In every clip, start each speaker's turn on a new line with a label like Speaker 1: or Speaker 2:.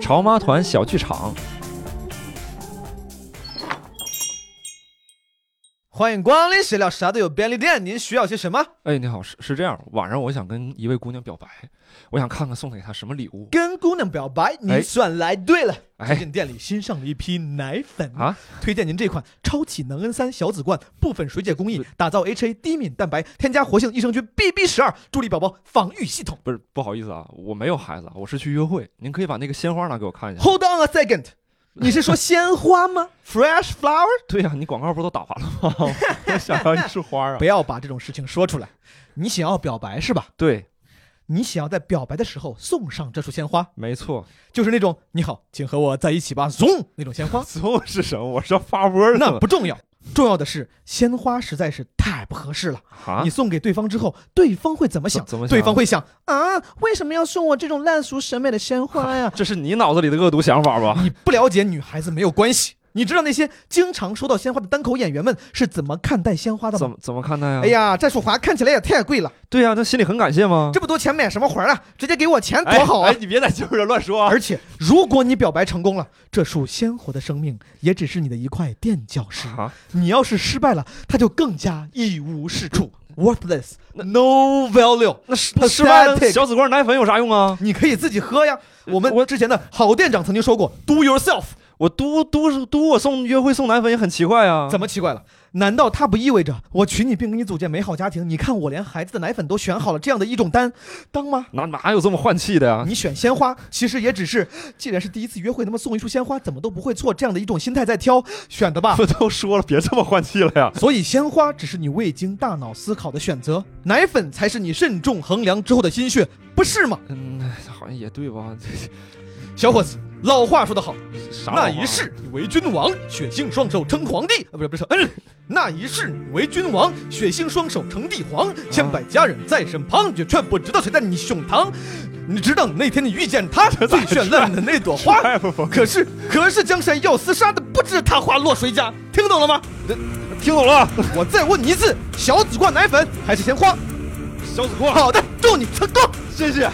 Speaker 1: 潮妈团小剧场，
Speaker 2: 欢迎光临，谁料啥都有便利店。您需要些什么？
Speaker 1: 哎，你好，是是这样，晚上我想跟一位姑娘表白，我想看看送给她什么礼物
Speaker 2: 跟姑娘表白，
Speaker 1: 哎
Speaker 2: 您算来对了。
Speaker 1: 哎
Speaker 2: 最近店里新上了一批奶粉，
Speaker 1: 啊？
Speaker 2: 推荐您这款超起能 N 三小子罐，部分水解工艺
Speaker 1: 不，
Speaker 2: 打造 HA 低敏蛋白，添加活性益生菌 BB 十二，助力宝宝防御系统。
Speaker 1: 不是，不好意思啊，我没有孩子啊，我是去约会。您可以把那个鲜花拿给我看一下。
Speaker 2: Hold on a second，你是说鲜花吗？Fresh flower？
Speaker 1: 对呀、你广告不都打完了吗？ 我想要一束花啊
Speaker 2: 不。要把这种事情说出来。你想要表白是吧？
Speaker 1: 对，
Speaker 2: 你想要在表白的时候送上这束鲜花，
Speaker 1: 没错。。
Speaker 2: 就是那种“你好，请和我在一起吧”，怂那种鲜 花
Speaker 1: 送是什么？我是要发窝
Speaker 2: 那
Speaker 1: 呢。
Speaker 2: 不重要，重要的是鲜花实在是太不合适了。
Speaker 1: 啊
Speaker 2: 你？送给对方之后，对方会怎么想？
Speaker 1: 怎么想
Speaker 2: 对方会想啊，为什么要送我这种烂俗审美的鲜花哎 呀？
Speaker 1: 这是你脑子里的恶毒想法吧？
Speaker 2: 你不了解女孩子没有关系。你知道那些经常收到鲜花的单口演员们是怎么看待鲜花的
Speaker 1: 怎
Speaker 2: 吗？
Speaker 1: 么怎么看待啊呀、
Speaker 2: 哎，呀，这束花看起来也太贵了，
Speaker 1: 对呀、他心里很感谢吗？
Speaker 2: 这么多钱买什么花啊？直接给我钱多好啊！
Speaker 1: 哎！哎你别在这儿乱说啊！
Speaker 2: 而且，如果你表白成功了，这束鲜活的生命也只是你的一块垫脚石。
Speaker 1: 啊，
Speaker 2: 你要是失败了，它就更加一无是处，worthless, no value。
Speaker 1: 嗯那失那失败了
Speaker 2: Pathetic
Speaker 1: 小紫罐奶粉有啥用啊？
Speaker 2: 你可以自己喝呀。我们
Speaker 1: 我
Speaker 2: 之前的好店长曾经说过，do yourself。
Speaker 1: 我嘟嘟嘟，我送约会送奶粉也很奇怪啊。
Speaker 2: 怎么奇怪了？难道它不意味着我娶你并给你组建美好家庭？你看我连孩子的奶粉都选好了，这样的一种单当吗？
Speaker 1: 哪哪有这么换气的呀？
Speaker 2: 你选鲜花，其实也只是，既然是第一次约会，那么送一束鲜花怎么都不会错，这样的一种心态在挑选的吧。
Speaker 1: 不都说了别这么换气了呀？
Speaker 2: 所以，鲜花只是你未经大脑思考的选择，奶粉才是你慎重衡量之后的心血，不是吗？
Speaker 1: 嗯，好像也对吧？
Speaker 2: 小伙子，老话说得好，
Speaker 1: 啥
Speaker 2: 那一世你为君王，血性双手称皇帝。啊，不是不是，嗯，那一世你为君王，血性双手称帝
Speaker 1: 啊
Speaker 2: 皇。千百佳人在身旁，却劝不知道谁在你胸膛。你直到那天你遇见 他，最绚烂的那朵花。
Speaker 1: 太不服
Speaker 2: 可是可是江山要厮杀的不知他花落谁家，听懂了吗？
Speaker 1: 呃听懂了，
Speaker 2: 我再问你一次，小紫罐奶粉还是鲜花？
Speaker 1: 小紫罐，
Speaker 2: 好的，祝你成功。
Speaker 1: 谢谢。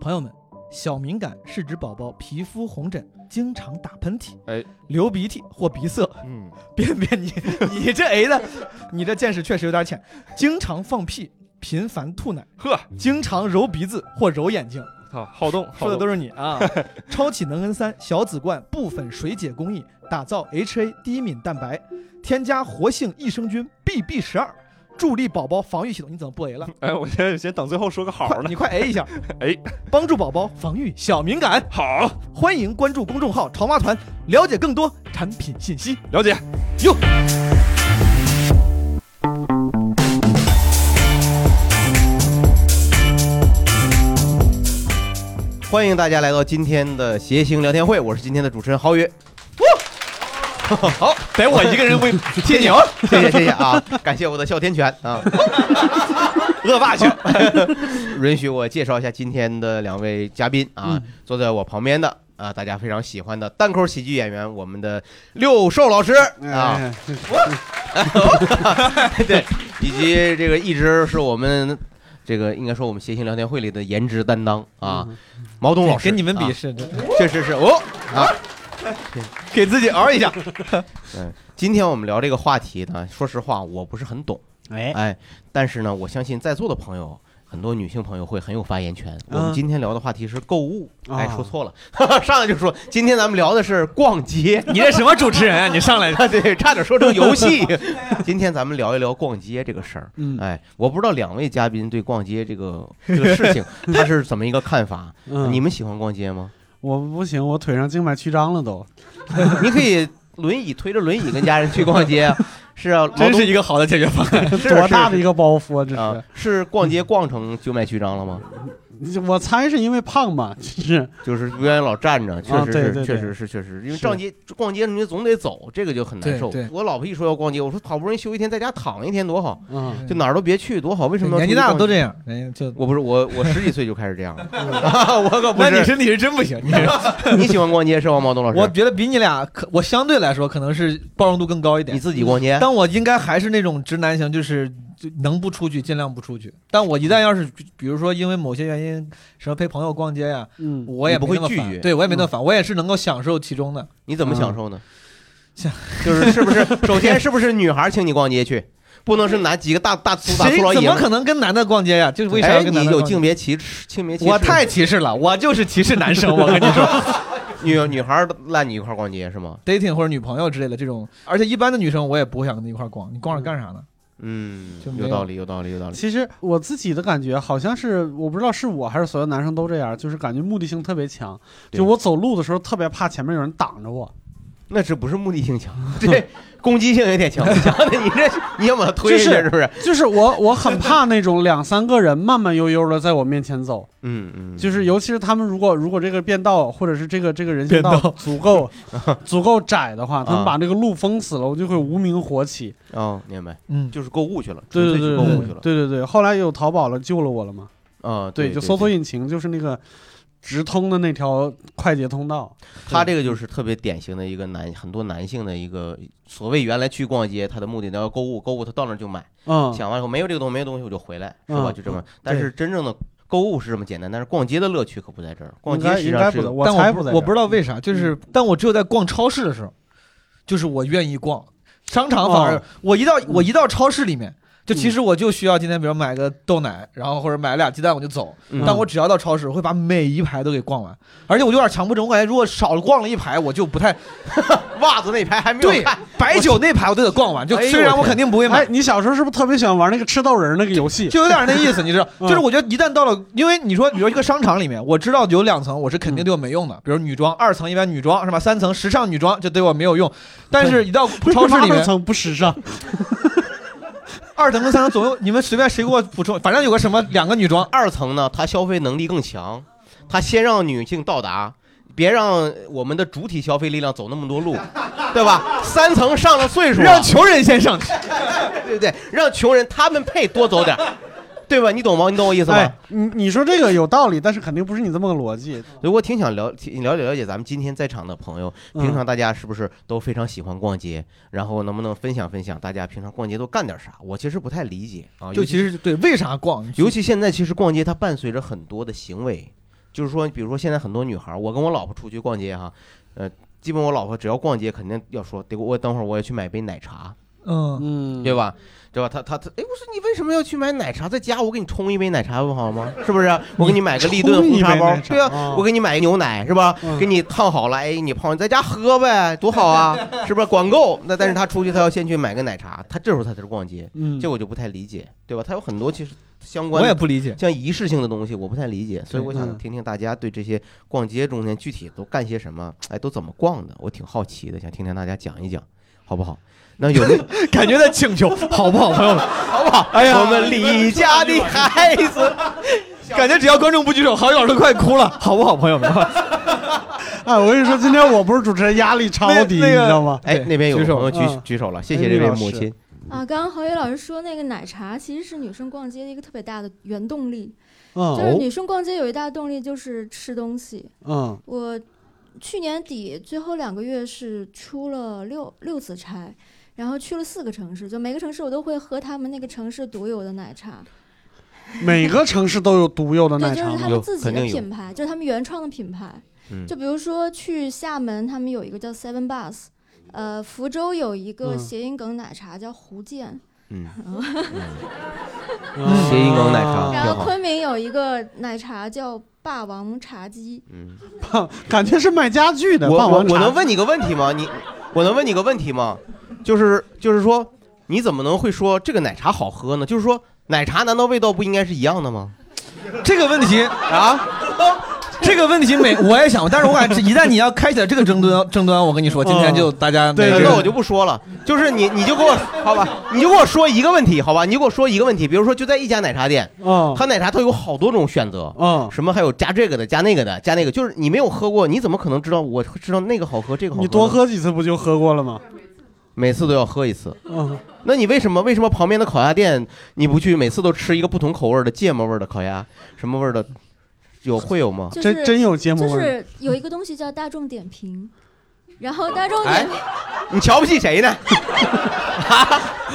Speaker 2: 朋友们，小敏感是指宝宝皮肤红疹、经常打喷嚏、
Speaker 1: 哎，
Speaker 2: 流鼻涕或鼻塞。
Speaker 1: 嗯，
Speaker 2: 别别，你你这 A 的，你这见识确实有点浅。经常放屁、频繁吐奶、
Speaker 1: 呵，
Speaker 2: 经常揉鼻子或揉眼睛，
Speaker 1: 操，好动，
Speaker 2: 说的
Speaker 1: 是
Speaker 2: 都是你 啊！超起能 N 三小紫罐部分水解工艺，打造 HA 低敏蛋白，添加活性益生菌 BB 十二，助力宝宝防御系统。你怎么不 A 了？
Speaker 1: 哎，我先先等最后说个好
Speaker 2: 快，
Speaker 1: 呢
Speaker 2: 你。快 A 一 下，
Speaker 1: 哎，
Speaker 2: 帮助宝宝防御小敏感。
Speaker 1: 好，
Speaker 2: 欢迎关注公众号“潮妈团”，了解更多产品信息。
Speaker 1: 了解。
Speaker 2: 哟。
Speaker 3: 欢迎大家来到今天的谐星聊天会，我是今天的主持人郝宇，
Speaker 2: 好，得我一个人为 贴你啊！
Speaker 3: 谢谢谢谢啊，感谢我的哮天犬啊，恶霸 犬， 允许我介绍一下今天的两位嘉宾啊，坐在我旁边的啊，大家非常喜欢的单口喜剧演员，我们的六兽老师啊，
Speaker 4: 哎，
Speaker 3: 对，以及这个一直是我们这个应该说我们谐星聊天会里的颜值担当啊，毛东老师，
Speaker 2: 跟你们比
Speaker 3: 啊
Speaker 2: 是的，
Speaker 3: 确实是哦啊。
Speaker 2: 给自己熬一下。
Speaker 3: 嗯，今天我们聊这个话题呢，说实话我不是很懂，
Speaker 4: 哎，
Speaker 3: 哎，但是呢，我相信在座的朋友，很多女性朋友会很有发言权。我们
Speaker 4: 嗯
Speaker 3: 今天聊的话题是购物，
Speaker 4: 啊
Speaker 3: 哎，说错了， 上来就说今天咱们聊的是逛街，
Speaker 2: 你这什么主持人啊？你上来
Speaker 3: 啊，对，差 点说成游戏。今天咱们聊一聊逛街这个事儿。
Speaker 4: 嗯
Speaker 3: 哎，我不知道两位嘉宾对逛街这个这个事情他是怎么一个看法？
Speaker 4: 嗯，
Speaker 3: 你们喜欢逛街吗？
Speaker 4: 我不行，我腿上静脉曲张了 都。
Speaker 3: 你可以轮椅推着轮椅跟家人去逛街啊，是 啊，劳动
Speaker 2: 一个好的解决方 案。
Speaker 3: 是啊
Speaker 4: 多大的
Speaker 3: 是
Speaker 4: 一个包袱啊啊！这
Speaker 3: 啊
Speaker 4: 是，
Speaker 3: 是逛街逛成静脉曲张了吗？
Speaker 4: 我猜是因为胖吧， 是
Speaker 3: 就是不愿意老站着，确
Speaker 4: 啊
Speaker 3: 实
Speaker 4: 对
Speaker 3: 是，
Speaker 4: 对
Speaker 3: 确
Speaker 4: 对
Speaker 3: 实是，确实是，因为
Speaker 4: 是
Speaker 3: 逛街逛街你总得走，这个就很难
Speaker 2: 对
Speaker 3: 受
Speaker 2: 对。
Speaker 3: 我老婆一说要逛街，我说好不容易休一天，在家躺一天多好，
Speaker 4: 嗯，
Speaker 3: 就哪儿都别去多好，为什么要
Speaker 2: 年纪
Speaker 3: 出去
Speaker 2: 大了
Speaker 3: 逛
Speaker 2: 都
Speaker 3: 街
Speaker 2: 这样，人家就。
Speaker 3: 我不是我，我十几岁就开始这 样了， 我可不
Speaker 2: 那你
Speaker 3: 是。
Speaker 2: 身体是真不 行，你 是
Speaker 3: 你喜欢逛街是吗，毛东老
Speaker 2: 我
Speaker 3: 师？
Speaker 2: 觉得比你俩可，我相对来说可能是包容度更高一
Speaker 3: 你
Speaker 2: 点。嗯
Speaker 3: 自己逛街？
Speaker 2: 但我应该还是那种直男型，就是就能不出去尽量不出去。但我一旦
Speaker 3: 嗯
Speaker 2: 要是比如说因为某些原因，什么陪朋友逛街呀、
Speaker 4: 嗯，
Speaker 2: 我也
Speaker 3: 你不
Speaker 2: 没那
Speaker 3: 会
Speaker 2: 么
Speaker 3: 拒
Speaker 2: 烦
Speaker 3: 绝嗯
Speaker 2: 对我也没那么烦，我也是能够享受其中的。
Speaker 3: 你怎么
Speaker 2: 嗯
Speaker 3: 享 受呢？
Speaker 2: 享
Speaker 3: 就是是不是？首先是不是女孩请你逛街去，不能是拿几个大大粗大
Speaker 2: 谁
Speaker 3: 粗老
Speaker 2: 怎
Speaker 3: 爷
Speaker 2: 么
Speaker 3: 们儿？
Speaker 2: 可能跟男的逛街呀、就是为啥
Speaker 3: 哎，
Speaker 2: 要跟男
Speaker 3: 你
Speaker 2: 的
Speaker 3: 有
Speaker 2: 逛街？
Speaker 3: 性别歧视，性别歧视？
Speaker 2: 我太歧视了，我就是歧视男生。我跟你说
Speaker 3: 女女孩儿拉你一块儿逛街是吗？
Speaker 2: ，dating 或者女朋友之类的这种，而且一般的女生我也不会想跟她一块儿逛，你逛着干啥呢？
Speaker 3: 嗯
Speaker 2: 就，没有
Speaker 3: 有道理，有道理，有道理。
Speaker 4: 其实我自己的感觉好像是，我不知道是我还是所有男生都这样，就是感觉目的性特别强。
Speaker 3: 对
Speaker 4: 就我走路的时候特别怕前面有人挡着我，
Speaker 3: 那这不是目的性 强，这攻击性有点强。 强的你这你要把他推下
Speaker 4: 就
Speaker 3: 去
Speaker 4: 是
Speaker 3: 是不是？
Speaker 4: 就是我我很怕那种两三个人慢慢悠悠的在我面前走，
Speaker 3: 嗯嗯，
Speaker 4: 就是尤其是他们如果如果这个变道或者是这个这个人行
Speaker 2: 变
Speaker 4: 道
Speaker 2: 道
Speaker 4: 足够足够窄的话，他
Speaker 3: 啊
Speaker 4: 们把这个路封死了，我就会无名火起。
Speaker 3: 哦，明白，
Speaker 2: 嗯，
Speaker 3: 就是购物去了，
Speaker 4: 对对
Speaker 3: 纯粹
Speaker 4: 对对
Speaker 3: 去购物
Speaker 4: 对
Speaker 3: 去
Speaker 4: 对
Speaker 3: 了。
Speaker 4: 对对，后来有淘宝了救了我了嘛？
Speaker 3: 啊，
Speaker 4: 对，就搜索引擎就是那个直通的那条快捷通道。
Speaker 3: 他这个就是特别典型的一个男，很多男性的一个所谓原来去逛街，他的目的要购物，购物他到那儿就买，
Speaker 4: 嗯，
Speaker 3: 想完以后没有这个东西，没有东西我就回来，是吧？
Speaker 4: 嗯
Speaker 3: 就这么。但是真正的购物是这么简单，但是逛街的乐趣可不在这儿。逛
Speaker 4: 应
Speaker 3: 街
Speaker 4: 该
Speaker 3: 实际
Speaker 4: 应
Speaker 3: 上
Speaker 4: 该
Speaker 3: 是
Speaker 4: 不的，
Speaker 3: 有
Speaker 4: 我
Speaker 2: 但
Speaker 4: 才
Speaker 2: 我
Speaker 4: 不在这
Speaker 2: 我不
Speaker 4: 儿嗯
Speaker 2: 知道为啥，就是但我只有在逛超市的时候，就是我愿意逛商场，反而
Speaker 4: 哦嗯
Speaker 2: 我一到我一到超市里面。就其实我就需要今天，比如买个豆奶，然后或者买俩鸡蛋，我就走。
Speaker 3: 嗯
Speaker 2: 但我只要到超市，我会把每一排都给逛完，而且我有点强迫症，我感觉如果少逛了一排，我就不太
Speaker 3: 袜子那排还没有
Speaker 2: 对
Speaker 3: 看，
Speaker 2: 白酒那排我都得逛完。就
Speaker 3: 哎呦
Speaker 2: 虽然
Speaker 3: 我
Speaker 2: 我肯定不会买
Speaker 4: 哎，，你小时候是不是特别喜欢玩那个吃豆人儿那个游戏？
Speaker 2: 就有点那意思，你知道？
Speaker 4: 嗯
Speaker 2: 就是我觉得一旦到了，因为你说，比如一个商场里面，我知道有两层，我是肯定对我没用的，比如女装，二层一般女装是吧？三层时尚女装就对我没有用，但是一到超市里面，啊
Speaker 4: 层不时尚，
Speaker 2: 二层跟三层总有，你们随便谁给我补充，反正有个什么两个女装，
Speaker 3: 二层呢，它消费能力更强，它先让女性到达，别让我们的主体消费力量走那么多路， 对吧？三层上了岁数了，
Speaker 2: 让穷人先上去。
Speaker 3: 对不对？让穷人他们配多走点儿，对吧？你懂吗？你懂我意思吗？
Speaker 4: 哎，你你说这个有道理，但是肯定不是你这么个逻辑。
Speaker 3: 所以我挺想了挺了解了解咱们今天在场的朋友，
Speaker 4: 嗯
Speaker 3: 平常大家是不是都非常喜欢逛街？然后能不能分享分享大家平常逛街都干点啥？我其实不太理解啊，
Speaker 2: 就
Speaker 3: 尤
Speaker 2: 其实对，为啥
Speaker 4: 嗯
Speaker 2: 逛？
Speaker 3: 尤 其现在，其实逛街它伴随着很多的行为，就是说，比如说现在很多女孩儿，我跟我老婆出去逛街哈，呃，基本我老婆只要逛街，肯定要说，得我等会儿我要去买杯奶茶，
Speaker 2: 嗯，
Speaker 4: 嗯，
Speaker 3: 对吧？对吧？她她她，哎，我说你为什么要去买奶茶？在家我给你冲一杯奶茶不好吗？是不是？我给你买个立顿
Speaker 4: 冲
Speaker 3: 红
Speaker 4: 一
Speaker 3: 茶
Speaker 4: 杯
Speaker 3: 包
Speaker 4: 奶，茶
Speaker 3: 对啊
Speaker 4: 哦，
Speaker 3: 我给你买个牛奶是吧？
Speaker 4: 嗯
Speaker 3: 给你烫好了，哎，你泡你在家喝呗，多好啊，是不是？管够。那但是她出去，她要先去买个奶茶，她这时候她才是逛街，
Speaker 4: 嗯，
Speaker 3: 这我就不太理解，对吧？她有很多其实相关
Speaker 2: 我
Speaker 3: 的
Speaker 2: 也不理解。
Speaker 3: 像仪式性的东西，我不太理解，所以我想
Speaker 4: 嗯
Speaker 3: 听听大家对这些逛街中间具体都干些什么，哎，都怎么逛的，我挺好奇的，想听听大家讲一讲，好不好？那有没有
Speaker 2: 感觉在请求，好 不好，朋友们？
Speaker 3: 好不好？哎呀，我们李 家的孩子，
Speaker 2: 感觉只要观众不举手，郝宇老师都快哭了，好不好，朋友们？
Speaker 4: 哎，我跟你说，今天我不是主持人，压力超低，
Speaker 2: 那那个
Speaker 4: 你知道吗？
Speaker 3: 哎，
Speaker 2: 对
Speaker 3: 那边有
Speaker 2: 举
Speaker 3: 个
Speaker 2: 手
Speaker 3: 朋友举
Speaker 4: 嗯
Speaker 3: 举手了，谢
Speaker 4: 哎
Speaker 3: 谢
Speaker 4: 李
Speaker 3: 这位
Speaker 4: 老
Speaker 3: 母
Speaker 4: 师
Speaker 3: 亲。
Speaker 5: 啊，刚刚郝宇老师说那个奶茶其实是女生逛街的一个特别大的原动力，就
Speaker 4: 嗯
Speaker 5: 是女生逛街有一大动力就是吃东西。
Speaker 4: 嗯，
Speaker 5: 我去年底最后两个月是出了六六次差，然后去了四个城市，就每个城市我都会喝他们那个城市独有的奶茶，
Speaker 4: 每个城市都有独有的
Speaker 5: 对，
Speaker 4: 奶
Speaker 5: 就
Speaker 4: 茶
Speaker 5: 是他
Speaker 4: 吗？
Speaker 3: 有
Speaker 5: 们自己
Speaker 3: 肯
Speaker 5: 的
Speaker 3: 定有
Speaker 5: 品牌，就是他们原创的品牌。
Speaker 3: 嗯
Speaker 5: 就比如说去厦门，他们有一个叫 Seven Bus。呃，福州有一个
Speaker 4: 嗯
Speaker 5: 谐音梗奶茶叫福建，
Speaker 3: 嗯，
Speaker 4: 嗯
Speaker 3: 谐音梗奶茶挺
Speaker 5: 然
Speaker 3: 好
Speaker 5: 后昆明有一个奶茶叫霸王茶姬，
Speaker 3: 嗯，
Speaker 4: 棒感觉是卖家具的。
Speaker 3: 我
Speaker 4: 霸
Speaker 3: 我
Speaker 4: 王茶
Speaker 3: 我能问你个问题吗？你我能问你个问题吗？就是就是说，你怎么能会说这个奶茶好喝呢？就是说，奶茶难道味道不应该是一样的吗？
Speaker 2: 这个问 题
Speaker 3: 啊，
Speaker 2: 这个问题没我也想过，但是我感觉一旦你要开启了这个争端争端，我跟你说，今天就大家没
Speaker 4: 对
Speaker 2: 人
Speaker 4: 这个
Speaker 3: 嗯那我就不说了。就是你，你就给我好吧，你就给我说一个问题，好吧？你就给我说一个问题，比如说就在一家奶茶店，
Speaker 4: 嗯
Speaker 3: 它奶茶它有好多种选择，
Speaker 4: 嗯，
Speaker 3: 什么还有加这个的，加那个的，加那个，就是你没有喝过，你怎么可能知道我知道那个好喝，这个好喝？
Speaker 4: 你多，喝几次不就喝过了吗？
Speaker 3: 每次都要喝一次。
Speaker 4: 嗯，
Speaker 3: 那你为什么为什么旁边的烤鸭店你不去，每次都吃一个不同口味的芥末味的烤鸭，什么味儿的？有会有吗？
Speaker 5: 就
Speaker 4: 真
Speaker 5: 是
Speaker 4: 真有芥末
Speaker 5: 就
Speaker 4: 味儿。
Speaker 5: 是有一个东西叫大众点评，然后大众
Speaker 3: 哎
Speaker 5: 点评，
Speaker 3: 你瞧不起 谁呢？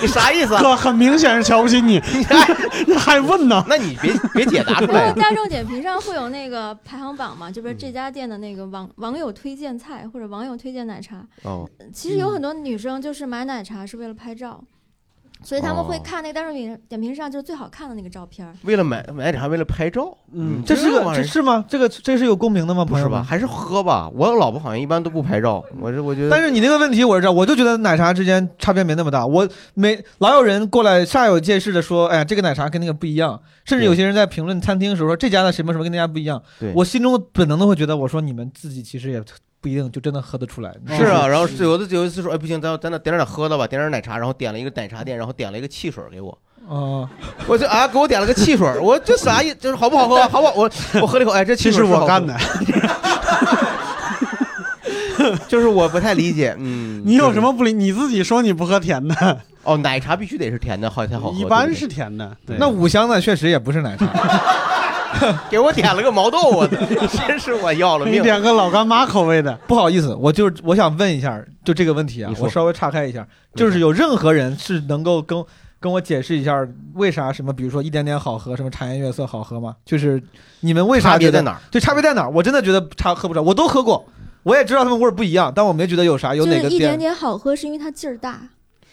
Speaker 3: 你啥意思啊？
Speaker 4: 哥很明显是瞧不起你， 你还问呢？
Speaker 3: 那你别别解答出
Speaker 5: 然
Speaker 3: 来
Speaker 5: 后。大众点评上会有那个排行榜嘛，就比
Speaker 3: 嗯
Speaker 5: 如这家店的那个网网友推荐菜或者网友推荐奶茶。
Speaker 3: 哦，
Speaker 5: 其实有
Speaker 2: 嗯
Speaker 5: 很多女生就是买奶茶是为了拍照，所以他们会
Speaker 3: 哦
Speaker 5: 看那个大众点评点评上就是最好看的那个照片儿。
Speaker 3: 为了买买点啥？为了拍照？
Speaker 4: 嗯
Speaker 3: 你
Speaker 2: 这是
Speaker 3: 个
Speaker 2: 个
Speaker 3: 玩意
Speaker 2: 这
Speaker 3: 儿
Speaker 2: 是吗？这个这是有共鸣的吗？
Speaker 3: 不
Speaker 2: 朋
Speaker 3: 是
Speaker 2: 友
Speaker 3: 吧？
Speaker 2: 们？
Speaker 3: 还是喝吧。我老婆好像一般都不拍照，我这我觉得。
Speaker 2: 但是你那个问题我是知道，我就觉得奶茶之间差别没那么大。我每老有人过来煞有介事的说，哎呀，这个奶茶跟那个不一样，甚至有些人在评论餐厅的时候说这家的什么什么跟那家不一样
Speaker 3: 对。
Speaker 2: 我心中本能的会觉得，我说你们自己其实也不一定就真的喝得出来。
Speaker 3: 是啊，然后是有的有一次说，哎，不行，咱咱俩点点喝的吧，点点奶茶，然后点了一个奶茶店，然后点了一个汽水给我，
Speaker 2: 哦，
Speaker 3: 我就啊，给我点了个汽水，我这啥意， 就是好不好喝，好不好？我我喝了一口，哎，这
Speaker 4: 其
Speaker 3: 汽
Speaker 4: 实
Speaker 3: 水
Speaker 4: 我干
Speaker 3: 的，
Speaker 4: 的，
Speaker 3: 就是我不太理解， 嗯，
Speaker 4: 你有什
Speaker 3: 就是？
Speaker 4: 么不理？你自己说你不喝甜的，
Speaker 3: 哦，奶茶必须得是甜的，好才好喝，
Speaker 4: 一般
Speaker 3: 对不
Speaker 4: 是甜的。对，
Speaker 2: 那五香呢，确实也不是奶茶。
Speaker 3: 对给我点了个毛豆，我真是我要了
Speaker 4: 你
Speaker 3: 命，
Speaker 4: 点个老干妈口味的，
Speaker 2: 不好意思，我就是我想问一下，就这个问题啊
Speaker 3: 你，说
Speaker 2: 我稍微岔开一下，
Speaker 3: 没事
Speaker 2: 就是有任何人是能够跟跟我解释一下为啥什么，比如说一点点好喝，什么茶颜悦色好喝吗？就是你们为啥
Speaker 3: 差别
Speaker 2: 觉得
Speaker 3: 在哪儿？
Speaker 2: 对，差别在哪儿？我真的觉得差喝不着，我都喝过，我也知道他们味儿不一样，但我没觉得有啥有
Speaker 5: 就
Speaker 2: 哪
Speaker 5: 是
Speaker 2: 个哦
Speaker 5: 一点
Speaker 2: 店。
Speaker 5: 点好喝，是因为它劲儿大。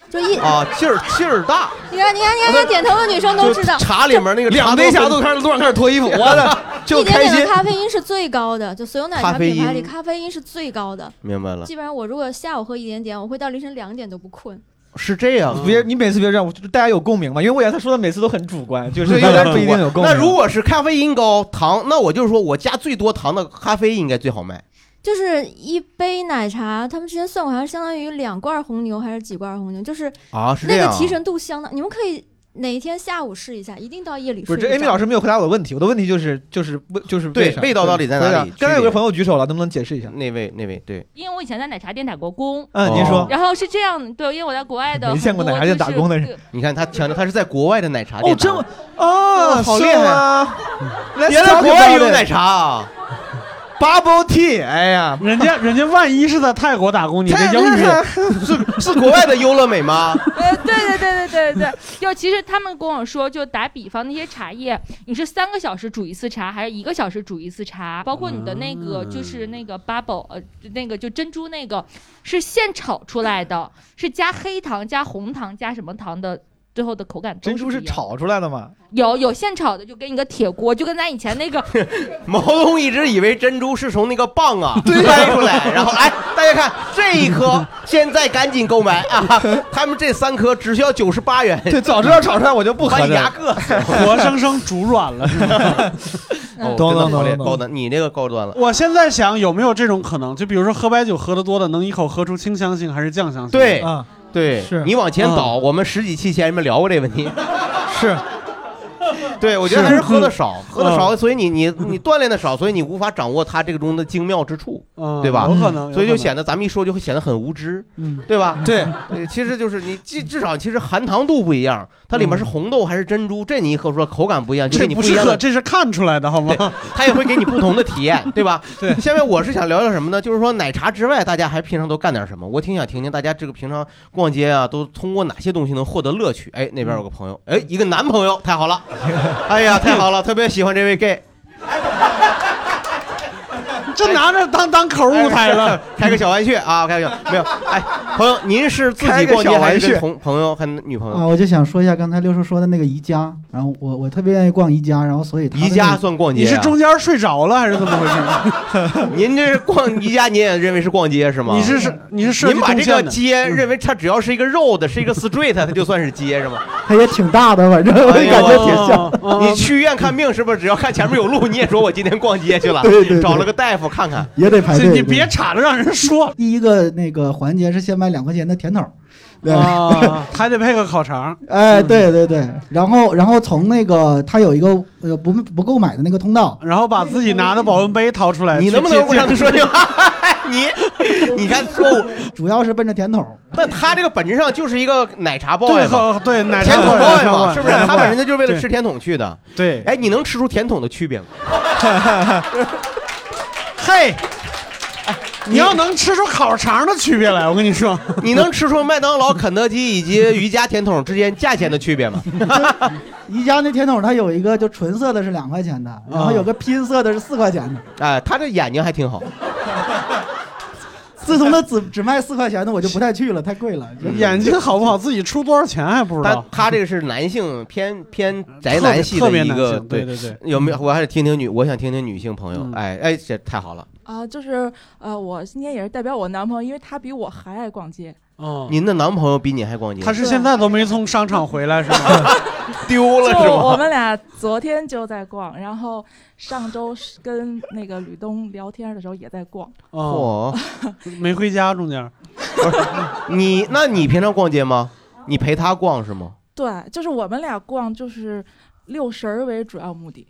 Speaker 5: 就一，
Speaker 3: 啊，劲儿劲儿大，
Speaker 5: 你看，你看，你看，看点头的女生都知道，
Speaker 3: 茶里面那个
Speaker 2: 两
Speaker 3: 杯
Speaker 2: 杯下肚开始路上开始脱衣服，我的 就
Speaker 5: 一点
Speaker 2: 开
Speaker 5: 点
Speaker 2: 心
Speaker 5: 的。咖啡因是最高的，就所有奶
Speaker 3: 咖
Speaker 5: 茶
Speaker 3: 啡
Speaker 5: 品牌
Speaker 3: 因
Speaker 5: 里咖啡因是最高的。
Speaker 3: 明白了，
Speaker 5: 基本上我如果下午喝一点点，我会到凌晨两点都不困。
Speaker 3: 是这
Speaker 4: 啊
Speaker 3: 样。
Speaker 2: 别，你每次别这样，我就大家有共鸣嘛？因为我原来说的每次都很主观，就是
Speaker 3: 对，
Speaker 2: 大
Speaker 3: 有
Speaker 2: 家
Speaker 3: 点
Speaker 2: 不一定有共鸣。
Speaker 3: 那如果是咖啡因高糖，那我就是说我加最多糖的咖啡因应该最好卖。
Speaker 5: 就是一杯奶茶，他们之前算过，好像相当于两罐红牛还是几罐红牛，就是
Speaker 3: 啊，是
Speaker 5: 那
Speaker 3: 这样
Speaker 5: 个
Speaker 3: 啊、
Speaker 5: 提神度相当。你们可以哪一天下午试一下，一定到夜里
Speaker 2: 不
Speaker 5: 睡
Speaker 2: 是这 Amy
Speaker 5: 着
Speaker 2: 老师没有回答我的问题，我的问题就是就是为就是
Speaker 3: 对
Speaker 2: 为啥
Speaker 3: 味道到底在哪里
Speaker 2: 对啊
Speaker 3: 区别
Speaker 2: 刚才有个朋友举手了，能不能解释一下？
Speaker 3: 那位那位对，
Speaker 6: 因为我以前在奶茶店打过工，
Speaker 2: 嗯，您说
Speaker 3: 哦
Speaker 6: 然后是这样，对，因为我在国外的很
Speaker 2: 没
Speaker 6: 多就是，
Speaker 2: 见过奶茶店打工的人啊
Speaker 6: 对。
Speaker 3: 你看他强调他是在国外的奶茶店
Speaker 2: 哦，
Speaker 3: 打
Speaker 2: 这
Speaker 3: 工
Speaker 2: 么啊，
Speaker 3: 哦好厉害
Speaker 2: 啊！
Speaker 3: 原来国外也有奶
Speaker 2: 茶
Speaker 3: 茶 啊！
Speaker 2: bubble tea，哎呀，
Speaker 4: 人 家人家万一是在泰国打工，你这英语
Speaker 3: 是是国外的优乐美吗？
Speaker 6: 呃，对对对对对对， 就其实他们跟我说，就打比方那些茶叶，你是三个小时煮一次茶，还是一个小时煮一次茶？包括你的那个
Speaker 2: 嗯
Speaker 6: 就是那个 bubble，呃，那个就珍珠那个是现炒出来 的，是加黑糖、加红糖、加什么糖的。最后的口感都
Speaker 2: 珍珠
Speaker 6: 不
Speaker 2: 是
Speaker 6: 一样
Speaker 2: 炒出来的嘛？
Speaker 6: 有有现炒的，就跟一个铁锅，就跟咱以前那个
Speaker 3: 毛泽东一直以为珍珠是从那个蚌 啊掰出来，然后哎，大家看这一颗，现在赶紧购买啊！ 他们这三颗只需要九十八元，
Speaker 2: 对，早知道炒出来我就不喝
Speaker 3: 把
Speaker 2: 这
Speaker 3: 你牙
Speaker 2: 个。
Speaker 3: 硌 死。
Speaker 4: 活生生煮软了。
Speaker 3: 哦，
Speaker 2: 懂
Speaker 3: 真的
Speaker 2: 懂
Speaker 3: 好厉害
Speaker 2: 懂懂
Speaker 3: 高端，你这个高端了。
Speaker 4: 我现在想有没有这种可能？就比如说喝白酒喝的多的，能一口喝出清香型还是酱香型？
Speaker 3: 对
Speaker 2: 啊，
Speaker 3: 对，
Speaker 2: 是
Speaker 3: 你往前
Speaker 4: 嗯
Speaker 3: 倒，我们十几期前面聊过这 问题。
Speaker 2: 是
Speaker 3: 对，我觉得还是喝的少，喝的
Speaker 4: 嗯
Speaker 3: 少，所以你你你锻炼的少，所以你无法掌握它这个中的精妙之处，
Speaker 4: 嗯，
Speaker 3: 对吧
Speaker 4: 有可能，
Speaker 3: 所以就
Speaker 4: 有可能
Speaker 3: 显得咱们一说就会显得很无知，
Speaker 4: 嗯
Speaker 3: 对吧？
Speaker 2: 对，
Speaker 3: 对，其实就是你至至少其实含糖度不一样，它里面是红豆还是珍珠，这你一喝出来口感不一样，就给
Speaker 4: 嗯这
Speaker 3: 你
Speaker 4: 不
Speaker 3: 一
Speaker 4: 是
Speaker 3: 样
Speaker 4: 喝，
Speaker 3: 的，
Speaker 4: 这是看出来的好吗？
Speaker 3: 它也会给你不同的体验，对吧？
Speaker 2: 对
Speaker 3: 下面我是想聊聊什么呢？就是说奶茶之外，大家还平常都干点什么？我挺想听听大家这个平常逛街啊，都通过哪些东西能获得乐趣？哎，那
Speaker 7: 嗯
Speaker 3: 边有个朋友，哎，一个男朋友，太 好了，哎呀，太好了，特别喜欢这位 gay，
Speaker 4: 这拿着当当口舞台了。，
Speaker 3: 哎开个小玩笑啊，开个小没有，哎，朋友，您是自己逛街还是跟同朋友和女朋
Speaker 8: 啊，
Speaker 3: 友？
Speaker 8: 我就想说一下刚才六叔说的那个宜家，然后我我特别愿意逛宜家，然后所以他
Speaker 3: 宜家算逛街、啊
Speaker 4: 你是中间睡着了还是怎么回事？
Speaker 3: 您这是逛宜家，您也认为是逛街是吗？
Speaker 4: 你是是你是设计
Speaker 3: 您把
Speaker 4: 动
Speaker 3: 这
Speaker 4: 线
Speaker 3: 个
Speaker 4: 的，
Speaker 3: 街认为它只要是一个 road，是一个 street，它就算是街 是吗？
Speaker 8: 它也挺大的，反正我
Speaker 3: 哎
Speaker 8: 感
Speaker 3: 呦
Speaker 8: 觉挺像。
Speaker 4: 像
Speaker 3: 哦
Speaker 4: 嗯
Speaker 3: 你去医院看病是不是只要看前面有路，你也说我今天逛街去了，
Speaker 8: 对对对
Speaker 3: 找了个大夫看看。
Speaker 8: 也得排队。
Speaker 4: 你别岔着让人说
Speaker 8: 第一个那个环节是先买两块钱的甜筒儿，对，
Speaker 4: 啊， 还得配个烤肠。 嗯
Speaker 8: 哎，对对对，然后然后从那个它有一个呃不不购买的那个通道，
Speaker 4: 然后把自己拿的保温杯掏出来，
Speaker 3: 你能不
Speaker 4: 去
Speaker 3: 能
Speaker 4: 接
Speaker 3: 不让他说句话？ 你你看错误，
Speaker 8: 主要是奔着甜筒儿。
Speaker 3: 但他这个本质上就是一个奶茶包
Speaker 4: 对
Speaker 3: 嘛，
Speaker 4: 喝对奶
Speaker 3: 甜
Speaker 4: 茶
Speaker 3: 筒
Speaker 4: 罐
Speaker 3: 包
Speaker 4: 奶茶
Speaker 3: 嘛，
Speaker 4: 罐
Speaker 3: 是不是？他把人家就是为了
Speaker 4: 对
Speaker 3: 吃甜筒去的。
Speaker 4: 对，
Speaker 3: 哎，你 能吃出甜筒的区别吗？
Speaker 2: 嘿，
Speaker 4: 你要能吃出烤肠的区别来，我跟你说，
Speaker 3: 你能吃出麦当劳、肯德基以及瑜伽甜筒之间价钱的区别吗？
Speaker 8: 宜家那甜筒它有一个就纯色的是两块钱的，然
Speaker 3: 啊
Speaker 8: 后有个拼色的是四块钱的。
Speaker 3: 哎，他这眼睛还挺好，
Speaker 8: 自从它只只卖四块钱的，我就不太去了，太贵了。就
Speaker 4: 眼睛好不好，自己出多少钱还不知
Speaker 3: 他
Speaker 4: 道。
Speaker 3: 嗯他这个是男性偏偏宅
Speaker 4: 特别
Speaker 3: 男系
Speaker 4: 特
Speaker 3: 的
Speaker 4: 别
Speaker 3: 一
Speaker 4: 男
Speaker 3: 个
Speaker 4: 性，对。对对，
Speaker 3: 有没有？我还是听听女，我想听听女性朋友
Speaker 4: 嗯。
Speaker 3: 哎哎，这太好了！
Speaker 9: 啊、就是呃，我今天也是代表我男朋友，因为他比我还爱逛街。
Speaker 4: 哦，
Speaker 3: 您的男朋友比你还逛街，
Speaker 4: 他是现在都没从商场回来 是吗？
Speaker 3: 丢
Speaker 9: 就
Speaker 3: 了是
Speaker 9: 我
Speaker 3: 吗？
Speaker 9: 们俩昨天就在逛，然后上周是跟那个吕东聊天的时候也在逛。
Speaker 4: 哦，
Speaker 3: 哦，
Speaker 4: 没回家中间。
Speaker 3: 你那你平常逛街吗？你陪他逛是吗？
Speaker 9: 对，就是我们俩逛就是遛神儿为主要目的。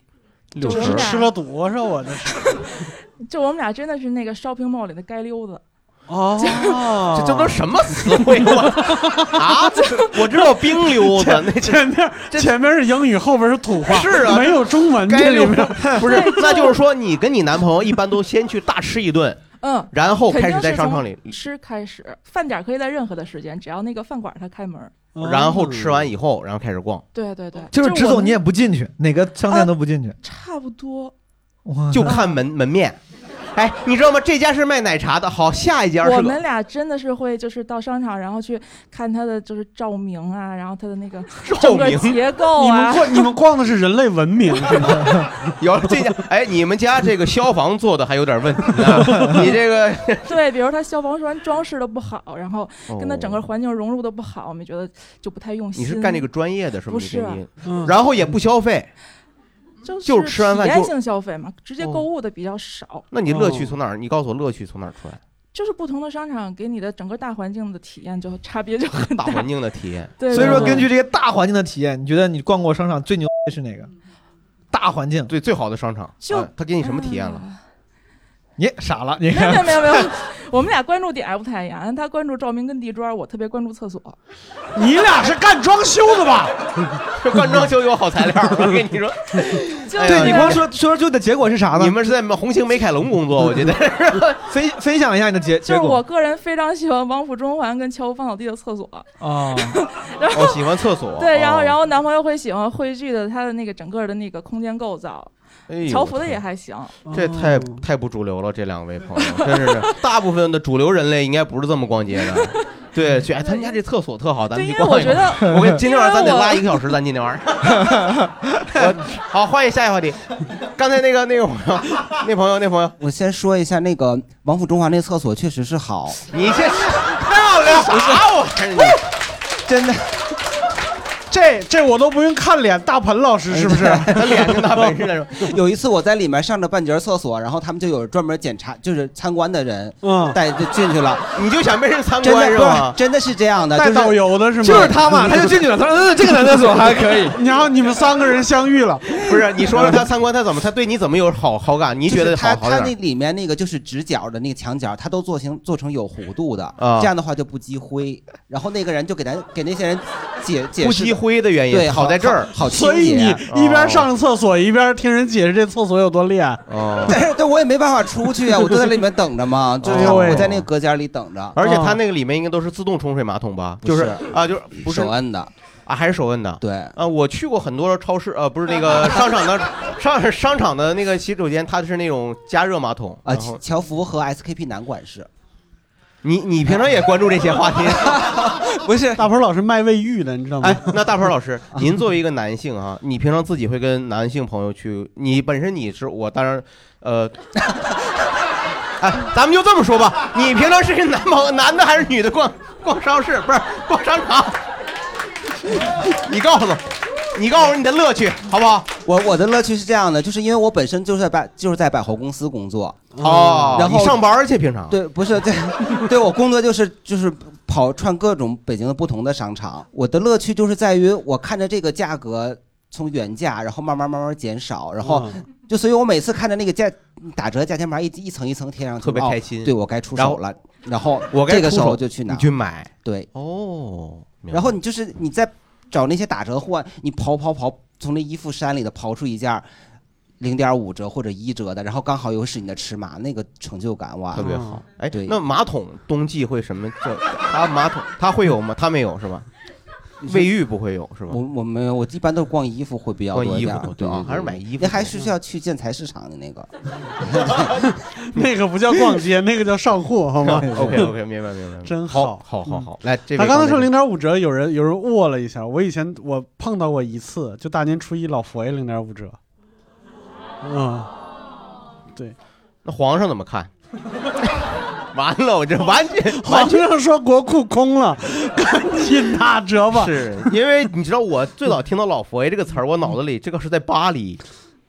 Speaker 1: 六
Speaker 9: 就
Speaker 1: 十
Speaker 9: 是俩
Speaker 4: 吃了多少啊？这是
Speaker 9: 就我们俩真的是那个 shopping mall 里的街溜子，
Speaker 4: 哦
Speaker 3: 这这都什么词汇？我啊，这我知道冰溜子，那这
Speaker 4: 前面
Speaker 3: 这
Speaker 4: 前面是英语，后边是土话，
Speaker 3: 是 啊
Speaker 4: 没有中文
Speaker 3: 该
Speaker 4: 这里
Speaker 3: 溜
Speaker 4: 面。
Speaker 3: 不是，那就是说你跟你男朋友一般都先去大吃一顿，
Speaker 9: 嗯，
Speaker 3: 然后
Speaker 9: 肯
Speaker 3: 开
Speaker 9: 定
Speaker 3: 始在
Speaker 9: 是
Speaker 3: 商
Speaker 9: 从
Speaker 3: 场里，
Speaker 9: 吃开始，饭点儿可以在任何的时间，只要那个饭馆儿它开门儿。
Speaker 4: 哦
Speaker 3: 然后吃完以后，然后开始逛，
Speaker 9: 对对对，
Speaker 2: 就是
Speaker 9: 我
Speaker 2: 直走
Speaker 9: 们呃
Speaker 2: 你也不进去，哪个商店都不进去，
Speaker 9: 差不多。
Speaker 2: 哇，
Speaker 3: 就看门门面。哎，你知道吗？这家是卖奶茶的，好，下一家
Speaker 9: 我
Speaker 3: 是个
Speaker 9: 们俩真的是会就是到商场，然后去看它的就是照明啊，然后它的那个
Speaker 3: 照
Speaker 9: 整个
Speaker 3: 明。
Speaker 9: 结构
Speaker 4: 你们
Speaker 9: 啊。
Speaker 4: 逛你们逛的是人类文明，是吗
Speaker 3: 有这家，哎，你们家这个消防做的还有点问题 啊！你这个
Speaker 9: 对，比如它消防栓装饰的不好，然后跟它整个
Speaker 3: 哦
Speaker 9: 环境融入的不好，我们觉得就不太用心。
Speaker 3: 你是干这个专业的是吗？
Speaker 9: 不是
Speaker 3: 你跟你
Speaker 4: 嗯
Speaker 3: 然后也不消费，
Speaker 9: 就是
Speaker 3: 就吃完饭
Speaker 9: 体
Speaker 3: 就
Speaker 9: 验性消费嘛，直接
Speaker 3: 哦
Speaker 9: 购物的比较少，哦
Speaker 3: 那你乐趣
Speaker 4: 哦
Speaker 3: 从哪儿？你告诉我乐趣从哪儿出来？
Speaker 9: 就是不同的商场给你的整个大环境的体验就差别就很
Speaker 3: 大
Speaker 9: 大。
Speaker 3: 环境的体验。
Speaker 9: 对，
Speaker 2: 所以
Speaker 9: 对
Speaker 2: 说，
Speaker 9: 对
Speaker 2: 根据这些大环境的体验，你觉得你逛过商场最牛的是哪个？大环境，
Speaker 3: 对，最好的商场，
Speaker 9: 就
Speaker 3: 啊他给你什么体验了？？
Speaker 9: 嗯
Speaker 2: 你傻了，你
Speaker 9: 没有
Speaker 2: 看
Speaker 9: 没有没有没有，我们俩关注点不太一样，他关注照明跟地砖，我特别关注厕所。
Speaker 4: 你俩是干装修的吧？
Speaker 3: 这灌装就有好材料，我跟你说，
Speaker 9: 就
Speaker 3: 哎呀
Speaker 2: 对你
Speaker 9: 是
Speaker 2: 光说说最后的结果 是啥
Speaker 3: 你
Speaker 2: 呢？
Speaker 3: 们是在红星美凯龙工作，我觉得
Speaker 2: 分分享一下你的结
Speaker 9: 就
Speaker 2: 结
Speaker 9: 是我
Speaker 2: 果
Speaker 9: 个人非常喜欢王府中环跟乔夫芳草地的厕所，
Speaker 2: 啊，
Speaker 3: 哦，喜欢厕所。哦
Speaker 9: 对，然后然
Speaker 3: 后
Speaker 9: 后男朋友会喜欢汇聚的它的那个整个的那个空间构造，乔福的也还行，
Speaker 3: 哎
Speaker 9: 嗯
Speaker 3: 这太太不主流了，这两位朋友真是的，大部分的主流人类应该不是这么逛街的。对，去哎，他们家这厕所特好，咱
Speaker 9: 对，
Speaker 3: 们
Speaker 9: 因
Speaker 3: 去
Speaker 9: 为我
Speaker 3: 逛一
Speaker 9: 觉
Speaker 3: 逛。
Speaker 9: 得
Speaker 3: 我跟今天晚上
Speaker 9: 因
Speaker 3: 咱
Speaker 9: 为
Speaker 3: 得
Speaker 9: 我
Speaker 3: 拉一个小时，咱今天晚上。我好，欢迎下一个话题。 刚才那个那个朋友，那朋友那朋友，
Speaker 10: 我先说一下那个王府中华那厕所确实是好，
Speaker 3: 你这是漂亮 啥啊玩意儿？
Speaker 10: 真的。
Speaker 4: 这这我 都不用看脸，大盆老师是不是？
Speaker 3: 你他脸跟他本事来说，
Speaker 10: 哎 有一次我在里面上着半截厕所，然后他们就有专门检查，就是参观的人
Speaker 4: 嗯，
Speaker 10: 带就进去了，
Speaker 3: 你就想被人参
Speaker 10: 真
Speaker 3: 观
Speaker 10: 的
Speaker 3: 是
Speaker 10: 不
Speaker 3: 吧
Speaker 10: 是？真的是这样的，
Speaker 4: 带
Speaker 10: 就
Speaker 4: 导
Speaker 10: 是
Speaker 4: 游的是吗？
Speaker 2: 就是 他嘛，他就进去了。他说：“嗯，这个男厕所还可以。
Speaker 4: 然后你们三个人相遇了，
Speaker 3: 不是，你说说他参观他怎么，他对你怎么有好好感？你
Speaker 10: 就
Speaker 3: 觉
Speaker 10: 是
Speaker 3: 得好
Speaker 10: 他
Speaker 3: 嗯好
Speaker 10: 他那
Speaker 3: 点？
Speaker 10: 里面那个就是直角的那个墙角，他都做成做成有弧度的，
Speaker 3: 啊
Speaker 10: 这样的话就不积灰。然后那个人就给咱给那些人解解释，
Speaker 3: 不积灰的
Speaker 4: 哎
Speaker 3: 原因，
Speaker 10: 对，
Speaker 3: 好在啊这儿。
Speaker 10: 好好清
Speaker 4: 所以你
Speaker 10: 洁。啊哦
Speaker 4: 一边上厕所一边听人解释这厕所有多厉害。
Speaker 3: 哦，
Speaker 10: 但是 对我也没办法出去啊，我就在里面等 着嘛，就是
Speaker 3: 哎
Speaker 4: 呦喂
Speaker 10: 我在那个隔间里等着，
Speaker 3: 而且他那个里面应该都是自动冲水马桶吧？就是啊，就是不是
Speaker 10: 手摁的，
Speaker 3: 啊，还是手摁的。
Speaker 10: 对。
Speaker 3: 啊，我去过很多超市，呃，不是那 个商场的商商场的那个洗手间，它是那种加热马桶
Speaker 10: 啊，
Speaker 3: 然后
Speaker 10: 乔乔福和 SKP 男管事，
Speaker 3: 你你平常也关注这些话题？
Speaker 10: 不是
Speaker 4: 大鹏老师卖卫浴的，你知道吗？
Speaker 3: 哎，那大鹏老师，您作为一个男性啊，你平常自己会跟男性朋友去？你本身你是我当然，呃， 哎，咱们就这么说吧，你平常是跟男朋友男的还是女的逛逛超市？不是逛商场？ 你告诉我，你告诉我你的乐趣好不好？
Speaker 10: 我我的乐趣是这样的，就是因为我本身就是在百就是在百货公司工作，
Speaker 3: 哦，
Speaker 10: 然后
Speaker 3: 你上班去平常？
Speaker 10: 对，不是对， 对我工作就是就是跑串各种北京的不同的商场，我的乐趣就是在于我看着这个价格从原价，然后慢慢慢慢减少，然后
Speaker 3: 嗯
Speaker 10: 就所以我每次看着那个价打折价钱牌一一层一层贴上去，
Speaker 3: 特别
Speaker 10: 哦
Speaker 3: 开心
Speaker 10: 对我该出
Speaker 3: 然后
Speaker 10: 手了，然后
Speaker 3: 我该
Speaker 10: 这个
Speaker 3: 出
Speaker 10: 时
Speaker 3: 手
Speaker 10: 候就去
Speaker 3: 你
Speaker 10: 拿，
Speaker 3: 去买
Speaker 10: 对，
Speaker 3: 哦。明白
Speaker 10: 然后你就是你在找那些打折货，你刨刨刨，从那衣服山里头刨出一件儿零点五折或者一折的，然后刚好又是你的尺码，那个成就感哇，
Speaker 3: 特别好。哎，
Speaker 10: 对，啊
Speaker 3: 那马桶冬季会什么 叫？它马桶它会有吗？它没有是吧？卫浴不会有是吧？
Speaker 10: 我我没有，我一般都是逛衣服会比较多
Speaker 3: 逛衣
Speaker 10: 一点
Speaker 3: 服
Speaker 10: 对
Speaker 3: 啊还是买衣服
Speaker 10: 那还是需要去建材市场的那个。
Speaker 4: 那个不叫逛街，那个叫上货，好吗
Speaker 3: OK，OK，明白明白
Speaker 4: 真嗯
Speaker 3: 好好好好来这位
Speaker 4: 他刚才说
Speaker 3: 朋友
Speaker 4: 零点五折，有人有人握了一下，我以前我碰到过一次，就大年初一老佛爷零点五折，嗯，对，
Speaker 3: 那皇上怎么看？完了，我这完全
Speaker 4: 皇上说国库空了，赶紧打折吧。
Speaker 3: 是因为你知道，我最早听到“老佛爷”这个词儿，我脑子里这个是在巴黎，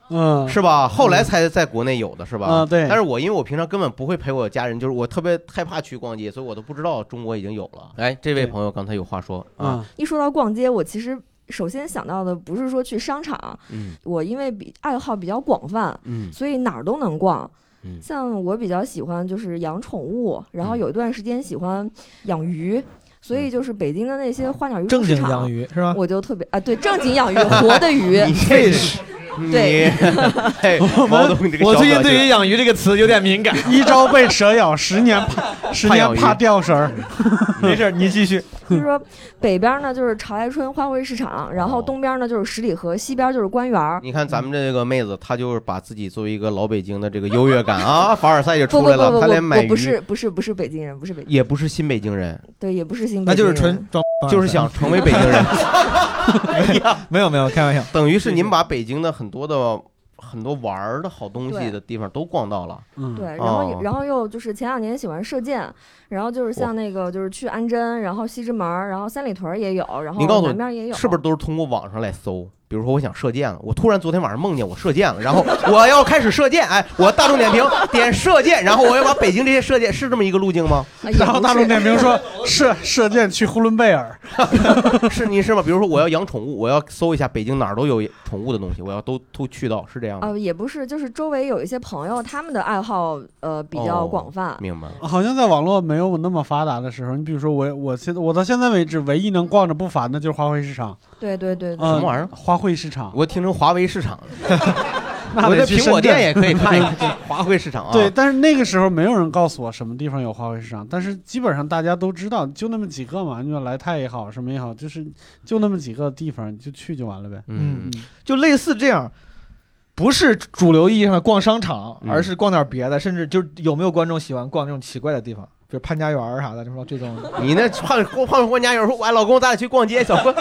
Speaker 4: 嗯，
Speaker 3: 是吧？后来才在国内有的是吧？
Speaker 4: 啊对，
Speaker 3: 但是我因为我平常根本不会陪我家人，就是我特别害怕去逛街，所以我都不知道中国已经有了。哎，这位朋友刚才有话说啊，
Speaker 11: 一说到逛街，我其实首先想到的不是说去商场，
Speaker 3: 嗯
Speaker 11: 我因为比爱好比较广泛，
Speaker 3: 嗯
Speaker 11: 所以哪儿都能逛。
Speaker 3: 嗯
Speaker 11: 像我比较喜欢就是养宠物，然后有一段时间喜欢养鱼。所
Speaker 3: 嗯
Speaker 11: 以就是北京的那些花鸟鱼虫
Speaker 2: 正
Speaker 11: 市
Speaker 2: 经
Speaker 11: 场
Speaker 2: 养鱼是吧
Speaker 11: 我就特别啊，对，正经养鱼，活的鱼
Speaker 3: 你这是
Speaker 11: 对
Speaker 3: 你 哎，毛东，你这个
Speaker 2: 我
Speaker 3: 小
Speaker 2: 最近
Speaker 3: 表
Speaker 2: 对
Speaker 3: 情
Speaker 2: 于养鱼这个词有点 敏感
Speaker 4: 一朝被蛇咬，十年怕十年怕掉绳儿。
Speaker 2: 没事，你继续。
Speaker 11: 就是说北边呢就是朝来春花卉市场，然后东边呢就是十里河，西边就是官园儿。
Speaker 3: 哦你看咱们这个妹子，她就是把自己作为一个老北京的这个优越感啊，凡尔赛就
Speaker 11: 不不不
Speaker 3: 出来了。
Speaker 11: 不
Speaker 3: 她连
Speaker 11: 不，
Speaker 3: 买
Speaker 11: 我
Speaker 3: 鱼
Speaker 11: 不是不是不是北京人，不是北京，
Speaker 3: 也不是新北京人，
Speaker 11: 对，也不是新北京人，
Speaker 2: 那就是纯装，
Speaker 3: 就是想成为北京 人。
Speaker 2: 没有没有，开玩笑，
Speaker 3: 等于是您把北京的很多的很多玩儿的好东西的地方都逛到了。哦
Speaker 4: 嗯
Speaker 11: 对，然后、然后又就是前两年喜欢射箭，然后就是像那个就是去安贞，然后西直门儿，然后三里屯儿也有，然
Speaker 3: 您告
Speaker 11: 后
Speaker 3: 诉
Speaker 11: 南边儿也
Speaker 3: 我，
Speaker 11: 有，
Speaker 3: 是不是都是通过网上来搜？比如说我想射箭了，我突然昨天晚上梦见我射箭了，然后我要开始射箭，哎，我大众点评点射箭，然后我要把北京这些射箭是这么一个路径吗？
Speaker 11: 啊
Speaker 4: 然后大众点评说射射箭去呼伦贝尔，
Speaker 3: 是你是吗？比如说我要养宠物，我要搜一下北京哪儿都有宠物的东西，我要都都去到，是这样吗？
Speaker 11: 呃也不是，就是周围有一些朋友他们的爱好呃比较
Speaker 3: 哦
Speaker 11: 广泛，
Speaker 3: 明白了。
Speaker 4: 好像在网络没有那么发达的时候，你比如说我，我现在我到现在为止唯一能逛着不烦的就是花卉市场。
Speaker 11: 对对对对，
Speaker 4: 嗯
Speaker 3: 什么玩意儿
Speaker 4: 花卉市场，
Speaker 3: 我听成华为市场
Speaker 4: 那
Speaker 3: 我
Speaker 4: 得
Speaker 3: 在
Speaker 4: 去
Speaker 3: 苹
Speaker 4: 深
Speaker 3: 果
Speaker 4: 圳
Speaker 3: 店也可以看一 看这华卉市场啊。
Speaker 4: 对，，但是那个时候没有人告诉我什么地方有花卉市场，但是基本上大家都知道，就那么几个嘛，你说莱泰也好，什么也好，就是就那么几个地方，你就去就完了呗。
Speaker 2: 嗯，就类似这样，不是主流意义上的逛商场，而是逛点别的，甚至就是有没有观众喜欢逛这种奇怪的地方，比如潘家园儿啥的，什么这种。
Speaker 3: 你那胖胖黄家有人说，哎，老公，咱俩去 逛街，小郭，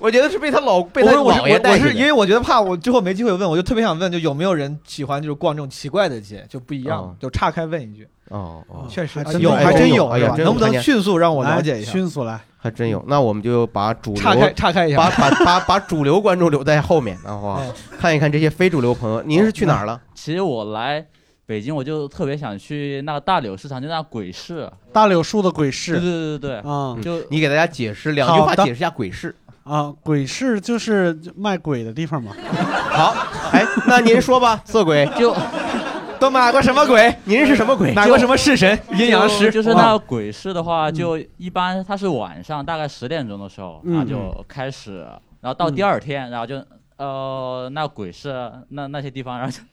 Speaker 3: 我觉得是被他老被他
Speaker 2: 我是
Speaker 3: 姥
Speaker 2: 我
Speaker 3: 爷
Speaker 2: 是我
Speaker 3: 带去
Speaker 2: 是因
Speaker 3: 的。
Speaker 2: 为我觉得怕我最后没机会问，我就特别想问，就有没有人喜欢就是逛这种奇怪的街，就不一样，
Speaker 3: 哦
Speaker 2: 就岔开问一句，
Speaker 3: 哦哦，
Speaker 2: 确实
Speaker 3: 还
Speaker 2: 啊
Speaker 3: 真
Speaker 2: 有
Speaker 3: 哎
Speaker 2: 还真有
Speaker 3: 哎
Speaker 2: 是
Speaker 3: 呀
Speaker 2: 吧，
Speaker 3: 真有
Speaker 2: 能不
Speaker 3: 看
Speaker 2: 能
Speaker 3: 见
Speaker 2: 迅速让我了解一下？
Speaker 4: 迅速来，
Speaker 3: 还真有，那我们就把主流
Speaker 2: 岔开岔开一下哎
Speaker 3: 把把把把主流观众留在后面，然后啊看一看这些非主流朋友，您是去哪儿了？
Speaker 7: 其实我来北京，我就特别想去那个大柳市场，就那鬼市。
Speaker 4: 大柳树的鬼市，
Speaker 7: 对对对对对，
Speaker 4: 啊，
Speaker 7: 就
Speaker 3: 嗯你给大家解释两句话，
Speaker 4: 好的
Speaker 3: 解释一下鬼市。
Speaker 4: 啊，鬼市就是卖鬼的地方嘛。
Speaker 3: 好，哎，那您说吧，色鬼
Speaker 7: 就
Speaker 3: 都买过什么鬼？您是什么鬼？
Speaker 2: 哪哎个什么式神、阴阳师？
Speaker 7: 就就是那
Speaker 2: 哇
Speaker 7: 个鬼市的话，就一般它是晚上大概十点钟的时候，
Speaker 2: 嗯
Speaker 7: 然后就开始，然后到
Speaker 3: 嗯
Speaker 7: 第二天，然后就呃那鬼市那那些地方，然后就。
Speaker 3: 嗯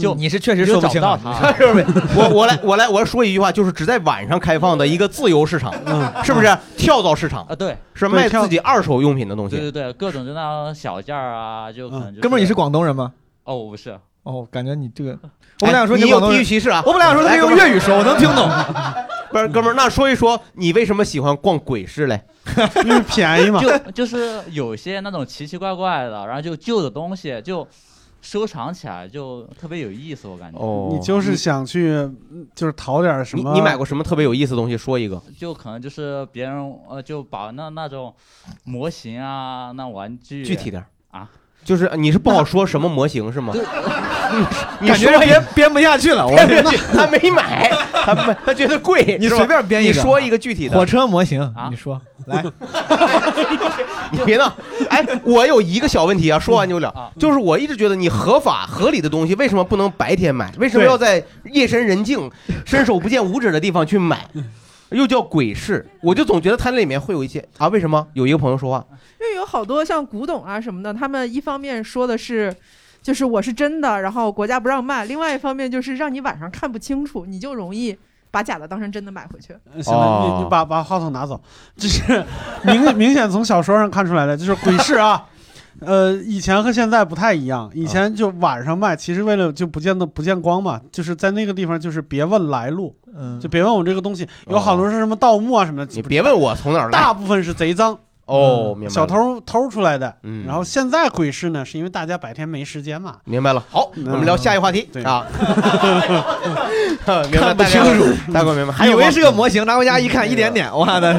Speaker 7: 就
Speaker 2: 嗯你是确实
Speaker 7: 你就
Speaker 2: 说不
Speaker 7: 找
Speaker 2: 清
Speaker 7: 到
Speaker 2: 啊
Speaker 7: 他，
Speaker 3: 是不是？我我来我来我要说一句话，就是只在晚上开放的一个自由市场，
Speaker 2: 嗯
Speaker 3: 是不是？跳蚤市场
Speaker 2: 呃
Speaker 7: 啊，对，
Speaker 3: 是卖自己二手用品的东西嗯
Speaker 7: 对。对对，各种就那种小件儿啊，就可能就
Speaker 2: 哥们儿，你是广东人吗？
Speaker 7: 哦，我不是，
Speaker 2: 哦，感觉你这个，我们俩说是
Speaker 3: 有
Speaker 2: 广东
Speaker 3: 地
Speaker 2: 人
Speaker 3: 域歧视啊！
Speaker 2: 我们俩说他
Speaker 3: 来
Speaker 2: 用粤语说，我能听 懂。。
Speaker 3: 不是，哥们儿，那说一说你为什么喜欢逛鬼市嘞？
Speaker 4: 因为
Speaker 3: 哎
Speaker 4: 便宜嘛
Speaker 7: 就就是有些那种奇奇怪怪的，然后就旧的东西就收藏起来，就特别有意思，我感觉。
Speaker 3: 哦
Speaker 4: 你就是想去，嗯就是淘点什
Speaker 3: 你
Speaker 4: 么？
Speaker 3: 你买过什么特别有意思的东西？说一个。
Speaker 7: 就可能就是别人呃，就把那那种模型啊，那玩具
Speaker 3: 具体点儿
Speaker 7: 啊，
Speaker 3: 就是你是不好说什么模型是吗？你
Speaker 2: 感觉
Speaker 3: 说一
Speaker 2: 编编不下去了，我
Speaker 3: 编不下去他没买，他没他觉得贵，
Speaker 2: 你
Speaker 3: 是吧
Speaker 2: 随便编一个，
Speaker 3: 你说一个具体的
Speaker 2: 火车模型，你说来，
Speaker 3: 你别闹！哎，我有一个小问题啊，说完就了。就是我一直觉得你合法合理的东西，为什么不能白天买？为什么要在夜深人静、伸手不见五指的地方去买？又叫鬼市，我就总觉得它那里面会有一些啊，为什么？有一个朋友说话，
Speaker 12: 因为有好多像古董啊什么的，他们一方面说的是就是我是真的，然后国家不让卖；另外一方面就是让你晚上看不清楚，你就容易把假的当成真的买回去。
Speaker 4: 呃行了，
Speaker 3: 哦
Speaker 4: 你你把把话筒拿走，这是明 明显从小说上看出来的，就是鬼市啊。呃，以前和现在不太一样，以前就晚上卖，其实为了就不见得不见光嘛，就是在那个地方就是别问来路，
Speaker 2: 嗯
Speaker 4: 就别问我这个东西，有好多是什么盗墓啊什么的，
Speaker 3: 哦你别问我从哪儿来
Speaker 4: 大部分是贼赃。
Speaker 3: 哦
Speaker 4: 嗯
Speaker 3: 明白了
Speaker 4: 小偷偷出来的。
Speaker 3: 嗯
Speaker 4: 然后现在鬼市呢，是因为大家白天没时间嘛，
Speaker 3: 明白了，好，我们聊下一个话题啊。明白，
Speaker 4: 嗯看不
Speaker 3: 大概
Speaker 4: 清
Speaker 13: 楚
Speaker 3: 大哥 明白。哎还
Speaker 13: 以
Speaker 3: 有
Speaker 13: 为
Speaker 3: 吗
Speaker 13: 是个模型，拿回家一看，一点
Speaker 2: 嗯
Speaker 13: 点，我的，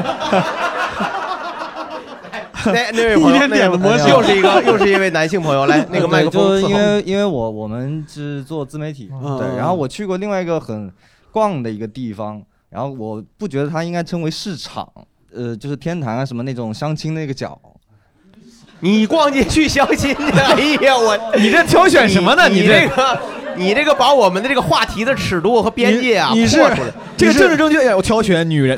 Speaker 3: 那那位 朋
Speaker 13: 一
Speaker 3: 友，
Speaker 13: 点点的模型
Speaker 3: 又是一个 又是一位男性朋友，来那个麦克风
Speaker 14: 呃对
Speaker 3: 伺
Speaker 14: 就
Speaker 3: 候，
Speaker 14: 因为因为我我们是做自媒体，
Speaker 3: 嗯
Speaker 14: 对，然后我去过另外一个很逛的一个地方，然后我不觉得它应该称为市场，呃，就是天坛啊什么那种相亲那个角。
Speaker 3: 你逛街去相亲去？哎呀，我
Speaker 14: 你这挑选什么呢
Speaker 3: 你
Speaker 14: 你
Speaker 3: 这
Speaker 14: 这
Speaker 3: 个你这个把我们的这个话题的尺度和边界啊，
Speaker 13: 你是
Speaker 3: 扩 出来
Speaker 13: 这个政治正确，哎我挑选女人，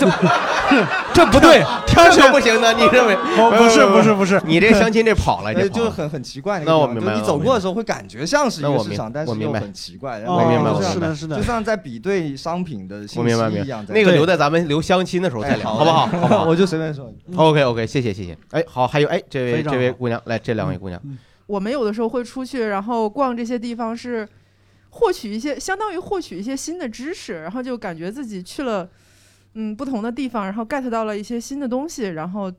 Speaker 13: 这不 对，
Speaker 3: 挑选不行的，你认为？
Speaker 14: 不不 是不是
Speaker 4: 不是
Speaker 3: 你这个相亲 这跑了，这
Speaker 14: 呃
Speaker 3: 跑
Speaker 14: 就
Speaker 3: 了
Speaker 14: 是很很奇怪。
Speaker 3: 那我
Speaker 14: 个地
Speaker 3: 明
Speaker 14: 方
Speaker 3: 白
Speaker 14: 就你
Speaker 3: 了
Speaker 14: 走过的时候会感觉像是一
Speaker 3: 那我
Speaker 14: 个
Speaker 3: 明
Speaker 14: 市场，但
Speaker 3: 我
Speaker 14: 是
Speaker 3: 明
Speaker 14: 又
Speaker 3: 白
Speaker 14: 很奇怪。然后
Speaker 3: 我明白，
Speaker 14: 就
Speaker 3: 我
Speaker 14: 像
Speaker 3: 明白，
Speaker 14: 就像在比对商品的
Speaker 3: 我
Speaker 14: 信息
Speaker 3: 明白明
Speaker 14: 一
Speaker 3: 白
Speaker 14: 样。。
Speaker 3: 那个留在咱们留相亲的时候再
Speaker 14: 哎
Speaker 3: 聊，
Speaker 14: 好
Speaker 3: 好不好？
Speaker 14: 的
Speaker 3: 好不好？
Speaker 14: 我就随便说一句
Speaker 3: OK OK，谢谢谢谢。哎，好，还有哎，这位
Speaker 14: 非常
Speaker 3: 这位
Speaker 14: 好
Speaker 3: 姑娘，来这两位姑娘，
Speaker 12: 我们有的时候会出去，然后逛这些地方是获取一些，相当于获取一些新的知识，然后就感觉自己去了嗯不同的地方，然后 get 到了一些新的东西，然后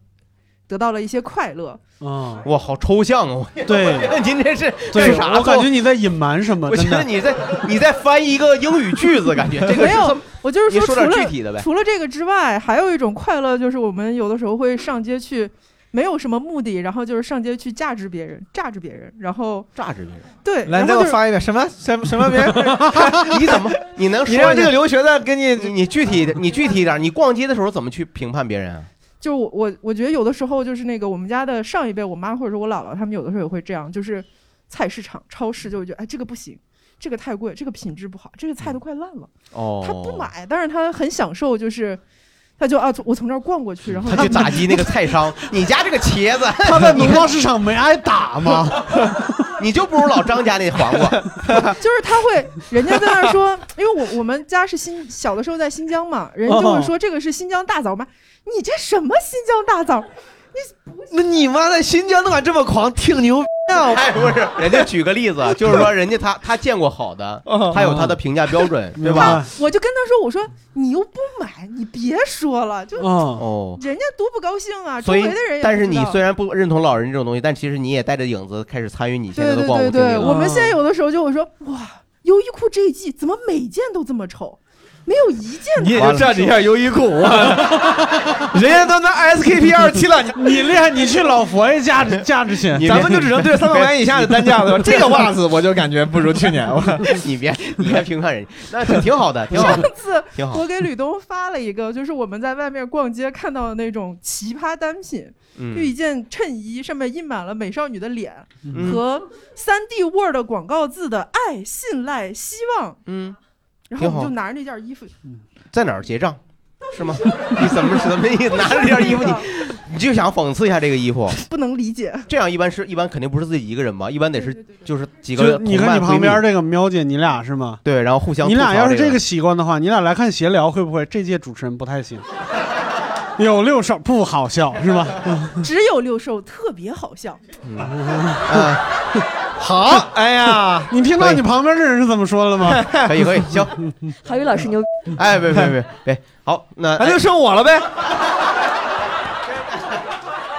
Speaker 12: 得到了一些快乐。
Speaker 4: 嗯，
Speaker 3: 哇，好抽象哦！
Speaker 4: 对
Speaker 3: 您这是
Speaker 4: 对
Speaker 3: 干啥
Speaker 4: 我感
Speaker 3: 做
Speaker 4: 觉你在隐瞒什么，
Speaker 3: 我觉
Speaker 4: 真
Speaker 3: 得
Speaker 4: 的。
Speaker 3: 你在你在翻译一个英语句子，感觉 这个
Speaker 12: 没
Speaker 3: 是这
Speaker 12: 有
Speaker 3: 么，
Speaker 12: 我就是
Speaker 3: 你说
Speaker 12: 除
Speaker 3: 点
Speaker 12: 了
Speaker 3: 具体的呗。
Speaker 12: 除了这个之外，还有一种快乐就是我们有的时候会上街去，没有什么目的，然后就是上街去榨制别人，榨制别人，然后
Speaker 3: 榨制别人。？
Speaker 12: 对，
Speaker 2: 来，
Speaker 12: 然
Speaker 2: 你再
Speaker 12: 后
Speaker 2: 给我
Speaker 12: 就是
Speaker 2: 发一遍什么什么什么别人
Speaker 3: 你怎么 你能
Speaker 2: 你
Speaker 3: 说
Speaker 2: 让
Speaker 3: 一
Speaker 2: 这
Speaker 3: 下
Speaker 2: 个留学的跟
Speaker 3: 你你具体你具体一点，你逛街的时候怎么去评判别人啊？
Speaker 12: 就我我我觉得有的时候就是那个我们家的上一辈，我妈或者是我姥姥，他们有的时候也会这样，就是菜市场、超市就会觉得哎这个不行，这个太贵，这个品质不好，这个菜都快烂了，
Speaker 3: 嗯哦，
Speaker 12: 他不买，但是他很享受，就是他就啊从我从这儿逛过去，然后
Speaker 3: 他去打击那个 菜商，你家这个茄子，
Speaker 12: 他在农贸
Speaker 4: 市场没挨打吗？
Speaker 3: 你就不如老张家那黄瓜。
Speaker 12: 就是他会，人家在那儿说，因为我我们家是新小的时候在新疆嘛，人家就会
Speaker 2: 哦
Speaker 12: 说这个是新疆大枣嘛，你这什么新疆大枣？
Speaker 2: 那你妈在新疆都敢这么狂，挺牛逼啊！
Speaker 3: 哎， 不是，人家举个 例子，啊就是说人家他他见过好的，
Speaker 12: 嗯
Speaker 3: 他有他的评价标准，对吧？
Speaker 12: 我就跟他说，我说你又不买，你别说了，
Speaker 13: 嗯
Speaker 12: 就
Speaker 3: 哦，
Speaker 12: 人家多不高兴啊，周
Speaker 3: 所
Speaker 12: 围
Speaker 3: 以
Speaker 12: 的人也不知道。
Speaker 3: 但是你虽然不认同老人这种东西，但其实你也带着影子开始参与你现
Speaker 12: 对
Speaker 3: 在的
Speaker 12: 对
Speaker 3: 逛
Speaker 12: 对
Speaker 3: 物经历
Speaker 12: 对，
Speaker 3: 了。
Speaker 12: 我
Speaker 2: 嗯
Speaker 12: 们
Speaker 13: 嗯
Speaker 12: 现在有的时候就会说，哇，优衣库这一季怎么每件都这么丑，没有一件
Speaker 13: 你也就占着一下优衣库，啊 人家都拿 SKP 二七了，
Speaker 4: 你厉害，你去老佛爷价值价值去，
Speaker 13: 咱们就只能对三百块钱以下的单价了。这个袜子我就感觉不如去年了。
Speaker 3: 你别，你别评判人家，那挺挺好的，挺好
Speaker 12: 上
Speaker 3: 的。
Speaker 12: 次
Speaker 3: 挺好
Speaker 12: 我给吕东发了一个，就是我们在外面逛街看到的那种奇葩单品，
Speaker 3: 嗯
Speaker 12: 就一件衬衣，上面印满了美少女的脸、
Speaker 3: 嗯
Speaker 12: 和三 D Word 广告字的爱、信赖、希望。
Speaker 3: 嗯，
Speaker 12: 然后我
Speaker 3: 挺
Speaker 12: 们
Speaker 3: 好
Speaker 12: 就拿着那件衣服，
Speaker 3: 在哪儿结账？是吗？ 你怎么怎么意思拿着这 件衣服，你你就想讽刺一下这个衣服？
Speaker 12: 不能理解。
Speaker 3: 这样一般是一般肯定不是自己一个人吧？一般得是就是几个
Speaker 4: 就
Speaker 3: 同
Speaker 4: 你和
Speaker 3: 伴
Speaker 4: 你
Speaker 3: 闺
Speaker 4: 旁
Speaker 3: 蜜
Speaker 4: 边这个喵姐，你俩是吗？
Speaker 3: 对，然后互相
Speaker 4: 你俩
Speaker 3: 吐槽
Speaker 4: 要是
Speaker 3: 这
Speaker 4: 这
Speaker 3: 个？
Speaker 4: 个习惯的话，你俩来看闲聊会不会这届主持人不太行？有六少不好笑是吧？
Speaker 12: 只有六兽特别好笑。
Speaker 4: 好，哎呀， 你听到你旁边这人是怎么说了吗
Speaker 3: 可以可以 行。
Speaker 11: 郝宇老师牛逼，
Speaker 3: 哎，别别别别，好，那
Speaker 13: 那就剩我了呗。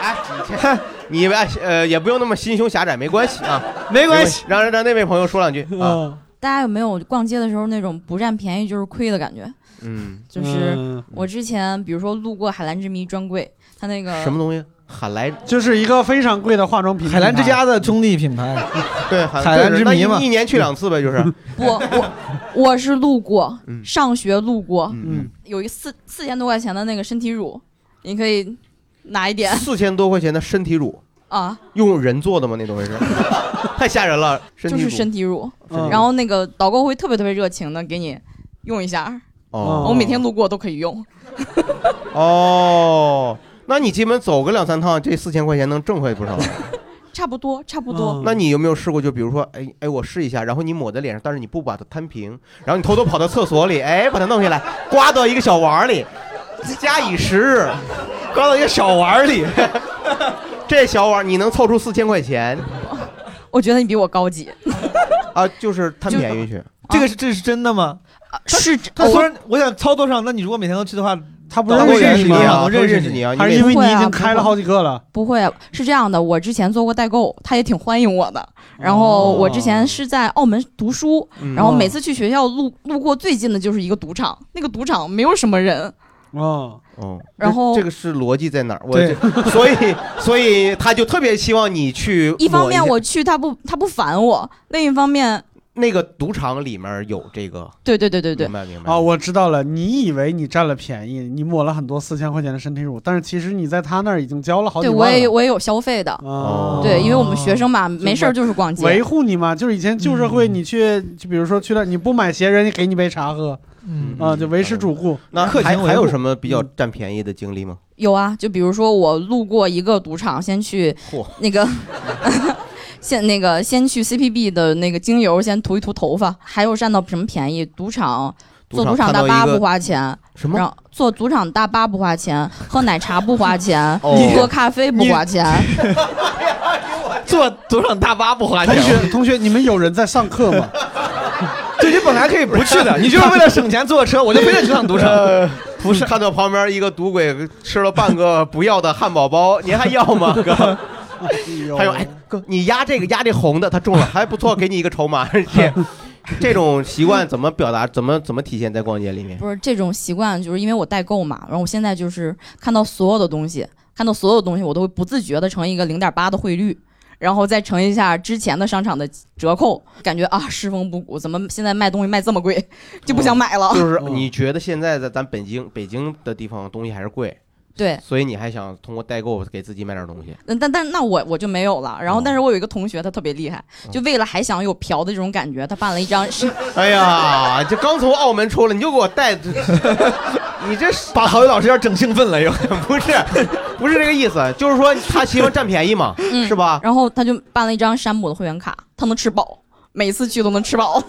Speaker 3: 哎， 你哎呃也不用那么心胸狭窄，没关系啊，
Speaker 13: 没
Speaker 3: 关系。让让让那位朋友说两句啊，
Speaker 15: 大家有没有逛街的时候那种不占便宜就是亏的感觉？
Speaker 3: 嗯，
Speaker 15: 就是我之前比如说路过海蓝之谜专柜，它那个
Speaker 3: 什么东西？海蓝
Speaker 4: 嗯就是一个非常贵的化妆品，
Speaker 2: 海澜之家的中立品牌，
Speaker 3: 对
Speaker 2: 海澜之谜嘛，
Speaker 3: 那一一年去两次呗，就是。
Speaker 15: 我我我是路过，
Speaker 3: 嗯
Speaker 15: 上学路过，
Speaker 3: 嗯
Speaker 15: 有一个四四千多块钱的那个身体乳，你可以拿一点
Speaker 3: 嗯四千多块钱的身体乳，
Speaker 15: 啊，
Speaker 3: 用人做的吗？那 东西是，太吓人了。身体
Speaker 15: 就
Speaker 3: 乳
Speaker 15: 是身体乳，
Speaker 3: 嗯
Speaker 15: 然后那个导购会特别特别热情的给你用一下，
Speaker 3: 哦
Speaker 15: 我每天路过都可以用，
Speaker 3: 哦，那你基本走个两三趟，这四千块钱能挣回不少。
Speaker 15: 差不多，差不多。
Speaker 3: 那你有没有试过？就比如说，哎哎，我试一下，然后你抹在脸上，但是你不把它摊平，然后你偷偷跑到厕所里，哎，把它弄下来，刮到一个小碗儿里，假以时日，刮到一个小碗儿里，这小碗儿你能凑出四千块钱
Speaker 15: 我觉得你比我高级。
Speaker 3: 啊？就是摊
Speaker 2: 就
Speaker 3: 便宜去。
Speaker 2: 这个是这是真的吗？
Speaker 15: 是
Speaker 2: 他虽然我想操作上，那你如果每天都去的话，
Speaker 4: 他
Speaker 2: 导
Speaker 4: 认
Speaker 2: 购
Speaker 4: 识
Speaker 2: 也
Speaker 4: 你
Speaker 2: 是
Speaker 4: 啊不
Speaker 2: 吗不认
Speaker 4: 认
Speaker 2: 识
Speaker 4: 识
Speaker 2: 你
Speaker 4: 你
Speaker 2: 啊，
Speaker 4: 啊还是因为
Speaker 15: 不会啊
Speaker 4: 你已经开了好几个了。
Speaker 15: 不会，是这样的，我之前做过代购，他也挺欢迎我的。然后我之前是在澳门读书，
Speaker 4: 哦嗯
Speaker 15: 然后每次去学校路路过最近的就是一个赌场，那个赌场没有什么人，
Speaker 4: 哦
Speaker 3: 哦，
Speaker 15: 然后
Speaker 3: 这这个是逻辑在哪儿？我
Speaker 2: 对
Speaker 3: 这 所以所以他就特别希望你去抹
Speaker 15: 一方面
Speaker 3: 下
Speaker 15: 我去他不他不烦我，另一方面
Speaker 3: 那个赌场里面有这个，
Speaker 15: 对对对对对
Speaker 3: 明白明白。
Speaker 4: 啊、我知道了。你以为你占了便宜，你抹了很多四千块钱的身体乳，但是其实你在他那儿已经交了好几
Speaker 15: 对
Speaker 4: 万
Speaker 15: 我
Speaker 4: 了。
Speaker 15: 也我也有消费的，
Speaker 4: 哦
Speaker 15: 对，因为我们学生嘛，没事儿就是逛
Speaker 4: 维
Speaker 15: 街。嗯
Speaker 4: 护你嘛，嗯就是以前旧社会，你去就比如说去了，你不买鞋，人家给你杯茶喝，
Speaker 2: 嗯
Speaker 4: 啊，就维持主顾。
Speaker 3: 那
Speaker 4: 客
Speaker 3: 还
Speaker 4: 情维
Speaker 3: 还有
Speaker 4: 护
Speaker 3: 什么比较占便宜的经历吗？
Speaker 15: 有啊，就比如说我路过一个赌场，先去
Speaker 3: 嚯
Speaker 15: 那个 先那个先去 CPB 的那个精油先涂一涂头发，还有占到什么便宜？赌场
Speaker 3: 赌
Speaker 15: 坐
Speaker 3: 场
Speaker 15: 赌场大
Speaker 3: 看
Speaker 15: 巴
Speaker 3: 到一个
Speaker 15: 不花钱，
Speaker 3: 什么
Speaker 15: 然后坐赌场大巴不花钱，喝奶茶不花钱，
Speaker 3: 哦
Speaker 15: 喝咖啡不花钱。
Speaker 2: 坐赌场大巴不花
Speaker 4: 同 学，同学，你们有人在上课吗？
Speaker 2: 对你本来可以不去的，你就是为了省钱坐车，我就非得去趟赌场。
Speaker 3: 呃不是，看到旁边一个赌鬼吃了半个不要的汉堡包，您还要吗， 哥？还有，哎，哥，你压这个压这红的，他中了，还不错，给你一个筹码。 这这种习惯怎么表达？怎么怎么体现在逛街里面？
Speaker 15: 不是这种习惯，就是因为我代购嘛，然后我现在就是看到所有的东西，看到所有东西，我都会不自觉的乘一个零点八的汇率，然后再乘一下之前的商场的折扣，感觉啊，世风不古，怎么现在卖东西卖这么贵， 就不想买了。
Speaker 3: 嗯就是
Speaker 2: 嗯
Speaker 3: 你觉得现在在咱北京北京的地方东西还是贵，
Speaker 15: 对
Speaker 3: 所以你还想通过代购给自己买点东西。
Speaker 15: 嗯但但那我我就没有了。然后，但是我有一个同学，他特别厉害，
Speaker 3: 哦
Speaker 15: 就为了还想有嫖的这种感觉，他办了一张 是。
Speaker 3: 哎呀，这刚从澳门出来，你就给我带， 你这是
Speaker 2: 把郝宇老师要整兴奋了又。
Speaker 3: 不是不是这个意思，就是说他希望占便宜嘛，
Speaker 15: 嗯
Speaker 3: 是吧？
Speaker 15: 然后他就办了一张山姆的会员卡，他能吃饱，每次去都能吃饱。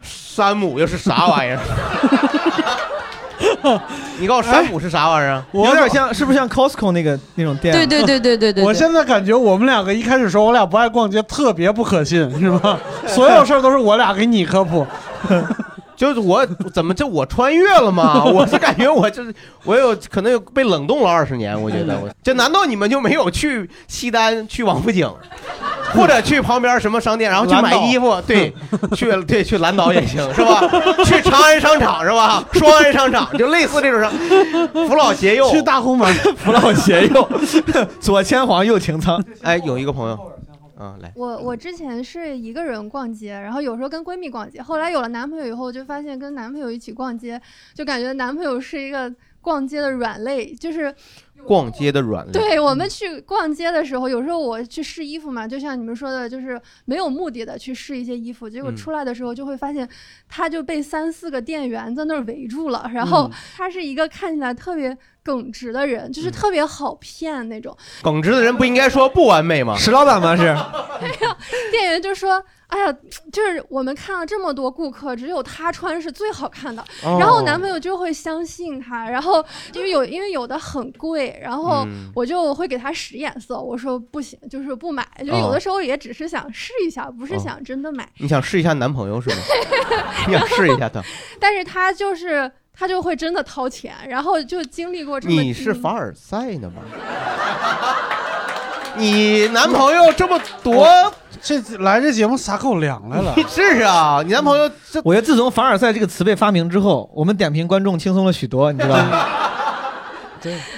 Speaker 3: 山姆又是啥玩意 儿？你告诉我山姆是啥玩意儿？
Speaker 2: 有点像，是不 是像 Costco 那个那种店？
Speaker 15: 对对对对对对。
Speaker 4: 啊我现在感觉我们两个一开始说我俩不爱逛街，特别不可信， 是吧？所有事儿都是我俩给你科普。
Speaker 3: 就是我怎么这我穿越了 吗？我是感觉我这我有可能有被冷冻了二十年，我觉 得我这难道你们就没有去西单、去王府井，或者去旁边什么商店，然后去买衣服？ 对，去对去蓝岛也行是吧？去长安商场是吧？双安商场就类似这种商，扶老携幼
Speaker 4: 去大红门，
Speaker 2: 扶老携幼，左牵黄右擎苍。
Speaker 3: 哎，有一个朋友，嗯，来，
Speaker 16: 我我之前是一个人逛街，然后有时候跟闺蜜逛街，后来有了男朋友以后，就发现跟男朋友一起逛街，就感觉男朋友是一个逛街的软肋，就是
Speaker 3: 逛街的软肋。
Speaker 16: 对我们去逛街的时候，有时候我去试衣服嘛，就像你们说的，就是没有目的的去试一些衣服，结果
Speaker 3: 嗯
Speaker 16: 出来的时候就会发现，他就被三四个店员在那儿围住了。然后
Speaker 3: 嗯
Speaker 16: 他是一个看起来特别耿直的人，就是特别好骗那种。
Speaker 3: 耿直的人不应该说不完美吗？
Speaker 2: 石老板吗？是，
Speaker 16: 店员就说：“哎呀，就是我们看了这么多顾客，只有他穿是最好看的。
Speaker 17: 哦
Speaker 16: 然后男朋友就会相信他，然后因为有因为有的很贵，然后
Speaker 17: 嗯
Speaker 16: 我就会给他使眼色，我说不行，就是不买。就有的时候也只是想试一下，不是
Speaker 3: 哦
Speaker 16: 想真的 买。
Speaker 3: 你想试一下男朋友是吗？ 你想试一下 他？
Speaker 16: 但是他就是他就会真的掏钱，然后就经历过这么
Speaker 3: 你是
Speaker 16: 嗯
Speaker 3: 凡尔赛呢吗？你男朋友这么多，
Speaker 4: 这来这节目撒狗粮来了。
Speaker 3: 是啊，你男朋友这，
Speaker 2: 我觉得自从凡尔赛这个词被发明之后，我们点评观众轻松了许多，你知 道吗？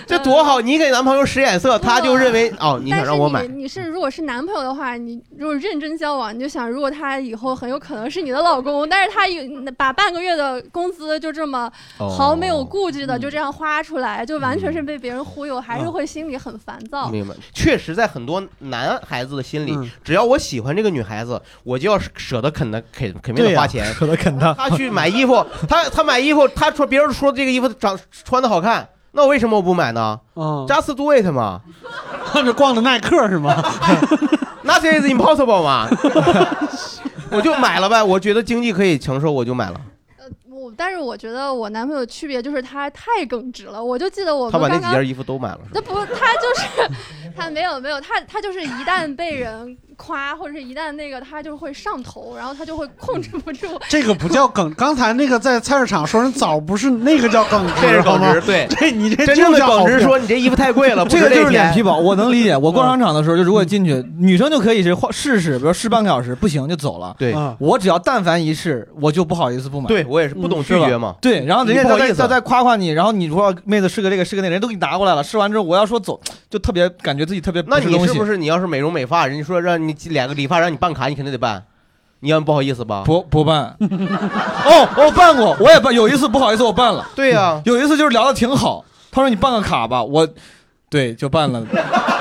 Speaker 3: 这多好！你给男朋友使眼色，他就认为哦，你
Speaker 16: 但
Speaker 3: 想
Speaker 16: 是
Speaker 3: 让我买
Speaker 16: 你你是如果是男朋友的话，你如果认真交往，你就想，如果他以后很有可能是你的老公，但是他有把半个月的工资就这么
Speaker 3: 哦嗯
Speaker 16: 毫没有顾忌的就这样花出来，就完全是被别人忽悠，还是会心里很烦躁。
Speaker 3: 明白？确实，在很多男孩子的心里，只要我喜欢这个女孩子，我就要舍得肯的肯肯定
Speaker 2: 对
Speaker 3: 的
Speaker 2: 呀
Speaker 3: 花钱。
Speaker 2: 舍得啃他。
Speaker 3: 他去买衣服，他他买衣服，他说别人说这个衣服长穿的好看，那我为什么我不买呢？
Speaker 4: 嗯
Speaker 3: ，Just do it 嘛，
Speaker 4: 这逛的耐克是吗
Speaker 3: ？Nothing is impossible 嘛， 我就买了呗，我觉得经济可以承受，我就买了。
Speaker 16: 我但是我觉得我男朋友区别就是他太耿直了，我就记得我
Speaker 3: 他
Speaker 16: 们
Speaker 3: 把那
Speaker 16: 刚
Speaker 3: 几件
Speaker 16: 刚
Speaker 3: 衣服都买了，是吧
Speaker 16: 那不，他就是 他没有没有他他就是一旦被人夸或者是一旦那个他就会上头，然后他就会控制不住。
Speaker 4: 这个不叫耿，刚才那个在菜市场说人枣不是那个叫耿直，
Speaker 3: 这是耿
Speaker 4: 好
Speaker 3: 直
Speaker 4: 吗，
Speaker 3: 对，
Speaker 4: 这你这
Speaker 3: 真正的
Speaker 4: 就叫
Speaker 3: 耿
Speaker 4: 好
Speaker 3: 直
Speaker 4: 评
Speaker 3: 说你这衣服太贵 了，
Speaker 2: 这个就是脸皮薄，我能理解。我
Speaker 3: 嗯
Speaker 2: 逛商场的时候，就如果进去，女生就可以是换试试，比如试半个小时，不行就走了。
Speaker 3: 对
Speaker 4: 嗯
Speaker 2: 我只要但凡一试，我就不好意思不买。
Speaker 3: 对我也是不懂
Speaker 2: 嗯吧
Speaker 3: 拒绝嘛
Speaker 2: 对，然后人家
Speaker 3: 你不好意
Speaker 2: 再
Speaker 3: 思啊
Speaker 2: 再再夸夸你，然后你说妹子试个这个试个那个，人都给你拿过来了，试完之后我要说走，就特别感觉自己特别
Speaker 3: 那你
Speaker 2: 东
Speaker 3: 是
Speaker 2: 西
Speaker 3: 不是你要是美容美发，人家说让你两个理发让你办卡，你肯定得办，你要不好意思吧？
Speaker 2: 不不办。哦，我办过，我也办，有一次不好意思我办了。嗯
Speaker 3: 对呀、
Speaker 2: 有一次就是聊的挺好，他说你办个卡吧，我对就办了。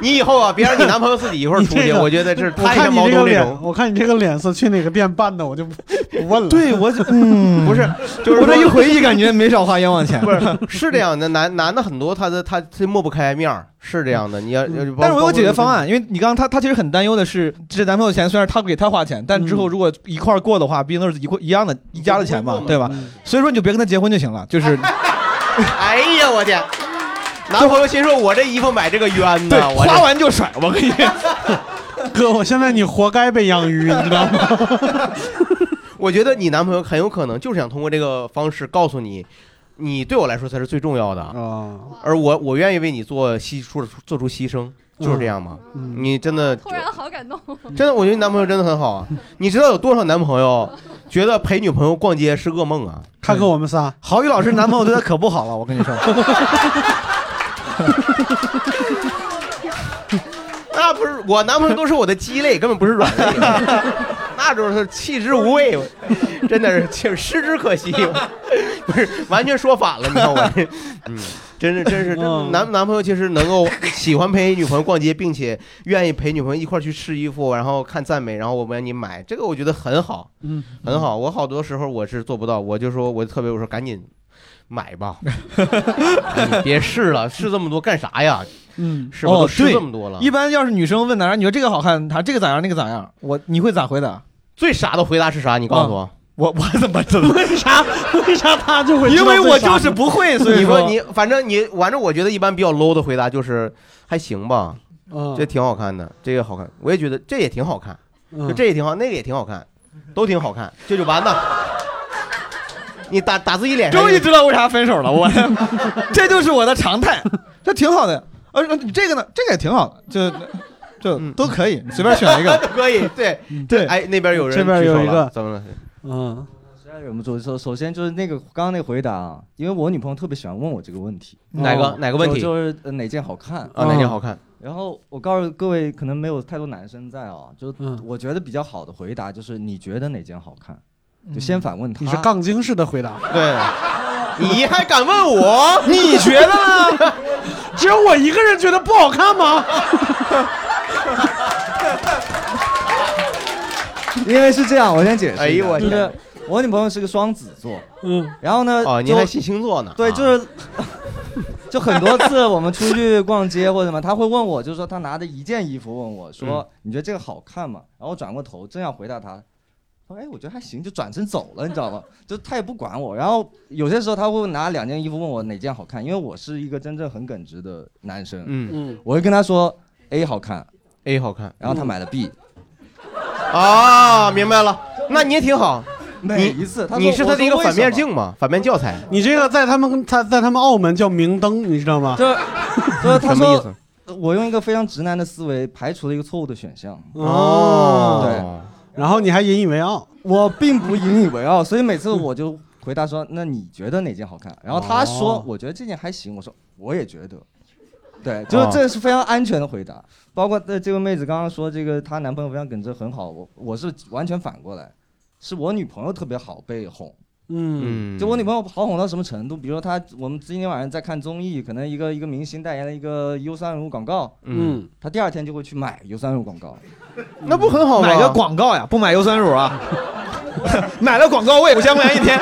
Speaker 3: 你以后啊，别让你男朋友自己一会儿出
Speaker 4: 这
Speaker 3: 去，
Speaker 4: 个
Speaker 3: 我觉得这是
Speaker 4: 我
Speaker 3: 太
Speaker 4: 看
Speaker 3: 像
Speaker 4: 你
Speaker 3: 毛
Speaker 4: 这个
Speaker 3: 东那
Speaker 4: 脸，
Speaker 3: 种。
Speaker 4: 我看你这个脸色，去哪个店办的，我就不不问了。
Speaker 2: 对，我 嗯，
Speaker 3: 不是，就是
Speaker 2: 我这一
Speaker 3: 说
Speaker 2: 回忆，感觉没少花冤枉 钱。
Speaker 3: 不是，是这样的，男男的很多，他的他他抹不开面儿，是这样的。你要，要
Speaker 2: 嗯但是我有解决方。案，因为你刚刚他他其实很担忧的是，这男朋友的钱虽然他给他花钱，但之
Speaker 3: 嗯
Speaker 2: 后如果一块儿过的话，毕竟都是一块一样的一家的钱嘛，对吧？
Speaker 3: 嗯
Speaker 2: 所以说你就别跟他结婚就行了，就是
Speaker 3: 包括哎呀，我天！男朋友心说：“ 我这衣服买这个冤
Speaker 2: 对
Speaker 3: 呐，我这
Speaker 2: 花完就甩，我跟你。
Speaker 4: 哥，我现在你活该被养鱼，你知道吗？
Speaker 3: 我觉得你男朋友很有可能就是想通过这个方式告诉你，你对我来说才是最重要的
Speaker 4: 啊
Speaker 3: 而我我愿意为你做牺出做出牺牲，就是这样嘛。
Speaker 4: 嗯
Speaker 3: 你真的
Speaker 16: 突然好感动，
Speaker 3: 真的，我觉得你男朋友真的很好啊。你知道有多少男朋友觉得陪女朋友逛街是噩梦啊？
Speaker 4: 看看我们仨，
Speaker 2: 郝宇老师男朋友对他可不好了，我跟你 说。
Speaker 3: 那不是我男朋友都是我的鸡肋，根本不是软肋， 那就是弃之无味，真的是弃失之可惜，不是完全说反了，你看我这，嗯，真是真是真男男朋友其实能够喜欢陪女朋友逛街，并且愿意陪女朋友一块儿去试衣服，然后看赞美，然后我帮你买，这个我觉得很好，
Speaker 4: 嗯，
Speaker 3: 很好。我好多时候我是做不到，我就说我特别我说赶紧买吧，哎你别试了，试这么多干啥呀？
Speaker 4: 嗯，
Speaker 3: 是吧？都
Speaker 2: 哦
Speaker 3: 试
Speaker 2: 对
Speaker 3: 这么多 了，
Speaker 2: 一般要是女生问男人，你说这个好看，他这个咋样，那个咋样，我你会咋回答？嗯
Speaker 3: 最傻的回答是啥？你告诉我。
Speaker 2: 我我怎么知道？
Speaker 4: 为啥为啥他就会？
Speaker 2: 因为我就是不会，所以
Speaker 3: 你
Speaker 2: 说
Speaker 3: 你反正你反正我觉得一般比较 low 的回答就是还行吧，
Speaker 4: 嗯
Speaker 3: 这挺好看的，这个好看，我也觉得这也挺好看，
Speaker 4: 嗯
Speaker 3: 就这也挺好，那个也挺好看，都挺好看，这就完了。你打打自己脸上，
Speaker 2: 终于知道为啥分手了，我 这就是我的常态，这挺好的。呃，你这个呢，这个也挺好的，就就都可以，随便选一个
Speaker 3: 嗯 都。可 以。对
Speaker 2: 对
Speaker 3: 哎，那边有人
Speaker 14: 这边
Speaker 3: 举手
Speaker 14: 有一
Speaker 3: 了
Speaker 14: 个
Speaker 3: 怎么了？
Speaker 4: 嗯，
Speaker 14: 实在忍不住。首首先就是那个刚刚那个回答啊，因为我女朋友特别喜欢问我这个问题，
Speaker 3: 哪个
Speaker 14: 哦
Speaker 3: 哪个问题
Speaker 14: 就就是呃哪件好看
Speaker 3: 啊哪件好看？
Speaker 14: 然后我告诉各位，可能没有太多男生在啊，就我觉得比较好的回答就是你觉得哪件好看，就先反问他。
Speaker 4: 你是杠精式的回答。
Speaker 3: 对，你还敢问我？
Speaker 4: 你觉得呢？只有我一个人觉得不好看吗？
Speaker 14: 因为是这样，我先解释一下。
Speaker 3: 哎呦我
Speaker 14: 就
Speaker 3: 天
Speaker 14: 是我女朋友是个双子座，
Speaker 4: 嗯，
Speaker 14: 然后呢，
Speaker 3: 哦你
Speaker 14: 就
Speaker 3: 还信星座呢
Speaker 14: 对，
Speaker 3: 啊
Speaker 14: 就是 就很多次我们出去逛街或者什么，她会问我，就是说她拿着一件衣服问我说
Speaker 3: 嗯：“
Speaker 14: 你觉得这个好看吗？”然后我转过头正要回答她，她说：“哎，我觉得还行。”就转身走了，你知道吗？ 就她也不管我。然后有些时候她会拿两件衣服问我哪件好看，因为我是一个真正很耿直的男生，
Speaker 3: 嗯嗯
Speaker 14: 我会跟她说 A 好看
Speaker 2: 哎
Speaker 3: ，A 好看，
Speaker 14: 然后她买了 B。
Speaker 3: 啊，明白了，那你也挺好。
Speaker 2: 哎
Speaker 14: 每一次他说
Speaker 3: 你是他的一个
Speaker 14: 我说为
Speaker 3: 反面
Speaker 14: 什么
Speaker 3: 镜嘛，反面教材。
Speaker 4: 你这个在他们他在他们澳门叫明灯，你知道吗？
Speaker 14: 就是就是他
Speaker 4: 什么意
Speaker 14: 说
Speaker 4: 思，
Speaker 14: 我用一个非常直男的思维排除了一个错误的选项。
Speaker 4: 哦
Speaker 14: 对，
Speaker 4: 然后你还引以为傲，
Speaker 14: 我并不引以为傲，所以每次我就回答说：“那你觉得哪件好看？”然后他说：“
Speaker 4: 哦
Speaker 14: 我觉得这件还行。”我说：“我也觉得。”对，就是这是非常安全的回答。包括呃，这位妹子刚刚说这个她男朋友非常耿直，很好，我我是完全反过来，是我女朋友特别好被哄。
Speaker 4: 嗯
Speaker 14: 就我女朋友好哄到什么程度？比如说她，我们今天晚上在看综艺，可能一个一个明星代言了一个优三无广告，
Speaker 3: 嗯，
Speaker 14: 她第二天就会去买优三无广告，
Speaker 3: 那不很好 吗？
Speaker 2: 买个广告呀，不买优酸乳啊。买了广告我也不嫌不嫌一天。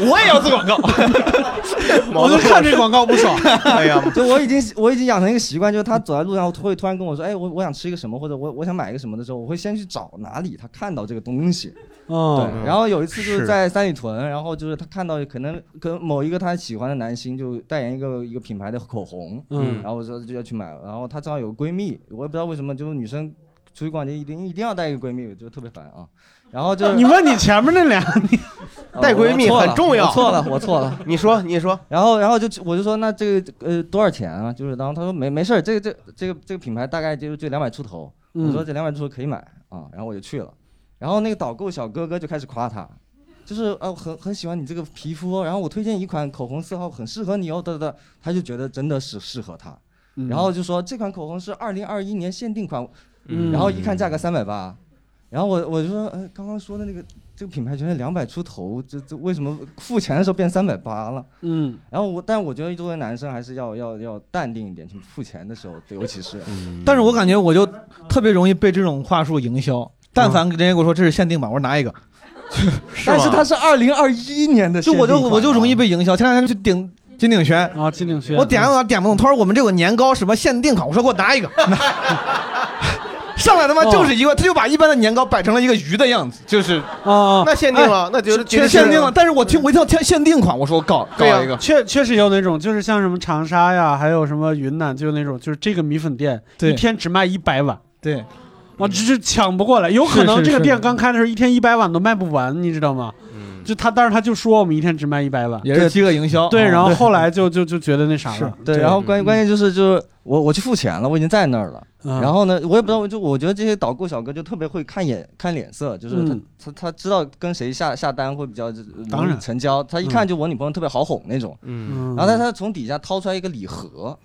Speaker 13: 我也要做广 告。
Speaker 4: 我就看这广告不爽
Speaker 14: 哎呀，就我已经我已经养成一个习惯，就是他走在路上会突然跟我说：“哎，我我想吃一个什么，或者我我想买一个什么的时候，我会先去找哪里他看到这个东西。”
Speaker 4: 哦
Speaker 14: 对。然后有一次就是
Speaker 4: 是
Speaker 14: 在三里屯，然后就是他看到可能跟某一个他喜欢的男星就代言一个一个品牌的口红，
Speaker 4: 嗯
Speaker 14: 然后我说就要去买，然后她正好有个闺蜜，我也不知道为什么，就是女生出去逛街一定一定要带一个闺蜜，我就特别烦啊。然后就
Speaker 4: 你问你前面那 俩，你
Speaker 14: 哦
Speaker 4: 带闺
Speaker 14: 我
Speaker 4: 蜜
Speaker 14: 错了
Speaker 4: 很重要
Speaker 14: 我错了，我错 了。你说，你说。然后，然后就我就说，那这个呃多少钱啊？就是，然后他说没没事儿，这个这这个这个品牌大概就就两百出头。
Speaker 4: 嗯
Speaker 14: 我说这两百出头可以买啊，然后我就去了。然后那个导购小哥哥就开始夸他，就是啊，我很很喜欢你这个皮肤哦，然后我推荐一款口红色号很适合你哦，哒哒哒，他就觉得真的是适合他，然后就说这款口红是二零二一年限定款，
Speaker 4: 嗯
Speaker 14: 然后一看价格三百八，然后我我就说，呃，刚刚说的那个这个品牌全是两百出头，这这为什么付钱的时候变三百八了？
Speaker 4: 嗯，
Speaker 14: 然后我，但我觉得作为男生还是要要要淡定一点，去付钱的时候，尤其是，
Speaker 4: 嗯
Speaker 2: 但是我感觉我就特别容易被这种话术营销。但凡人家跟我说这是限定版，我说 拿一个。
Speaker 14: 但是它是二零二一年的
Speaker 2: 就
Speaker 14: 限定
Speaker 2: 我
Speaker 14: 款啊，
Speaker 2: 就我就容易被营销。前两天去顶金鼎轩
Speaker 4: 啊，金鼎轩
Speaker 2: 我点了我点不动，他说我们这有年糕什么限定款，我说给我拿 一个。拿上来他妈
Speaker 14: 哦
Speaker 2: 就是一个，他就把一般的年糕摆成了一个鱼的样子，就是
Speaker 4: 啊
Speaker 3: 那限定了
Speaker 2: 哎
Speaker 3: 那就是绝对是啊
Speaker 2: 限定了。但是我听我一听到限定款，我说我搞搞一个，
Speaker 4: 确确实有那种，就是像什么长沙呀，还有什么云南，就是那种，就是这个米粉店
Speaker 2: 对
Speaker 4: 一天只卖一百碗，
Speaker 2: 对，
Speaker 4: 哇，这这抢不过来，有可
Speaker 2: 是
Speaker 4: 能
Speaker 2: 是
Speaker 4: 这个
Speaker 2: 是
Speaker 4: 店刚开的时候一天一百碗都卖不完，你知道吗？
Speaker 3: 嗯
Speaker 4: 就他，但是他就说我们一天只卖一百碗，
Speaker 2: 也是饥饿营销
Speaker 4: 对，
Speaker 2: 啊
Speaker 4: 然后
Speaker 2: 对
Speaker 4: 后来就就就觉得那啥了，
Speaker 14: 对，然后关关键就是就是我我去付钱了，我已经在那儿了。
Speaker 4: 嗯
Speaker 14: 然后呢，我也不知道，就我觉得这些导购小哥就特别会看眼看脸色，就是他、
Speaker 4: 嗯
Speaker 14: 他他知道跟谁下下单会比较就是
Speaker 4: 当然
Speaker 14: 容易成交，他一看就我女朋友特别好哄那种。
Speaker 4: 嗯
Speaker 14: 然后他他从底下掏出来一个礼盒，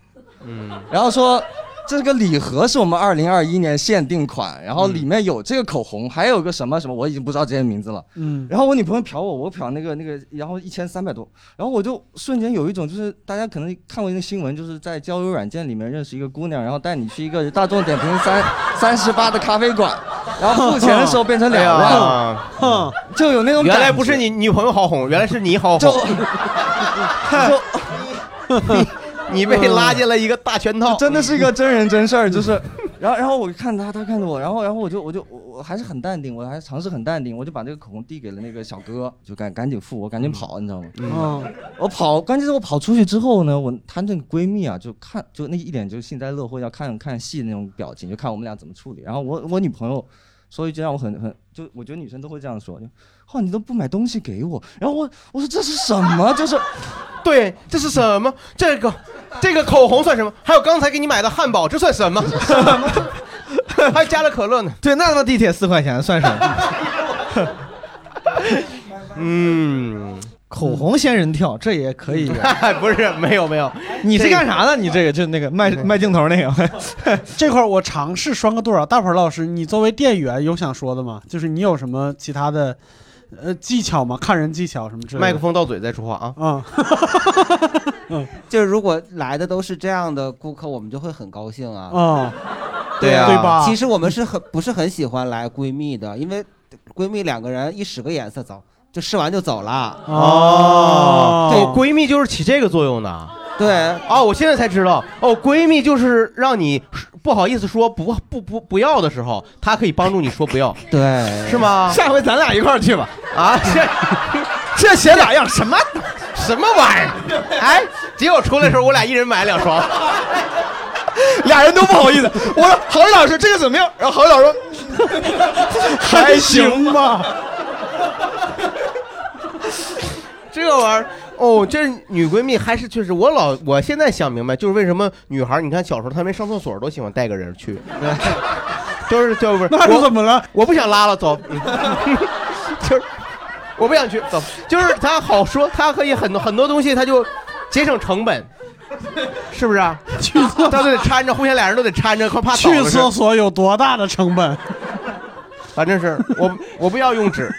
Speaker 14: 然后说这个礼盒是我们二零二一年限定款，
Speaker 3: 嗯
Speaker 14: 然后里面有这个口红，还有个什么什么，我已经不知道这些名字了。
Speaker 4: 嗯
Speaker 14: 然后我女朋友瞟我，我瞟那个那个，然后一千三百多，然后我就瞬间有一种就是大家可能看过那个新闻，就是在交友软件里面认识一个姑娘，然后带你去一个大众点评三 三十八的咖啡馆，然后付钱的时候变成两
Speaker 3: 哎
Speaker 14: 万
Speaker 3: 呀，
Speaker 4: 哼，
Speaker 14: 就有那种
Speaker 3: 原来
Speaker 14: 感
Speaker 3: 不是
Speaker 14: 觉
Speaker 3: 你女朋友好哄，原来是你好哄， 你你被拉进了一个大圈套，
Speaker 14: 真的是一个真人真事儿，就是，然后然后我看他，他看着我，然后然后我就我就我我还是很淡定，我还是尝试很淡定，我就把这个口红递给了那个小哥，就赶赶紧付，我赶紧跑，你知道吗？
Speaker 4: 嗯，
Speaker 14: 我跑，关键是我跑出去之后呢，我她那个闺蜜啊，就看就那一脸就是幸灾乐祸，要看看戏那种表情，就看我们俩怎么处理。然后我我女朋友说一句让我很很就我觉得女生都会这样说，就哦你都不买东西给我，然后我我说这是什么？就是
Speaker 3: 对，这是什么？这个这个口红算什么？还有刚才给你买的汉堡，这算 什么？还加了可乐呢。
Speaker 2: 对，那他妈地铁四块钱算什么？
Speaker 3: 嗯，
Speaker 2: 口红仙人跳，这也可以。
Speaker 3: 不是，没有没有，
Speaker 2: 你是干啥的？你这个就那个卖卖镜头那
Speaker 3: 哎
Speaker 2: 个，
Speaker 4: 这块儿我尝试拴个对儿啊，大鹏老师，你作为店员有想说的吗？就是你有什么其他的呃技巧吗？看人技巧什么之类的？
Speaker 3: 麦克风到嘴再说话啊。
Speaker 4: 啊，
Speaker 10: 就是如果来的都是这样的顾客，我们就会很高兴啊。
Speaker 4: 哦
Speaker 10: 对啊，
Speaker 4: 对吧
Speaker 10: 其实我们是很不是很喜欢来闺蜜的，因为闺蜜两个人一使个眼色走，就试完就走了。
Speaker 3: 哦，
Speaker 10: 对，
Speaker 3: 对，闺蜜就是起这个作用的。
Speaker 10: 对，
Speaker 3: 哦，我现在才知道，哦，闺蜜就是让你不好意思说不不不不要的时候，她可以帮助你说不要，
Speaker 10: 对，
Speaker 3: 是吗？
Speaker 2: 下回咱俩一块儿去吧。
Speaker 3: 啊，这
Speaker 2: 这写俩样什么
Speaker 3: 什么玩意儿？哎，结果出来的时候，我俩一人买了两双。
Speaker 2: 俩人都不好意思。我说郝宇老师这个怎么样？然后郝宇老师 说还行吧。
Speaker 3: 这玩意儿，哦，这女闺蜜还是确实，我老我现在想明白，就是为什么女孩儿，你看小时候她们上厕所都喜欢带个人去， 就是就是不是？
Speaker 4: 那是
Speaker 3: 我
Speaker 4: 怎么了？
Speaker 3: 我不想拉了，走， 嗯就是我不想去，走，就是她好说，她可以很多很多东西，她就节省成本。是不是啊？去厕都得搀着，互相俩人都得搀着，快怕倒了
Speaker 4: 去
Speaker 3: 似的
Speaker 4: 厕所有多大的成本？
Speaker 3: 反正是我我不要用纸，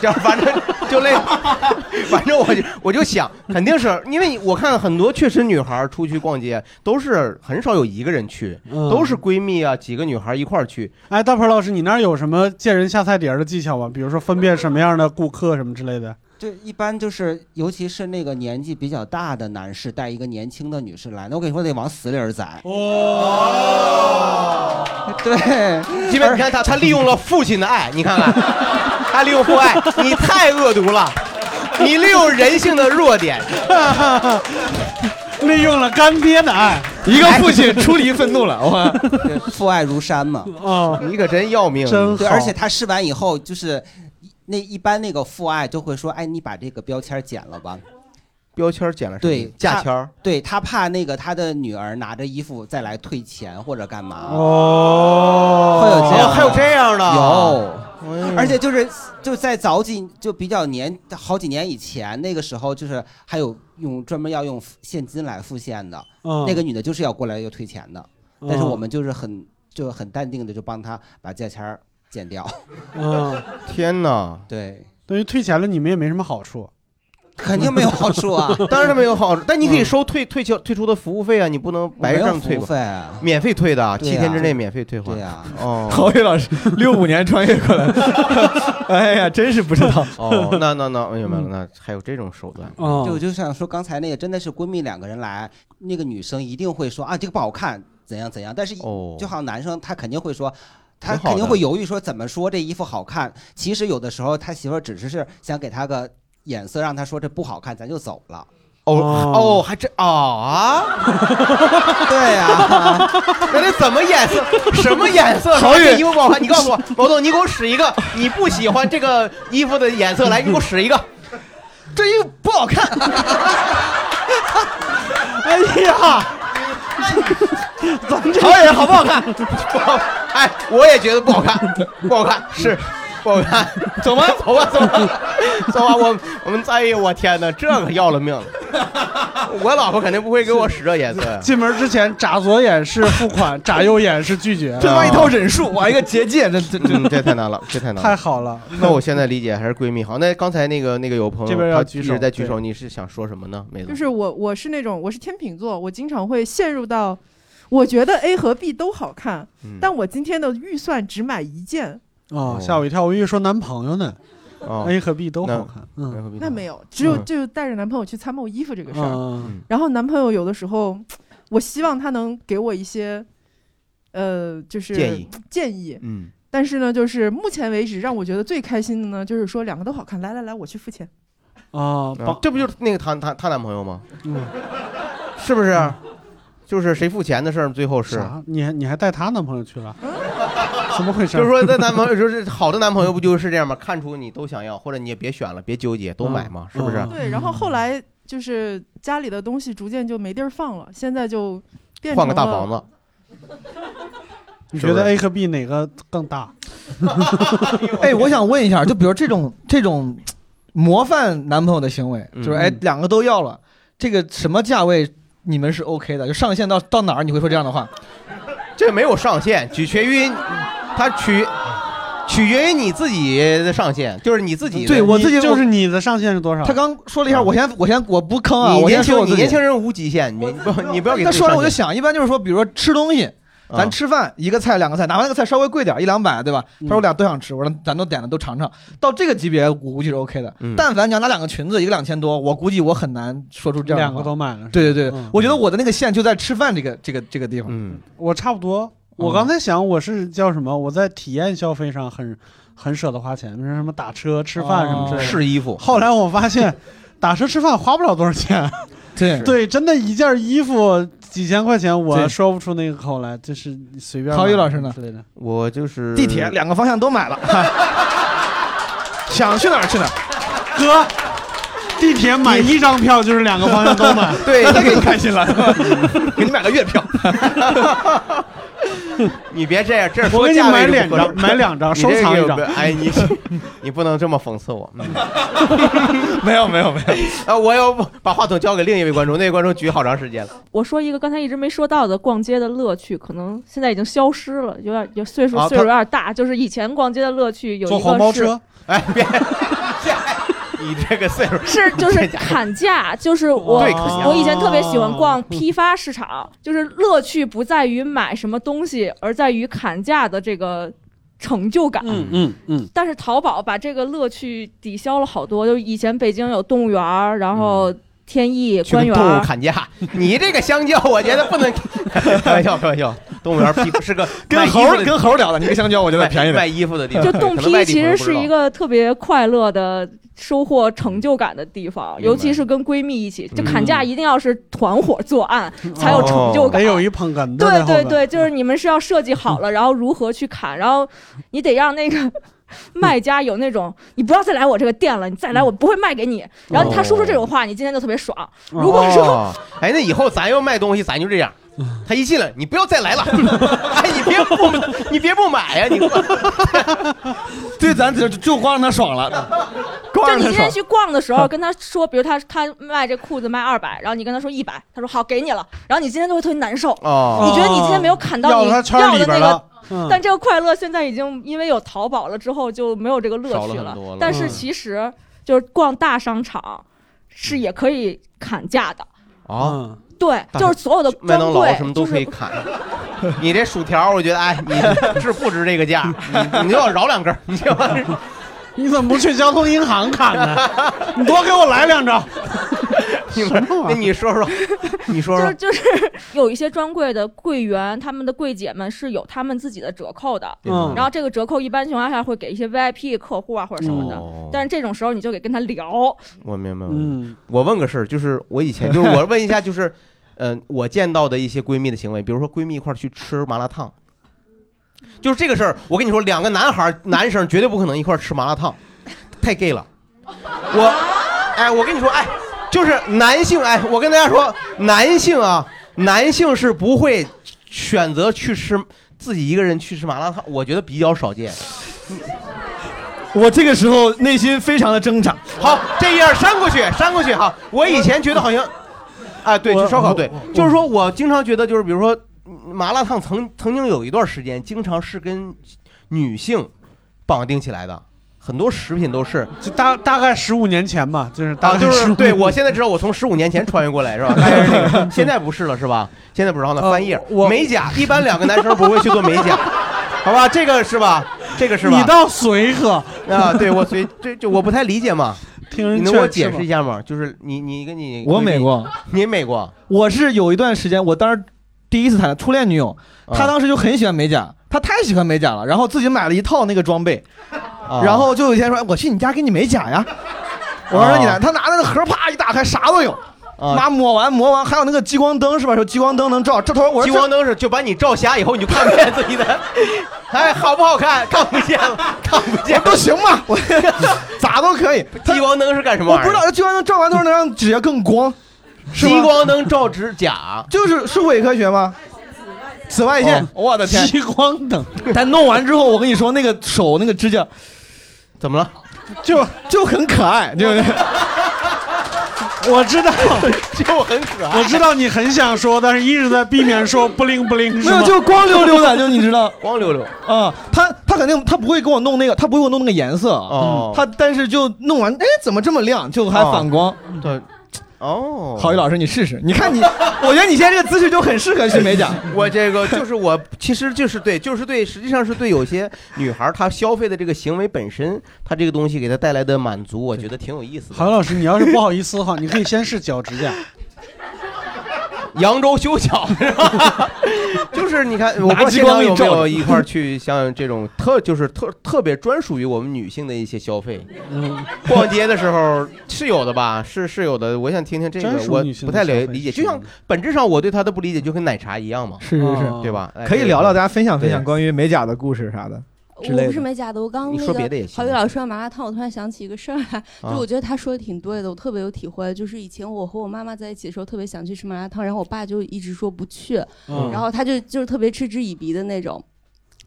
Speaker 3: 就反正就累， 反正我就我就想，肯定是因为我看很多确实女孩出去逛街都是很少有一个人去，
Speaker 4: 嗯
Speaker 3: 都是闺蜜啊几个女孩一块儿去。
Speaker 4: 哎，大鹏老师，你那儿有什么见人下菜碟儿的技巧吗？比如说分辨什么样的顾客什么之类的？
Speaker 10: 对，一般就是，尤其是那个年纪比较大的男士带一个年轻的女士来，那我跟你说得往死里儿宰。
Speaker 3: 哦，
Speaker 10: 对，
Speaker 3: 因为你看他，他利用了父亲的爱，你看看，他利用父爱，你太恶毒了，你利用人性的弱点，
Speaker 4: 利用了干爹的 爱，
Speaker 3: 一个父亲出离愤怒了， 我。
Speaker 10: 对父爱如山嘛。
Speaker 4: 哦，
Speaker 3: 你可真要命，
Speaker 10: 对，而且他试完以后，就是那一般那个父爱就会说：“哎，你把这个标签剪了吧。”
Speaker 3: 标签剪了什么
Speaker 10: 对，
Speaker 3: 价
Speaker 10: 他
Speaker 3: 签儿，
Speaker 10: 对他怕那个他的女儿拿着衣服再来退钱或者干嘛。
Speaker 4: 哦
Speaker 10: 会有这样的，
Speaker 3: 还有这样的
Speaker 10: 有，
Speaker 3: 哎
Speaker 10: 而且就是就在早几就比较年好几年以前，那个时候就是还有用专门要用现金来付现的，
Speaker 4: 嗯
Speaker 10: 那个女的就是要过来要退钱的，
Speaker 4: 嗯
Speaker 10: 但是我们就是很就很淡定的就帮她把价签儿剪掉。
Speaker 4: 嗯，
Speaker 3: 天哪，
Speaker 10: 对，
Speaker 4: 等于退钱了，你们也没什么好处，
Speaker 10: 肯定没有好处 啊
Speaker 3: 当然他没有好处，但你可
Speaker 4: 嗯
Speaker 3: 以收退退交退出的服务费啊，你不能白让退
Speaker 10: 我没有服务费
Speaker 3: 吧
Speaker 10: 啊？
Speaker 3: 免费退的啊，
Speaker 10: 对啊
Speaker 3: 七天之内免费退还。
Speaker 10: 对啊
Speaker 3: 哦，
Speaker 2: 郝宇老师六五年穿越 过来， 哎呀，真是不知道。哦
Speaker 3: 哦，那那那我明白了，
Speaker 10: 嗯
Speaker 3: 那还有这种手 段。
Speaker 10: 就我 就想说，刚才那个真的是闺蜜两个人来，那个女生一定会说啊，这个不好看，怎样怎样。但是
Speaker 3: 哦
Speaker 10: 就好像男生他肯定会说，他
Speaker 3: 挺好的
Speaker 10: 肯定会犹豫说怎么说这衣服好看。其实有的时候他媳妇儿只是是想给他个眼色，让他说这不好看，咱就走了。
Speaker 3: 哦哦，还真哦啊！
Speaker 10: 对啊呀、
Speaker 3: 那得怎么眼色？什么眼色？
Speaker 10: 郝宇
Speaker 3: 这衣服不好看，你告诉我，毛总，你给我使一个你不喜欢这个衣服的颜色，来，你给我使一个。
Speaker 2: 这衣服不好看。
Speaker 3: 哎 呀，
Speaker 4: 这
Speaker 3: 导演好不好看？ 不好，哎，我也觉得不好看，不好看，是不好看。走吧， 走吧，走吧，走吧。我我们在意，我天哪，这个要了命了。我老婆肯定不会给我使这颜色 呀。
Speaker 4: 进门之前眨左眼是付款，眨右眼是拒 绝，啊
Speaker 3: 这他妈一套忍
Speaker 2: 术，哇，一个结界，这这
Speaker 3: 这嗯这太难了，这太难 了，
Speaker 4: 太好了。 啊
Speaker 3: 那我现在理解还是闺蜜好。那刚才那个那个有朋友
Speaker 4: 这边要
Speaker 3: 他
Speaker 4: 举
Speaker 3: 一
Speaker 4: 手
Speaker 3: 直在举手，你是想说什么呢？妹子，
Speaker 12: 就是我我是那种我是天秤座，我经常会陷入到我觉得 A 和 B 都好看，
Speaker 3: 嗯
Speaker 12: 但我今天的预算只买一件，
Speaker 4: 哦，吓我一跳，我以为说男朋友呢。
Speaker 3: 哦
Speaker 4: A 和 B 都好看，
Speaker 3: 那 A 和
Speaker 4: 嗯
Speaker 3: B
Speaker 12: 那没有，只有就带着男朋友去参谋衣服这个事儿。
Speaker 4: 嗯
Speaker 12: 然后男朋友有的时候，我希望他能给我一些，呃，就是
Speaker 3: 建议
Speaker 12: 建议。
Speaker 3: 嗯。
Speaker 12: 但是呢，就是目前为止，让我觉得最开心的呢，就是说两个都好看，来来来，我去付钱。
Speaker 4: 啊
Speaker 3: 啊这不就是那个她她她男朋友吗？
Speaker 4: 嗯，
Speaker 3: 是不是？就是谁付钱的事儿，最后是
Speaker 4: 啥？你 还你 还带她男朋友去了？怎么回事？
Speaker 3: 就是说，这男朋友就是 好的男朋友，不就是这样吗？看出你都想要，或者你也别选了，别纠结，都
Speaker 4: 嗯
Speaker 3: 买嘛，是不嗯是？
Speaker 12: 对，然后后来就是家里的东西逐渐就没地儿放了，现在就变成
Speaker 3: 换个大房子。
Speaker 4: 你
Speaker 3: 是
Speaker 4: 觉
Speaker 3: 不
Speaker 4: 得
Speaker 3: 是
Speaker 4: A 和 B 哪个更大？
Speaker 2: 哎，我想问一下，就比如这种这种模范男朋友的行为，
Speaker 3: 嗯
Speaker 2: 就是哎两个都要了，这个什么价位你们是 OK 的？就上限到到哪儿你会说这样的话？
Speaker 3: 这没有上限，取决于他取取决于你自己的上限，就是你自己的。
Speaker 4: 对我自己就是
Speaker 3: 你嗯
Speaker 4: 你的上限是多少？
Speaker 2: 他刚说了一下，我先我先我不坑啊，
Speaker 3: 你
Speaker 2: 我先
Speaker 3: 年
Speaker 2: 说
Speaker 3: 轻，
Speaker 2: 我自
Speaker 3: 你
Speaker 2: 己
Speaker 3: 年轻人无极限，你不你不要给
Speaker 2: 他
Speaker 3: 自己
Speaker 2: 说完我就
Speaker 3: 上啊限
Speaker 2: 想，一般就是说，比如说吃东西，咱吃饭一个菜两个菜，哪怕那个菜稍微贵点儿一两百，对吧？他
Speaker 3: 嗯
Speaker 2: 说我俩都想吃，我说咱都点了都尝尝。到这个级别，我估计是 OK 的。
Speaker 3: 嗯
Speaker 2: 但凡你要拿两个裙子，一个两千多，我估计我很难说出这样的话
Speaker 4: 两个都买了是吧嗯
Speaker 2: 对对对，我觉得我的那个线就在吃饭这个这个这个地方。
Speaker 3: 嗯，
Speaker 4: 我差不多。我刚才想，我是叫什么？我在体验消费上很很舍得花钱，比如说什么打车、吃饭什么之类的。
Speaker 3: 哦试衣服
Speaker 4: 后来我发现， 打车吃饭花不了多少 钱。
Speaker 2: 对
Speaker 4: 对，真的一件衣服几千块钱，我
Speaker 2: 对
Speaker 4: 说不出那个口来，就是随便买。
Speaker 2: 陶宇老师呢
Speaker 4: 之类的，
Speaker 3: 我就是，
Speaker 2: 地铁两个方向都买了，想去哪儿去哪儿。
Speaker 4: 哥，地铁买一张票就是两个方向都 买
Speaker 3: 对
Speaker 2: 那他更开心了， 给你买个月票。
Speaker 3: 你别这样，这
Speaker 4: 我
Speaker 3: 说
Speaker 4: 给你
Speaker 3: 价位
Speaker 4: 买
Speaker 3: 就不
Speaker 4: 两
Speaker 3: 合
Speaker 4: 张
Speaker 3: 适
Speaker 4: 买两张
Speaker 3: 你这个
Speaker 4: 收藏一
Speaker 3: 有
Speaker 4: 张
Speaker 3: 病哎，你 你不能这么讽刺我。 嗯
Speaker 2: 没有没有没有，
Speaker 3: 啊，我要不把话筒交给另一位观众，那位观众举好长时间了。
Speaker 17: 我说一个刚才一直没说到的逛街的乐趣，可能现在已经消失了，有点有岁数
Speaker 3: 啊他
Speaker 17: 岁数有点大，就是以前逛街的乐趣有一个
Speaker 3: 坐
Speaker 17: 是
Speaker 3: 黄包车 哎，别，你这个岁数
Speaker 17: 是就是砍价，就是我
Speaker 3: 对砍价哦
Speaker 17: 我以前特别喜欢逛批发市场，就是乐趣不在于买什么东西，而在于砍价的这个成就感。
Speaker 4: 嗯嗯嗯，
Speaker 17: 但是淘宝把这个乐趣抵消了好多，就以前北京有动物园儿，然后天意、
Speaker 3: 去
Speaker 17: 官园
Speaker 3: 跟动物
Speaker 17: 儿，
Speaker 3: 砍价，你这个香蕉，我觉得不能。 开玩笑，开玩笑，动物园儿是个
Speaker 2: 跟猴
Speaker 3: 卖衣服的
Speaker 2: 跟猴聊的，你这香蕉我觉得便宜点
Speaker 3: 卖卖衣服的 地方，
Speaker 17: 就
Speaker 3: 可
Speaker 17: 洞
Speaker 3: 能
Speaker 17: 批
Speaker 3: 外地
Speaker 17: 其
Speaker 3: 朋友
Speaker 17: 实
Speaker 3: 不知
Speaker 17: 是
Speaker 3: 道
Speaker 17: 一个特别快乐的收获成就感的地方，
Speaker 3: 白嗯
Speaker 17: 尤其是跟闺蜜一起，就砍价一定要是团伙作案
Speaker 3: 哦
Speaker 17: 才有成就感。
Speaker 4: 哦得有一捧哏的在
Speaker 17: 对
Speaker 4: 后
Speaker 17: 对
Speaker 4: 边。
Speaker 17: 对，就是你们是要设计 好了，然后如何去砍，然后你得让那个卖家有那种，你不要再来我这个店了，你再来
Speaker 3: 嗯
Speaker 17: 我不会卖给你。然后他说出这种话，你今天就特别爽。如果说
Speaker 3: 哦，哎，那以后咱要卖东西，咱就这样。他一进来，你不要再来了， 哎，你别不，你别不买呀、你不。
Speaker 2: 对，咱就就光让他爽 了，光
Speaker 17: 就
Speaker 2: 让
Speaker 17: 你
Speaker 2: 他
Speaker 17: 今天
Speaker 2: 爽。
Speaker 17: 去逛的时候，跟他说，比如他他卖这裤子卖二百，然后你跟他说一百，他说好给你了，然后你今天就会特别难受，
Speaker 3: 哦
Speaker 17: 你觉得你今天没有砍到
Speaker 4: 哦要
Speaker 17: 你
Speaker 4: 他圈
Speaker 17: 要
Speaker 4: 里
Speaker 17: 的那
Speaker 4: 边
Speaker 17: 个
Speaker 4: 了。嗯
Speaker 17: 但这个快乐现在已经因为有淘宝了之后就没有这个乐趣
Speaker 4: 少了很多了
Speaker 17: 但是其实就是逛大商场是也可以砍价的，
Speaker 4: 嗯
Speaker 3: 啊，
Speaker 17: 对，
Speaker 3: 大
Speaker 17: 就是所有的
Speaker 3: 麦
Speaker 17: 专
Speaker 3: 当劳
Speaker 17: 柜
Speaker 3: 什么都
Speaker 17: 就
Speaker 3: 可以
Speaker 17: 是
Speaker 3: 砍。你这薯条，我觉得，哎，你是不值这个价，你你就要饶两根儿，你就
Speaker 4: 你怎么不去交通银行砍呢？你多给我来两张。
Speaker 3: 你们，那你说说，你说
Speaker 17: 就是
Speaker 3: 说，
Speaker 17: 就是有一些专柜的柜员，他们的柜姐们是有他们自己的折扣的，
Speaker 3: 嗯
Speaker 17: 然后这个折扣一般情况下会给一些 VIP 客户啊或者什么的，
Speaker 3: 哦
Speaker 17: 但是这种时候你就得跟他聊，
Speaker 3: 我明白。
Speaker 4: 嗯，
Speaker 3: 我问个事儿，就是我以前就是我问一下，就是， 嗯、我见到的一些闺蜜的行为，比如说闺蜜一块儿去吃麻辣烫，就是这个事儿，我跟你说，两个男孩儿男生绝对不可能一块儿吃麻辣烫，太 gay 了。我，哎，我跟你说，哎，就是男性，哎，我跟大家说，男性啊，男性是不会选择去吃自己一个人去吃麻辣烫，我觉得比较少见。
Speaker 2: 我这个时候内心非常的挣扎。
Speaker 3: 好，这页儿删过去，删过去哈。我以前觉得好像，啊，对，就烧烤，对，就是说我经常觉得，就是比如说嗯麻辣烫曾曾经有一段时间，经常是跟女性绑定起来的，很多食品都是。
Speaker 4: 就大大概十五年前吧，就是大
Speaker 3: 啊，
Speaker 4: 概
Speaker 3: 就是
Speaker 4: 15
Speaker 3: 对我现在知道，我从十五年前穿越过 来是吧？大概是那个，现在不是了是吧？现在不是
Speaker 4: 呃
Speaker 3: 了，翻页，美甲一般两个男生不会去做美甲，好吧？这个是 吧？这个是吧？
Speaker 4: 你倒随和
Speaker 3: 啊！对我随这就我不太理解嘛，
Speaker 4: 听人
Speaker 3: 你能给我解
Speaker 2: 劝是吧
Speaker 3: 释一下吗？就是你你跟你
Speaker 2: 我美过，
Speaker 3: 你美过，
Speaker 2: 我是有一段时间，我当时第一次谈的初恋女友，
Speaker 3: 嗯
Speaker 2: 她当时就很喜欢美甲，她太喜欢美甲了，然后自己买了一套那个装备，
Speaker 3: 啊
Speaker 2: 然后就有一天说：“哎我去你家给你美甲呀。”我说：“
Speaker 3: 哦
Speaker 2: 那你来。”她拿那个盒啪一打开，啥都有。
Speaker 3: 啊
Speaker 2: 妈抹完抹完，还有那个激光灯是吧？说激光灯能照，这头我
Speaker 3: 激光灯是就把你照瞎以后，你就看不见自己的， 哎，好不好看？看不见了， 看不见
Speaker 2: 都行吧，我 咋都可以。
Speaker 3: 激光灯是干什么
Speaker 2: 我
Speaker 3: 玩意
Speaker 2: 不知道
Speaker 3: 儿？
Speaker 2: 激光灯照完之后能让指甲 更光，是吗
Speaker 3: 激光灯照指甲，
Speaker 2: 就是是伪科学吗？紫外线
Speaker 3: 哦，
Speaker 2: 我的天！
Speaker 4: 激光灯，
Speaker 2: 但弄完之后，我跟你说，那个手那个指甲，
Speaker 3: 怎么了？
Speaker 2: 就就很可爱，对不对？
Speaker 4: 我知道，
Speaker 3: 就很可爱。
Speaker 4: 我知道你很想说，但是一直在避免说不灵不灵。
Speaker 2: 没有，就光溜溜的，就你知道，
Speaker 3: 光溜溜。
Speaker 2: 啊，他他肯定他不会给我弄那个，他不会给我弄那个颜色，哦他但是就弄完，哎，怎么这么亮？就还反光。
Speaker 3: 对，哦，
Speaker 2: 郝宇老师，你试试，你看你， 我觉得你现在这个姿势就很适合去美甲。
Speaker 3: 我这个就是我，其实就是对，就是对，实际上是对有些女孩儿她消费的这个行为本身，她这个东西给她带来的满足，我觉得挺有意思的。
Speaker 4: 韩老师，你要是不好意思的话，你可以先试脚指甲。
Speaker 3: 扬州修脚是吧？就是你看，我
Speaker 2: 拿
Speaker 3: 不
Speaker 2: 激
Speaker 3: 知道现场有
Speaker 2: 光给
Speaker 3: 没
Speaker 2: 你照
Speaker 3: 有
Speaker 2: 着
Speaker 3: 一 块儿去像这种特就是特特别专属于我们女性的一些消费。
Speaker 4: 嗯，
Speaker 3: 逛街的时候是有的吧？是是有的。我想听听这
Speaker 4: 专
Speaker 3: 个，
Speaker 4: 属
Speaker 3: 我
Speaker 4: 女性
Speaker 3: 不
Speaker 4: 的
Speaker 3: 太
Speaker 4: 消
Speaker 3: 了
Speaker 4: 费
Speaker 3: 理解。
Speaker 4: 是
Speaker 3: 就像本质上我对她的不理解，就跟奶茶一样嘛。
Speaker 2: 是是
Speaker 18: 哦
Speaker 2: 是
Speaker 3: 对吧？哎
Speaker 2: 可以
Speaker 3: 这个
Speaker 2: 聊聊，大家分享分享
Speaker 3: 对
Speaker 2: 关于美甲的故事啥的之
Speaker 18: 我
Speaker 2: 类
Speaker 18: 不是
Speaker 2: 的。
Speaker 18: 美甲的，我刚
Speaker 3: 你
Speaker 18: 那
Speaker 3: 说别的也
Speaker 18: 个
Speaker 3: 行
Speaker 18: 郝宇老师说麻辣烫，我突然想起一个事儿 来，就
Speaker 3: 啊
Speaker 18: 我觉得他说的挺对的，我特别有体会。就是以前我和我妈妈在一起的时候，特别想去吃麻辣烫，然后我爸就一直说不去，
Speaker 19: 嗯
Speaker 18: 然后他就就是特别嗤之以鼻的那种。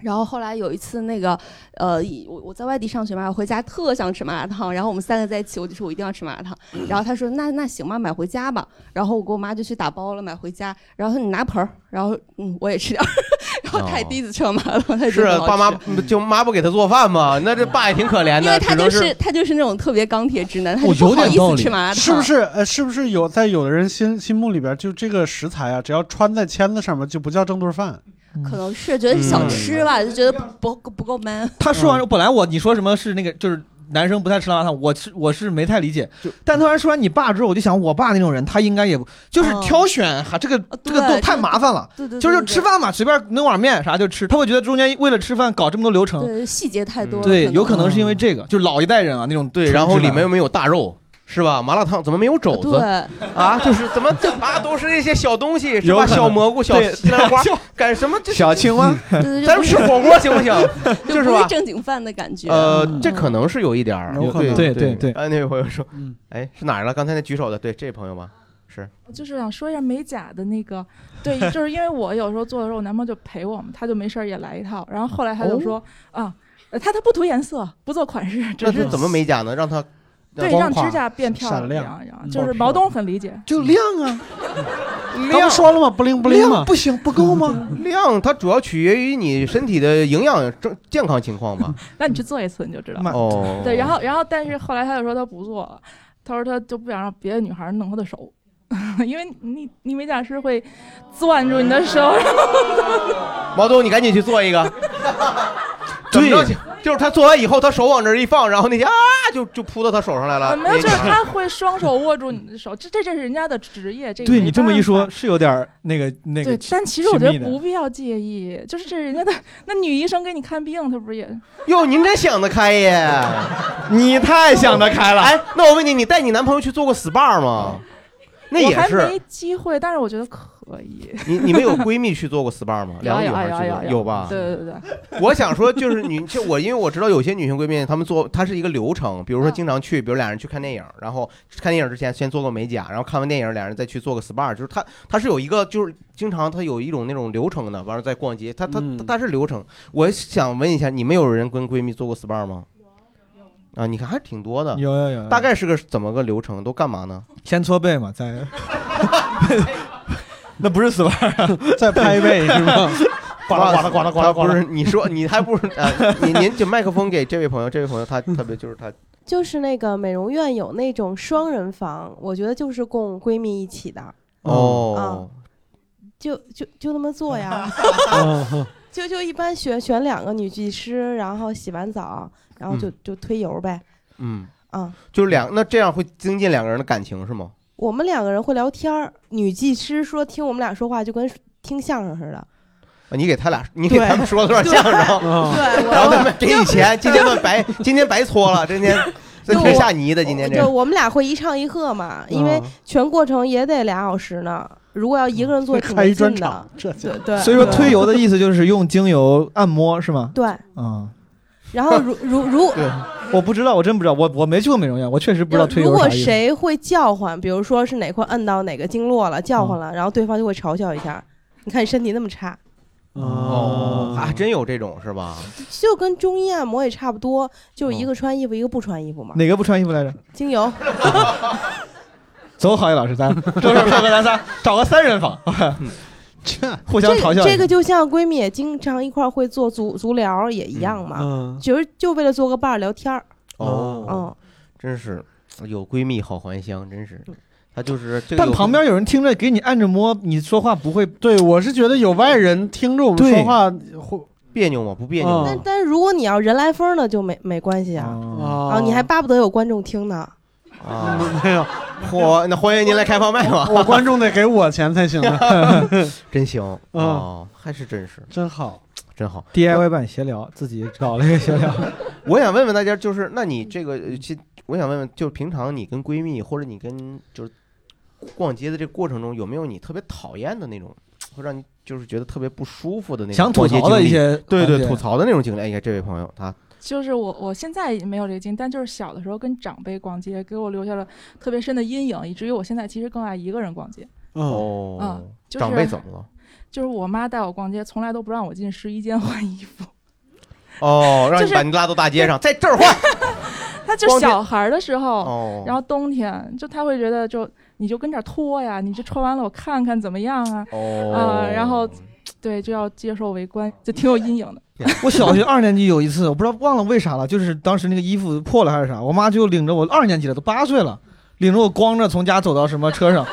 Speaker 18: 然后后来有一次，那个，呃，一我我在外地上学嘛，我回家特想吃麻辣烫，然后我们三个在一起，我就说我一定要吃麻辣烫。然后他说那那行吧，买回家吧。然后我跟我妈就去打包了，买回家。然后他说你拿盆儿，然后嗯我也吃点儿， 然后
Speaker 3: 哦
Speaker 18: 他也第一次吃完麻辣烫，他就觉
Speaker 3: 是啊
Speaker 18: 得很好
Speaker 3: 爸妈
Speaker 18: 吃
Speaker 3: 就妈不给她做饭嘛？那这爸也挺可怜的，
Speaker 18: 嗯因为他
Speaker 3: 只能
Speaker 18: 就是是他就是那种特别钢铁直
Speaker 2: 哦
Speaker 18: 男，他
Speaker 4: 我
Speaker 18: 就不好意思吃麻辣烫，
Speaker 4: 是不是？？呃，是不是有在有的人心心目里边，就这个食材啊，只要穿在签子上面，就不叫正宗饭。
Speaker 18: 可能是觉得想吃吧，就觉得不不不够 man。
Speaker 2: 他说完，本来我你说什么是那个就是。男生不太吃辣麻烫，我是我是没太理
Speaker 3: 嗯
Speaker 2: 解，但突然说完你爸之后，我就想我爸那种人，他应该也不就是
Speaker 3: 哦
Speaker 2: 挑选哈、这个这个都太麻烦了，
Speaker 18: 对对对
Speaker 2: 就是
Speaker 18: 对对
Speaker 2: 吃饭嘛，随便弄碗面啥就吃，他会觉得中间为了吃饭搞这么多流程，
Speaker 18: 对细节太多了，
Speaker 2: 嗯对，有可能是因为这个，就是老一代人啊那种
Speaker 3: 嗯
Speaker 2: 对
Speaker 3: 对，然后里面又没有大肉，是吧？麻辣烫怎么没有肘子？
Speaker 18: 对
Speaker 3: 啊，就是怎么这啊都是那些小东西，是
Speaker 2: 有
Speaker 3: 吧？
Speaker 2: 可能
Speaker 3: 小蘑菇、小
Speaker 2: 对
Speaker 3: 西 兰花
Speaker 2: 小，
Speaker 3: 干什么？
Speaker 2: 小青蛙对
Speaker 18: 对对
Speaker 3: 咱们吃火锅行 不行？
Speaker 18: 就
Speaker 3: 就是
Speaker 18: 不
Speaker 3: 吧
Speaker 18: 是。正经饭的感觉。嗯
Speaker 3: 呃，
Speaker 9: 嗯
Speaker 3: 这可能是有一点儿
Speaker 2: 有，可能
Speaker 3: 对
Speaker 2: 对
Speaker 3: 对。哎，那位朋友说，哎，是哪儿了？刚才那举手的，对，这位朋友吗？是，
Speaker 9: 我就是想说一下美甲的那个，对，就是因为我有时候做的时候，我男朋友就陪我嘛，他就没事儿也来一套，然后后来他就说、啊，呃他他不涂颜色，不做款式，只
Speaker 3: 那
Speaker 9: 是
Speaker 3: 这怎么美甲呢？让它
Speaker 9: 对让指甲变漂亮，然后就是毛东很理解，
Speaker 2: 就亮 啊，
Speaker 4: 刚不说了吗？不灵不灵吗？
Speaker 2: 不行，不够吗？
Speaker 3: 量它主要取决于你身体的营养正健康情况吧。
Speaker 9: 那你去做一次你就知道。
Speaker 3: 哦，
Speaker 9: 对，然后然后但是后来他就说他不做了，他说他就不想让别的女孩弄他的手， 因为你你美甲师会攥住你的手，
Speaker 2: 啊
Speaker 3: 毛东，你赶紧去做一个。怎么着？就是他做完以后，他手往这儿一放，然后那些啊，就就扑到他手上来了。
Speaker 9: 呃
Speaker 3: 啊
Speaker 9: 没有，就是他会双手握住你的手，这这这是人家的职业，这个
Speaker 2: 对
Speaker 9: 没
Speaker 2: 你这么
Speaker 9: 办
Speaker 2: 一
Speaker 9: 法
Speaker 2: 说，是有点儿那个那个
Speaker 9: 对
Speaker 2: 亲密的。，
Speaker 9: 但其实我觉得不必要介意，就是这是人家的那女医生给你看病，她不是也
Speaker 3: 哟，您真想得开 耶！你太想得开了。哎，那我问你，你带你男朋友去做过 SPA 吗？那
Speaker 9: 我
Speaker 3: 也
Speaker 9: 还没
Speaker 3: 是。
Speaker 9: 机会，但是我觉得可以。
Speaker 3: 你你们有闺蜜去做过 SPA 吗？两个女孩去
Speaker 9: 有
Speaker 3: 做
Speaker 9: 有
Speaker 3: 过
Speaker 9: 有
Speaker 3: 有吧？
Speaker 9: 对对对对，
Speaker 3: 我想说，就是女，就我因为我知道有些女性闺蜜，她们做它是一个流程，比如说经常去，比如俩人去看电影，然后看电影之前先做个美甲，然后看完电影俩人再去做个 SPA，就是它它是有一个就是经常它有一种那种流程的，完了再逛街，它它它它是流程。我想问一下，你们有人跟闺蜜做过 SPA 吗？啊，你看还挺多的，
Speaker 2: 有有有有
Speaker 3: 大概是个怎么个流程？都干嘛 呢？
Speaker 2: 先搓背嘛，再， 那不 是 SPA，
Speaker 4: 再拍背是吗？ 呱啦呱啦呱啦呱啦呱啦
Speaker 3: 不是，你说你还不如呃，你您就麦克风给这位朋友，这位朋友他特别就是他
Speaker 19: 就是那个美容院有那种双人房，我觉得就是供闺蜜一起的，啊
Speaker 3: 哦，
Speaker 19: 就就就那么做呀，哦就就一般选选两个女技师，然后洗完澡，然后就、
Speaker 3: 嗯
Speaker 19: 就推油呗，
Speaker 3: 嗯，
Speaker 19: 啊，
Speaker 3: 就是两那这样会增进两个人的感情是吗？
Speaker 19: 我们两个人会聊天儿，女技师说听我们俩说话就跟听相声似的，
Speaker 3: 啊你给他俩，你给
Speaker 19: 对
Speaker 3: 他们说了段相声，
Speaker 19: 对我
Speaker 3: 然后他们给你钱，今天算 白，今天白搓了，今天这
Speaker 19: 就
Speaker 3: 没
Speaker 19: 我
Speaker 3: 下泥的，今天这
Speaker 19: 就我们俩会一唱一和嘛，因为
Speaker 3: 嗯
Speaker 19: 全过程也得俩小时呢，如果要一个人做挺
Speaker 4: 开一专
Speaker 19: 劲的
Speaker 4: 场，，这
Speaker 19: 对对，
Speaker 2: 所以说
Speaker 19: 对
Speaker 2: 推油的意思就是用精油按摩是吗？
Speaker 19: 对，
Speaker 2: 啊，
Speaker 19: 然后如如如
Speaker 2: 对，我不知道，我真不知道，我我没去过美容院，我确实不知道推
Speaker 19: 如
Speaker 2: 油是啥
Speaker 19: 果
Speaker 2: 意思。
Speaker 19: 谁会叫唤，比如说是哪块摁到哪个经络了，叫
Speaker 2: 嗯
Speaker 19: 唤了，然后对方就会嘲笑一下，你看你身体那么差，
Speaker 3: 哦，还真有这种是吧？
Speaker 19: 就跟中医按摩也差不多，就是
Speaker 2: 嗯
Speaker 19: 一个穿衣服，一个不穿衣服嘛。
Speaker 2: 哪个不穿衣服来着？
Speaker 19: 精油，
Speaker 2: 走，郝宇老师，咱周是配合咱仨找个三人房，
Speaker 3: 嗯
Speaker 4: 这
Speaker 2: 互相嘲笑一下
Speaker 19: 这个就像闺蜜也经常一块儿会做足足疗也一样嘛，
Speaker 4: 嗯
Speaker 19: 就是就为了做个伴儿聊天儿。嗯
Speaker 3: 哦，真是有闺蜜好还乡，真是，他就是这个
Speaker 2: 但
Speaker 3: 有
Speaker 2: 旁边有人听着给你按着摸，你说话不会。
Speaker 4: 对，我是觉得有外人听着我们
Speaker 2: 对
Speaker 4: 说话会
Speaker 3: 别扭吗？不别
Speaker 2: 嗯
Speaker 3: 扭
Speaker 19: 但
Speaker 3: 吗？
Speaker 19: 但是如果你要人来疯呢，就没没关系啊。
Speaker 2: 哦
Speaker 19: 啊，你还巴不得有观众听呢。
Speaker 3: 啊，
Speaker 4: 没有。
Speaker 3: 我那欢迎您来开放麦吧。
Speaker 4: 我观众得给我钱才行啊
Speaker 3: 哎 真行
Speaker 2: 啊
Speaker 4: 嗯
Speaker 3: 哦，还是真是
Speaker 4: 真好，
Speaker 3: 真好。
Speaker 2: DIY 版闲聊，自己搞了一个闲聊。
Speaker 3: 我想问问大家，就是那你这个，呃其我想问问，就是平常你跟闺蜜或者你跟就是逛街的这个过程中，有没有你特别讨厌的那种，会让你就是觉得特别不舒服的那种
Speaker 2: 想吐槽的
Speaker 3: 逛街经历
Speaker 2: 一些
Speaker 3: 对
Speaker 2: 环
Speaker 3: 对，
Speaker 2: 节
Speaker 3: 吐槽的那种经历。哎呀，这位朋友他
Speaker 9: 就是我我现在已经没有这个经历，但就是小的时候跟长辈逛街，给我留下了特别深的阴影，以至于我现在其实更爱一个人逛街。
Speaker 3: 哦
Speaker 9: 嗯，就是
Speaker 3: 长辈怎么了？
Speaker 9: 就是我妈带我逛街，从来都不让我进试衣间换衣服。
Speaker 3: 哦，让
Speaker 9: 就
Speaker 3: 你
Speaker 9: 是
Speaker 3: 把你拉到大街上，在这儿换。
Speaker 9: 她就
Speaker 3: 光天
Speaker 9: 小孩儿的时候，
Speaker 3: 哦
Speaker 9: 然后冬天就她会觉得就你就跟这儿脱呀，你就穿完了我看看怎么样啊，
Speaker 2: 哦
Speaker 9: 呃，然后对就要接受围观，就挺有阴 影的。
Speaker 2: 我小 学二年级有一次，我不知道忘了为啥了，就是当时那个衣服破了还是啥，我妈就领着我二年级了，都八岁 了，领着我光着从家走到什么车上，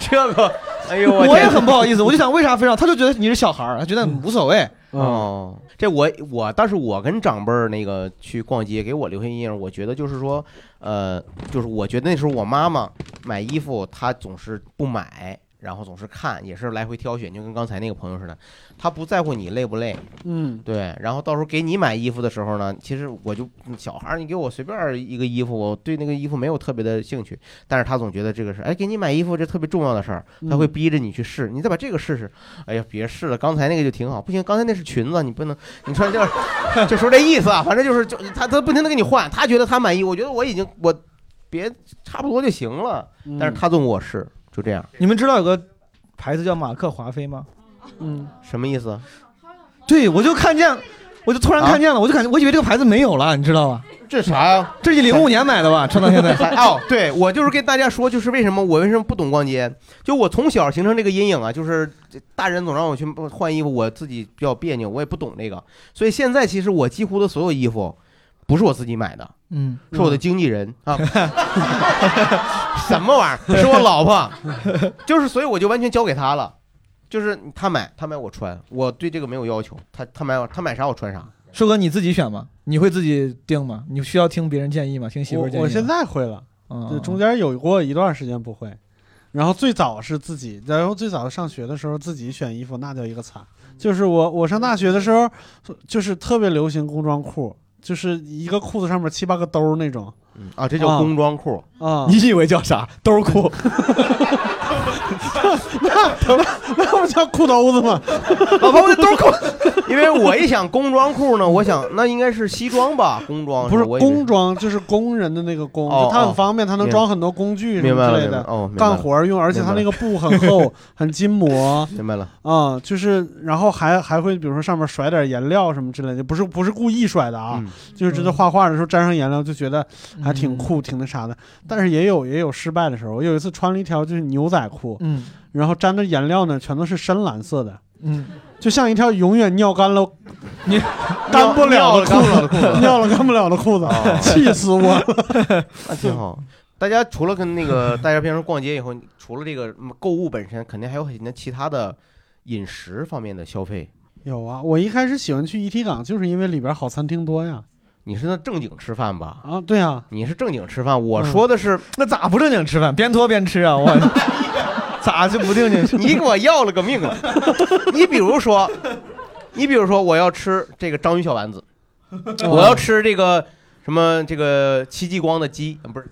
Speaker 3: 这个哎呦我
Speaker 2: 我嗯也
Speaker 3: 天
Speaker 2: 很不好意思，我就想为啥非让，他就觉得你是小孩儿，他觉得无所谓。
Speaker 3: 哦，这我我，但是我跟长辈儿那个去逛街，给我留下印象，我觉得就是说，呃，就是我觉得那时候我妈妈买衣服，她总是不买，然后总是看，也是来回挑选，就跟刚才那个朋友似的，她不在乎你累不累，
Speaker 4: 嗯，
Speaker 3: 对，然后到时候给你买衣服的时候呢，其实我就小孩儿，你给我随便儿一个衣服，我对那个衣服没有特别的兴趣，但是他总觉得这个是，哎，给你买衣服这特别重要的事儿，他
Speaker 2: 嗯
Speaker 3: 会逼着你去试，你再把这个试试，哎呀，别试了，刚才那个就挺好，不行，刚才那是裙子，你不能，你穿这个，就说这意思啊，反正就是就他他不停的给你换，他觉得他满意，我觉得我已经我别差不多就行了，但是他总我试，就这样，
Speaker 2: 嗯你们知道有个牌子叫马克华菲吗？
Speaker 4: 嗯，
Speaker 3: 什么意思？啊
Speaker 2: 对，我就看见，啊我就突然看见了，我就感觉我以为这个牌子没有了，你知道吧？
Speaker 3: 这啥呀、
Speaker 2: 这是零五年买的 吧？穿到现在
Speaker 3: 哦，对我就是跟大家说，就是为什么我为什么不懂逛街，就我从小形成这个阴影啊，就是大人总让我去换衣服，我自己比较别扭，我也不懂这个，所以现在其实我几乎的所有衣服不是我自己买的，
Speaker 2: 嗯，
Speaker 3: 是我的经纪人 啊，什么玩意儿？是我老婆，就是所以我就完全交给她了，就是她买，她买我穿，我对这个没有要求，她她买我她买啥我穿啥。
Speaker 2: 硕哥，你自己选吗？你会自己定吗？你需要听别人建议吗？听媳妇
Speaker 4: 我
Speaker 2: 儿建议吗嗯
Speaker 4: 我现在会了，对，中间有过一段时间不会。然后最早是自己，然后最早上学的时候自己选衣服，那叫一个惨。
Speaker 2: 嗯
Speaker 4: 就是我我上大学的时候，就是特别流行工装裤，就是一个裤子上面七八个兜儿那种。
Speaker 3: 啊，这
Speaker 2: 哦
Speaker 3: 叫工装裤
Speaker 4: 啊！
Speaker 2: 你以为叫啥？兜裤？
Speaker 4: 那那不叫裤兜子吗？
Speaker 3: 老婆，我的兜裤。 因为我一想工装裤呢，我想那应该是西装吧，工装
Speaker 4: 不是
Speaker 3: 我以为
Speaker 4: 工装，就是工人的那个工，
Speaker 3: 哦
Speaker 4: 就它很方便，
Speaker 3: 哦
Speaker 4: 它能装很多工具什
Speaker 3: 明白
Speaker 4: 么
Speaker 3: 了
Speaker 4: 之类的，
Speaker 3: 明白了哦明白了
Speaker 4: 干活儿用，而且它那
Speaker 3: 明
Speaker 4: 个
Speaker 3: 白
Speaker 4: 布
Speaker 3: 了
Speaker 4: 很厚， 很筋膜。
Speaker 3: 明白了。
Speaker 4: 啊、就是，然后还还会，比如说上面甩点颜料什么之类的，不是不是故意甩的啊，
Speaker 3: 嗯
Speaker 4: 就是真的画画的时候沾上颜料，就觉得还挺
Speaker 3: 嗯
Speaker 4: 酷，挺那啥的。但是也有也有失败的时候，我有一次穿了一条就是牛仔裤，
Speaker 2: 嗯，
Speaker 4: 然后沾的颜料呢全都是深蓝色的，
Speaker 2: 嗯，
Speaker 4: 就像一条永远尿干了，你干不了的
Speaker 3: 尿了干不了的
Speaker 4: 裤子，尿了干不了的裤
Speaker 3: 裤子
Speaker 4: 子， 气死我了。
Speaker 3: 哦 那挺好。大家除了跟那个大家平时逛街以后，除了这个嗯购物本身，肯定还有很多其他的饮食方面的消费。
Speaker 4: 有啊，我一开始喜欢去一体港，就是因为里边好餐厅多呀。
Speaker 3: 你是那正经吃饭吧？
Speaker 4: 啊，对啊，
Speaker 3: 你是正经吃饭，我说的是、
Speaker 2: 那咋不正经吃饭？边拖边吃啊！我咋就不正经吃？
Speaker 3: 你给我要了个命啊！你比如说，你比如说我要吃这个章鱼小丸子，我要吃这个什么这个戚继光的鸡，呃不是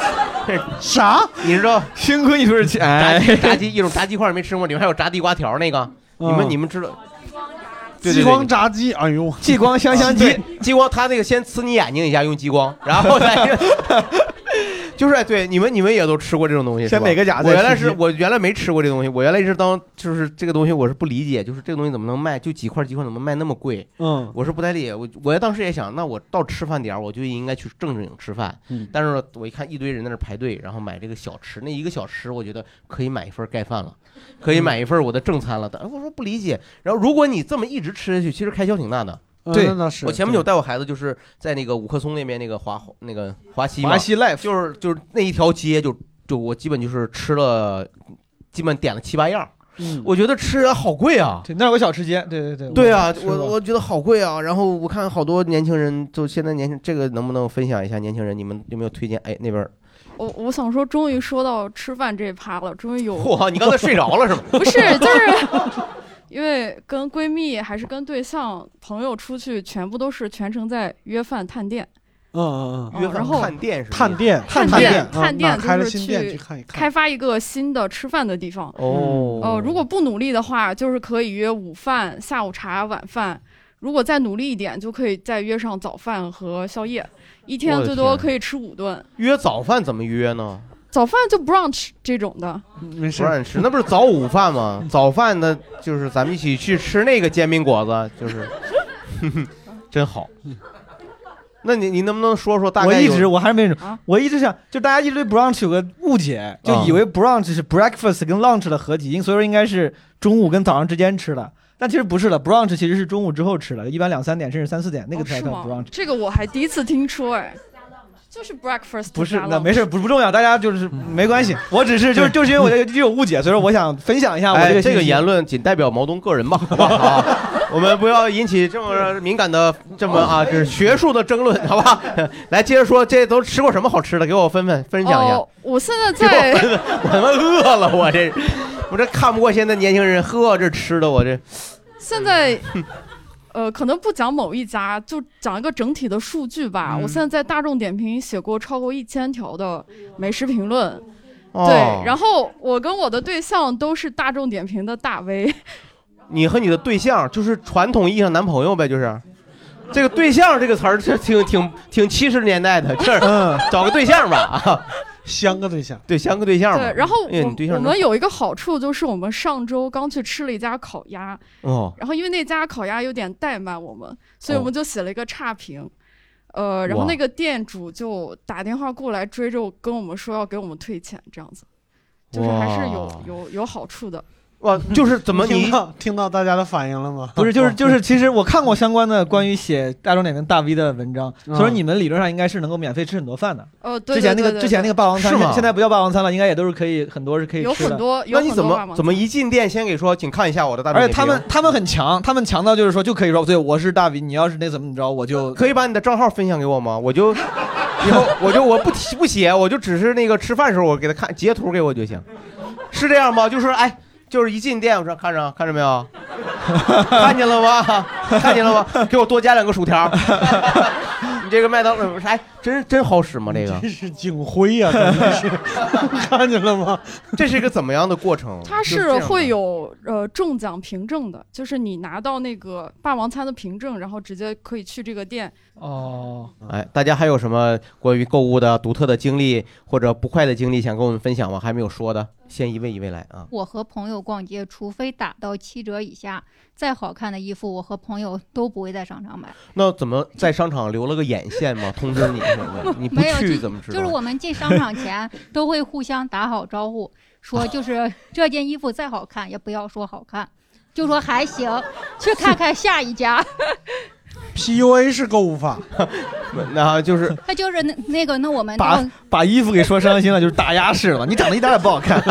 Speaker 4: 啥？
Speaker 3: 你知道？
Speaker 2: 幸亏你说是
Speaker 3: 炸
Speaker 2: 哎
Speaker 3: 鸡，炸鸡一种炸鸡块儿没吃过，里面还有炸地瓜条儿那个，你们
Speaker 4: 嗯
Speaker 3: 你们知道？对
Speaker 4: 激光炸鸡，哎呦，
Speaker 2: 激光香香
Speaker 3: 鸡，啊激光它那个先呲你眼睛一下，用激光，然后 再就是哎对你们你们也都吃过这种东西，
Speaker 2: 先
Speaker 3: 是吧
Speaker 2: 美个甲
Speaker 3: 我
Speaker 2: 再
Speaker 3: 原来
Speaker 2: 吃
Speaker 3: 是
Speaker 2: 鸡
Speaker 3: 我原来没吃过这东西，我原来一直当就是这个东西我是不理解，就是这个东西怎么能卖就几块几块怎么卖那么贵？
Speaker 4: 嗯，
Speaker 3: 我是不太理解，我我当时也想，那我到吃饭点儿我就应该去正经吃饭，
Speaker 4: 嗯
Speaker 3: 但是我一看一堆人在那儿排队，然后买这个小吃，那一个小吃我觉得可以买一份儿盖饭了，可以买一份儿我的正餐了，但我说不理解。然后如果你这么一直吃下去，其实开销挺大的。
Speaker 4: 嗯
Speaker 3: 对，
Speaker 4: 那倒是
Speaker 3: 我前不久带我孩子就是在那个五棵松那边那个华那个华西嘛
Speaker 2: 华西
Speaker 3: life，就是就是那一条街就就我基本就是吃了，基本点了七八样儿。
Speaker 4: 嗯
Speaker 3: 我觉得吃啊好贵啊，
Speaker 2: 对，那有个小吃街，对对对，
Speaker 3: 对啊，
Speaker 2: 吃过
Speaker 3: 我我觉得好贵啊。然后我看好多年轻人，就现在年轻这个能不能分享一下？年轻人你们有没有推荐？哎，那边儿
Speaker 20: 我我想说，终于说到吃饭这一趴了，终于 有。
Speaker 3: 嚯，你刚才睡着 了是吗？
Speaker 20: 不是，就是因为跟闺蜜还是跟对象、朋友出去，全部都是全程在约饭探店。
Speaker 4: 嗯嗯嗯，
Speaker 3: 约饭
Speaker 20: 然后
Speaker 3: 探店是吧
Speaker 4: 探店，
Speaker 20: 探
Speaker 4: 店，
Speaker 20: 探
Speaker 4: 店
Speaker 20: 店
Speaker 4: 嗯哪开了
Speaker 20: 就是
Speaker 4: 新店去看一看。
Speaker 20: 开发一个新的吃饭的地方。
Speaker 3: 哦
Speaker 20: 呃，如果不努力的话，就是可以约午饭、下午茶、晚饭；如果再努力一点，就可以再约上早饭和宵夜，一天
Speaker 3: 我的
Speaker 20: 最多
Speaker 3: 天
Speaker 20: 可以吃五顿。
Speaker 3: 约早饭怎么约呢？
Speaker 20: 早饭就不让吃这种的，
Speaker 4: 没
Speaker 3: 不让你吃，那不是早午饭 吗？早饭呢，就是咱们一起去吃那个煎饼果子，就是， 真好。那你你能不能说说大概
Speaker 2: 我一
Speaker 3: 有
Speaker 2: 直我还是没什
Speaker 20: 啊
Speaker 2: 么，我一直想，就大家一直对 brunch 有个误解，就以为 brunch 是 breakfast 跟 lunch 的合体，因所以说应该是中午跟早上之间吃的，但其实不是的，brunch 其实是中午之后吃的，一般两三点甚至三四点那个才
Speaker 20: 哦是
Speaker 2: 叫
Speaker 20: 吗
Speaker 2: brunch。
Speaker 20: 这个我还第一次听说，哎，就是 breakfast
Speaker 2: 不是
Speaker 20: 沙，
Speaker 2: 那
Speaker 20: 龙
Speaker 2: 没事，不不重要，大家就是
Speaker 3: 嗯
Speaker 2: 没关系。我只是就是就是因为 我这这有误解，所以说我想分享一下我
Speaker 3: 哎，
Speaker 2: 这个
Speaker 3: 这
Speaker 2: 信
Speaker 3: 个
Speaker 2: 息
Speaker 3: 言论仅代表毛东个人吧， 好不好？啊我们不要引起这么敏感的、这么 啊，就是学术的争论，好吧？ 来，接着说，这都吃过什么好吃的？给我分分分享一下
Speaker 20: 哦。，我现 在
Speaker 3: 给我分
Speaker 20: 在
Speaker 3: 分，我他妈饿了，我这我这看不过现在年轻人，呵，这吃的我这
Speaker 20: 现在，呃，可能不讲某一家，就讲一个整体的数据吧。
Speaker 3: 嗯
Speaker 20: 我现在在大众点评写过超过一千条的美食评论。
Speaker 3: 哦
Speaker 20: 对，然后我跟我的对象都是大众点评的大 V，
Speaker 3: 你和你的对象就是传统意义上男朋友呗，就是。这个对象这个词儿是挺挺挺七十年代的，这找个对象吧 啊，
Speaker 4: 相嗯个对象，
Speaker 3: 对，相个对象吧。
Speaker 20: 对，然后
Speaker 3: 哎呀你对
Speaker 20: 我
Speaker 3: 象
Speaker 20: 我们有一个好处就是我们上周刚去吃了一家烤鸭，
Speaker 3: 哦，
Speaker 20: 然后因为那家烤鸭有点怠慢我们，所以我们就写了一个差评。呃，然后
Speaker 3: 哇
Speaker 20: 那个店主就打电话过来追着我跟我们说要给我们退钱，这样子，就是还是有
Speaker 4: 哇哦
Speaker 20: 有有好处的。
Speaker 3: 哇，就是怎
Speaker 20: 么
Speaker 4: 听
Speaker 20: 你
Speaker 4: 到听到大家的反应了吗？
Speaker 2: 不是，
Speaker 3: 哦
Speaker 2: 就是就是，其实我看过相关的关于写大众点评大 V 的文章，所
Speaker 3: 嗯
Speaker 2: 以说你们理论上应该是能够免费吃很多饭的。
Speaker 20: 呃，对
Speaker 2: 之前那
Speaker 20: 对对
Speaker 2: 个
Speaker 20: 对
Speaker 2: 之前那个霸王餐
Speaker 3: 是吗
Speaker 2: 现在不叫霸王餐了，应该也都是可以很多是可以吃的。
Speaker 3: 那你怎么怎么一进店先给说，请看一下我的大众
Speaker 2: 而
Speaker 3: 点
Speaker 2: 且
Speaker 3: 评
Speaker 2: 他们他们很强，他们强到就是说就可以说，对，我是大 V，你要是那怎么怎么着，我就
Speaker 3: 可以把你的账号分享给我吗？我 就以后我就我不提不写，我就只是那个吃饭时候我给他看截图给我就行，是这样吗？就是哎，就是一进店我说看着看着没有，看见 了吗？看见了吗？给我多加两个薯条。你这个麦当劳不是哎，真真好使吗？这个
Speaker 4: 这是警徽呀、真的 是看见了吗？
Speaker 3: 这是一个怎么样的过程？
Speaker 20: 它
Speaker 3: 就是这样吗
Speaker 20: 会有呃中奖凭证的，就是你拿到那个霸王餐的凭证，然后直接可以去这个店。
Speaker 2: 哦，
Speaker 3: 哎，大家还有什么关于购物的独特的经历或者不快的经历想跟我们分享吗？还没有说的，先一位一位来啊。
Speaker 21: 我和朋友逛街，除非打到七折以下，再好看的衣服，我和朋友都不会在商场买。
Speaker 3: 那怎么在商场留了个眼线吗？通知你什么的，你不
Speaker 21: 没有
Speaker 3: 去
Speaker 21: 就
Speaker 3: 怎么知道？
Speaker 21: 就是我们进商场前都会互相打好招呼，说就是 这件衣服再好看也不要说好看，就说还行，去看看下一家。
Speaker 4: PUA 是购物法，
Speaker 3: 那就是
Speaker 21: 他就是那那个，那我们
Speaker 2: 把
Speaker 21: 到
Speaker 2: 把衣服给说伤心了，就是打压式了。你长得一点也不好看，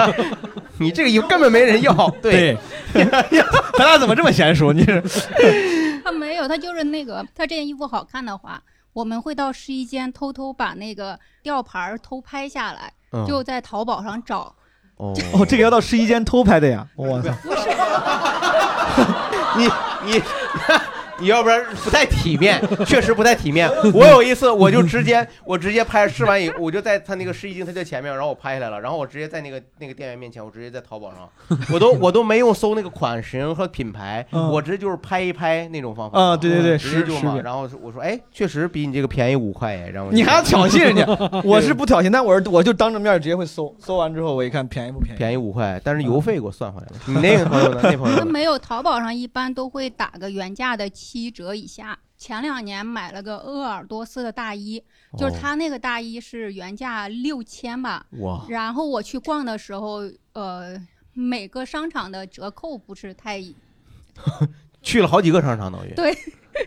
Speaker 3: 你这个衣服根本 没 人要。对，
Speaker 2: 咱俩怎么这么娴熟？你是
Speaker 21: 他没有，他就是那个，他这件衣服好看的话，我们会到试衣间偷偷把那个吊牌儿偷拍下来，
Speaker 2: 嗯
Speaker 21: 就在淘宝上找。
Speaker 3: 哦
Speaker 2: 哦，这个要到试衣间偷拍的呀！我操，
Speaker 3: 你 你你要不然不太体 面，确实不太体 面。我有一次我就直接我直接拍试完以后，我就在他那个试衣镜他在前面，然后我拍下来了，然后我直接在那个那个店员面前，我直接在淘宝上，我都我都没用搜那个款型和品牌，
Speaker 2: 嗯
Speaker 3: 我直接就是拍一拍那种方法嗯
Speaker 2: 啊对对对
Speaker 3: 直接就是嘛
Speaker 2: 是。
Speaker 3: 然后我说哎，确实比你这个便宜五块哎，然后？
Speaker 2: 你还要挑衅人家 我是不挑衅，但我是我就当着面直接会搜，搜完之后我一看便宜不便宜，
Speaker 3: 便宜五块，但是邮费给我算回来了。你那个朋友呢？那朋友
Speaker 21: 他
Speaker 3: 呢
Speaker 21: 没有，淘宝上一般都会打个原价的七折以下。前两年买了个鄂尔多斯的大衣，就是
Speaker 3: 哦
Speaker 21: 他那个大衣是原价六千吧。
Speaker 3: 哇
Speaker 21: 然后我去逛的时候，呃，每个商场的折扣不是太
Speaker 3: 去了好几个商场等于。
Speaker 21: 对。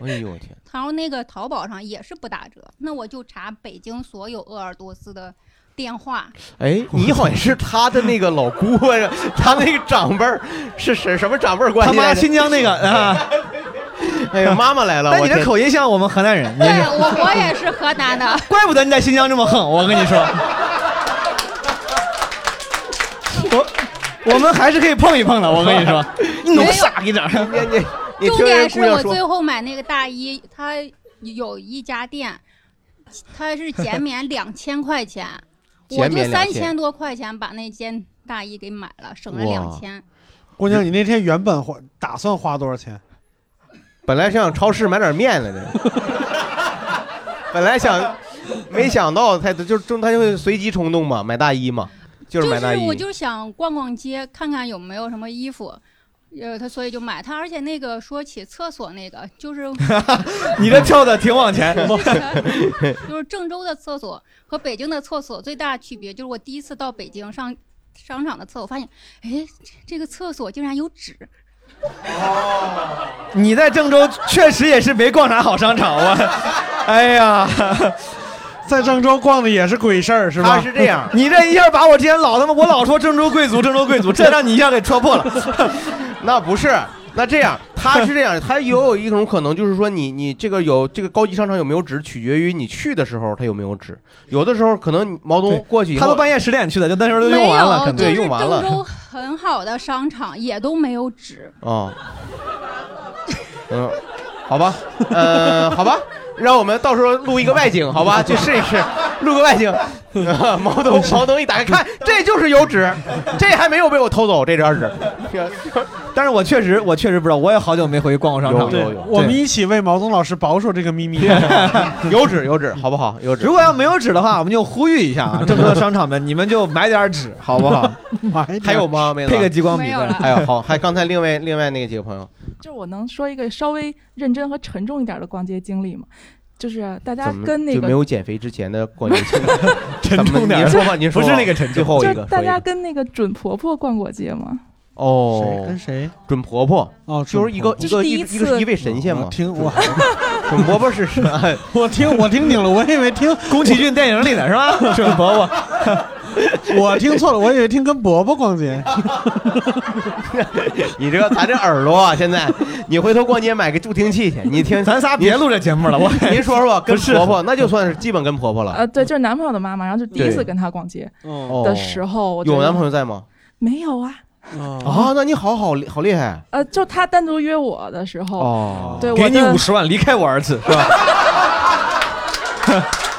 Speaker 3: 哎呦我天！
Speaker 21: 然后那个淘宝上也是不打折，那我就查北京所有鄂尔多斯的电话，
Speaker 3: 哎，你好像是他的那个老姑啊，他那个长辈儿是什什么长辈儿关
Speaker 2: 他
Speaker 3: 系？
Speaker 2: 妈新疆 那个啊！
Speaker 3: 哎呀，妈妈来了。
Speaker 2: 但
Speaker 3: 我
Speaker 2: 你这
Speaker 3: 天
Speaker 2: 口音像我们河南人，你
Speaker 21: 对我 我也是河南的。
Speaker 2: 怪不得你在新疆这么横，我跟 你说，我我们还是可以碰一碰的，我跟 你说，你弄啥给点儿？
Speaker 3: 你你
Speaker 21: 重点是我最后买那个大衣，它有一家店，它是减免两千块钱，我
Speaker 4: 减
Speaker 21: 就
Speaker 4: 免
Speaker 21: 三
Speaker 4: 2000
Speaker 21: 千多块钱把那件大衣给买了，省了
Speaker 4: 哇
Speaker 21: 两千。
Speaker 4: 姑娘，你那天原本花打算花多少钱？
Speaker 3: 本来想超市买点面来的，本来想，没想到他就就他就会随机冲动嘛，买大衣嘛，就是买大衣。
Speaker 21: 我就是想逛逛街，看看有没有什么衣服。呃，他所以就买它，而且那个说起厕所那个，就是
Speaker 2: 你这跳的挺往 前，
Speaker 21: 就是郑州的厕所和北京的厕所最大的区别，就是我第一次到北京上商场的厕所，发现，哎，这个厕所竟然有纸，
Speaker 2: 你 在郑州确实也是没逛啥好商场，我，哎呀，
Speaker 4: 在郑州逛的也是鬼事儿，是吧？
Speaker 3: 他是这样
Speaker 4: 你
Speaker 3: 你这一下把我之前老他妈我老说郑州贵族，郑州贵 族，这让你一下给戳破了。那不是，那这样他是这 样，他有有一种可能就是说你你这个有这个高级商场有没有纸，取决于你去的时候他有没有纸。有的时候可能毛东过去以后，
Speaker 2: 他都半夜十点去的，就那时候都用完了，可能
Speaker 3: 对，用完
Speaker 2: 了。
Speaker 21: 都很好的商场也都没有纸，
Speaker 3: 哦，嗯，好吧，呃，好吧，让我们到时候录一个外景，好吧，去试一试，录个外景。 毛东，毛东一打开看，这就是油纸，这还没有被我偷走，这张纸。
Speaker 2: 但是我确实，我确实不知道，我也好久没回去逛过商场了。
Speaker 3: 有有
Speaker 2: 对
Speaker 3: 有
Speaker 4: 我们一起为毛东老师保守这个秘密。
Speaker 3: 有纸有纸，好不好？有纸。
Speaker 2: 如果要没有纸的话，我们就呼吁一下 啊，郑州的商场们，你们就买点纸，好不好？
Speaker 3: 还有吗？妹子，
Speaker 2: 配个激光笔。
Speaker 3: 还有哎好，还刚才另外另外那个几个朋友，
Speaker 9: 就是我能说一个稍微认真和沉重一点的逛街经历吗？就是大家
Speaker 3: 怎么
Speaker 9: 跟那
Speaker 3: 就
Speaker 9: 个
Speaker 3: 没有减肥之前的逛街经历？沉
Speaker 2: 重点
Speaker 3: 您说吧，您说吧
Speaker 2: 不是那个沉重
Speaker 3: 最后一
Speaker 9: 就
Speaker 3: 个，啊
Speaker 9: 大
Speaker 3: 说
Speaker 9: 家
Speaker 3: 一个
Speaker 9: 跟那个准婆婆逛过街吗？
Speaker 3: 哦，
Speaker 4: 跟谁？
Speaker 3: 准婆婆
Speaker 4: 哦，
Speaker 3: 就是一个
Speaker 9: 这
Speaker 3: 一
Speaker 9: 是
Speaker 3: 个
Speaker 9: 第
Speaker 3: 一
Speaker 9: 一
Speaker 3: 个一个是
Speaker 9: 次
Speaker 3: 一位神仙嘛。
Speaker 4: 听我，
Speaker 3: 准 婆 婆是什么？
Speaker 4: 我听我听听了，我以为听
Speaker 2: 宫崎骏电影里的是吧？准婆婆。
Speaker 4: 我听错了，我以为听跟伯伯逛街。
Speaker 3: 你这个咱这耳朵啊，现在你回头逛街买个助听器去，你听
Speaker 2: 咱仨别录这节目了我
Speaker 3: 您说说跟
Speaker 2: 不是
Speaker 3: 婆婆，那就算是基本跟婆婆了。
Speaker 9: 呃，对，就是男朋友的妈妈，然后就第一次
Speaker 3: 对
Speaker 9: 跟她逛街
Speaker 3: 哦
Speaker 9: 的时候，我觉得
Speaker 3: 有男朋友在吗？
Speaker 9: 没有啊？
Speaker 2: 哦
Speaker 3: 啊，那你好好厉好厉害
Speaker 9: 呃，就她单独约我的时候，
Speaker 3: 哦
Speaker 9: 对，
Speaker 2: 给
Speaker 9: 我
Speaker 2: 你
Speaker 9: 的
Speaker 2: 五十万，离开我儿子 是吧？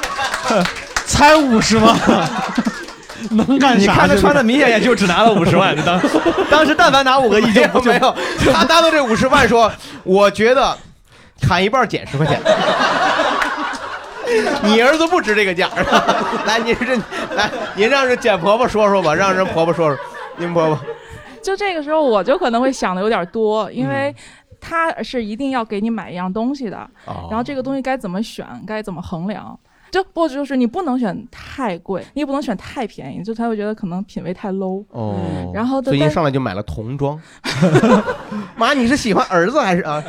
Speaker 4: 才五十万，能干啥？
Speaker 2: 你看他穿的明显也就只拿了五十万，就当当时但凡拿五个亿就
Speaker 3: 没有没有，他拿到这五十万说，我觉得砍一半减十块钱。你儿子不值这个价儿， 来，您这来，您让这简婆婆说说吧，让人婆婆说说，您婆婆
Speaker 9: 就这个时候，我就可能会想的有点多，因为他是一定要给你买一样东西的，
Speaker 3: 嗯哦
Speaker 9: 然后这个东西该怎么选，该怎么衡量。就不就是你不能选太贵，你也不能选太便宜，就他会觉得可能品味太 low。
Speaker 3: 哦，
Speaker 9: 嗯然后
Speaker 3: 最近上来就买了 童装，妈，你是喜欢儿子还是啊？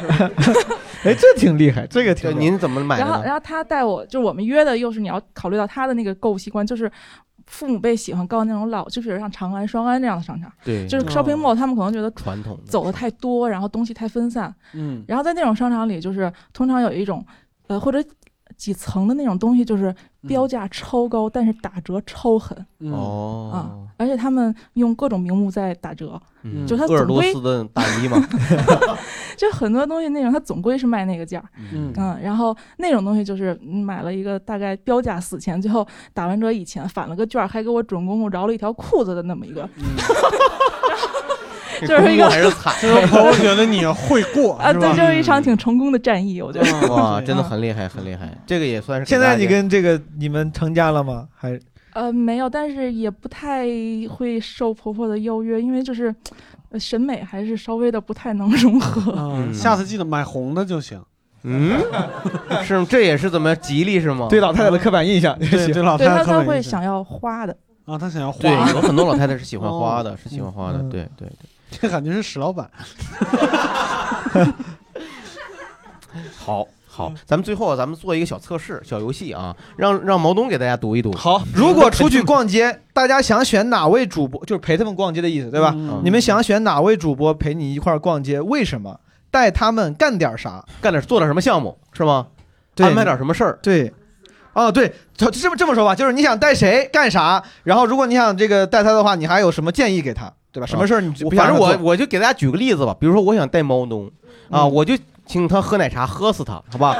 Speaker 2: 哎，这挺厉害，这个挺。
Speaker 3: 您怎么买的
Speaker 9: 然后
Speaker 3: 呢？
Speaker 9: 然后他带我，就我们约的又是你要考虑到他的那个购物习惯，就是父母辈喜欢逛那种老，就是比如像长安、双安这样的商场，
Speaker 3: 对哦
Speaker 9: 就是 shopping mall，他们可能觉得
Speaker 3: 传统的
Speaker 9: 走的太多，然后东西太分散，
Speaker 4: 嗯，
Speaker 9: 然后在那种商场里，就是通常有一种，呃，或者几层的那种东西，就是标价超高，但是打折超狠。啊、
Speaker 3: 哦，
Speaker 9: 而且他们用各种名目在打折，
Speaker 3: 嗯
Speaker 9: 就他
Speaker 3: 鄂尔
Speaker 9: 总
Speaker 3: 多
Speaker 9: 归
Speaker 3: 斯的大衣嘛，
Speaker 9: 就很多东西那种，他总归是卖那个价儿。
Speaker 3: 嗯
Speaker 9: 然后那种东西就是嗯买了一个大概标价四千，最后打完折以前返了个券儿，还给我准公公饶了一条裤子的那么一个，
Speaker 4: 嗯
Speaker 9: 就是一个
Speaker 3: 还是 惨，嗯
Speaker 4: 这个婆婆哎觉得你会过
Speaker 9: 啊，
Speaker 4: 是
Speaker 9: 对，
Speaker 4: 吧？嗯
Speaker 9: 就是一场挺成功的战役，我觉得。
Speaker 3: 哇，真的很厉害，很厉害，这个也算是给
Speaker 2: 现
Speaker 3: 大
Speaker 2: 在
Speaker 3: 家
Speaker 2: 你跟这个你们成家了吗？还
Speaker 9: 呃，没有，但是也不太会受婆婆的邀约，因为就是，呃审美还是稍微的不太能 融合。
Speaker 4: 嗯，下次记得买红的就行。
Speaker 3: 嗯，是吗这也是怎么吉利是吗？
Speaker 2: 对老太太的刻板印象，
Speaker 4: 对对老
Speaker 9: 对她，
Speaker 4: 太太
Speaker 9: 她
Speaker 4: 刻板
Speaker 9: 会
Speaker 4: 印象
Speaker 9: 想要花的。
Speaker 4: 啊，她想要花
Speaker 3: 对，，有很多老太太是喜欢花的，是喜欢花的，
Speaker 4: 嗯
Speaker 3: 对对
Speaker 4: 这感觉是史老板。
Speaker 3: 对。好好，咱们最后啊咱们做一个小测试、小游戏啊，让让毛东给大家读一读。
Speaker 2: 好，如果出去逛街，大家想选哪位主播，就是陪他们逛街的意思，对吧？
Speaker 3: 嗯
Speaker 2: 你们想选哪位主播陪你一块儿逛街？为什么？带他们干点啥？
Speaker 3: 干点做点什么项目是吗？
Speaker 2: 对
Speaker 3: 安排点什么事儿？
Speaker 2: 对，哦，对，这这么这么说吧，就是你想带谁干啥，然后如果你想这个带他的话，你还有什么建议给他，对吧？什么事儿你
Speaker 3: 啊我
Speaker 2: 不
Speaker 3: 反
Speaker 2: 想让
Speaker 3: 正
Speaker 2: 他
Speaker 3: 我
Speaker 2: 做嗯
Speaker 3: 我就给大家举个例子吧，比如说我想带猫东啊，我就请他喝奶茶，喝死他，好不好？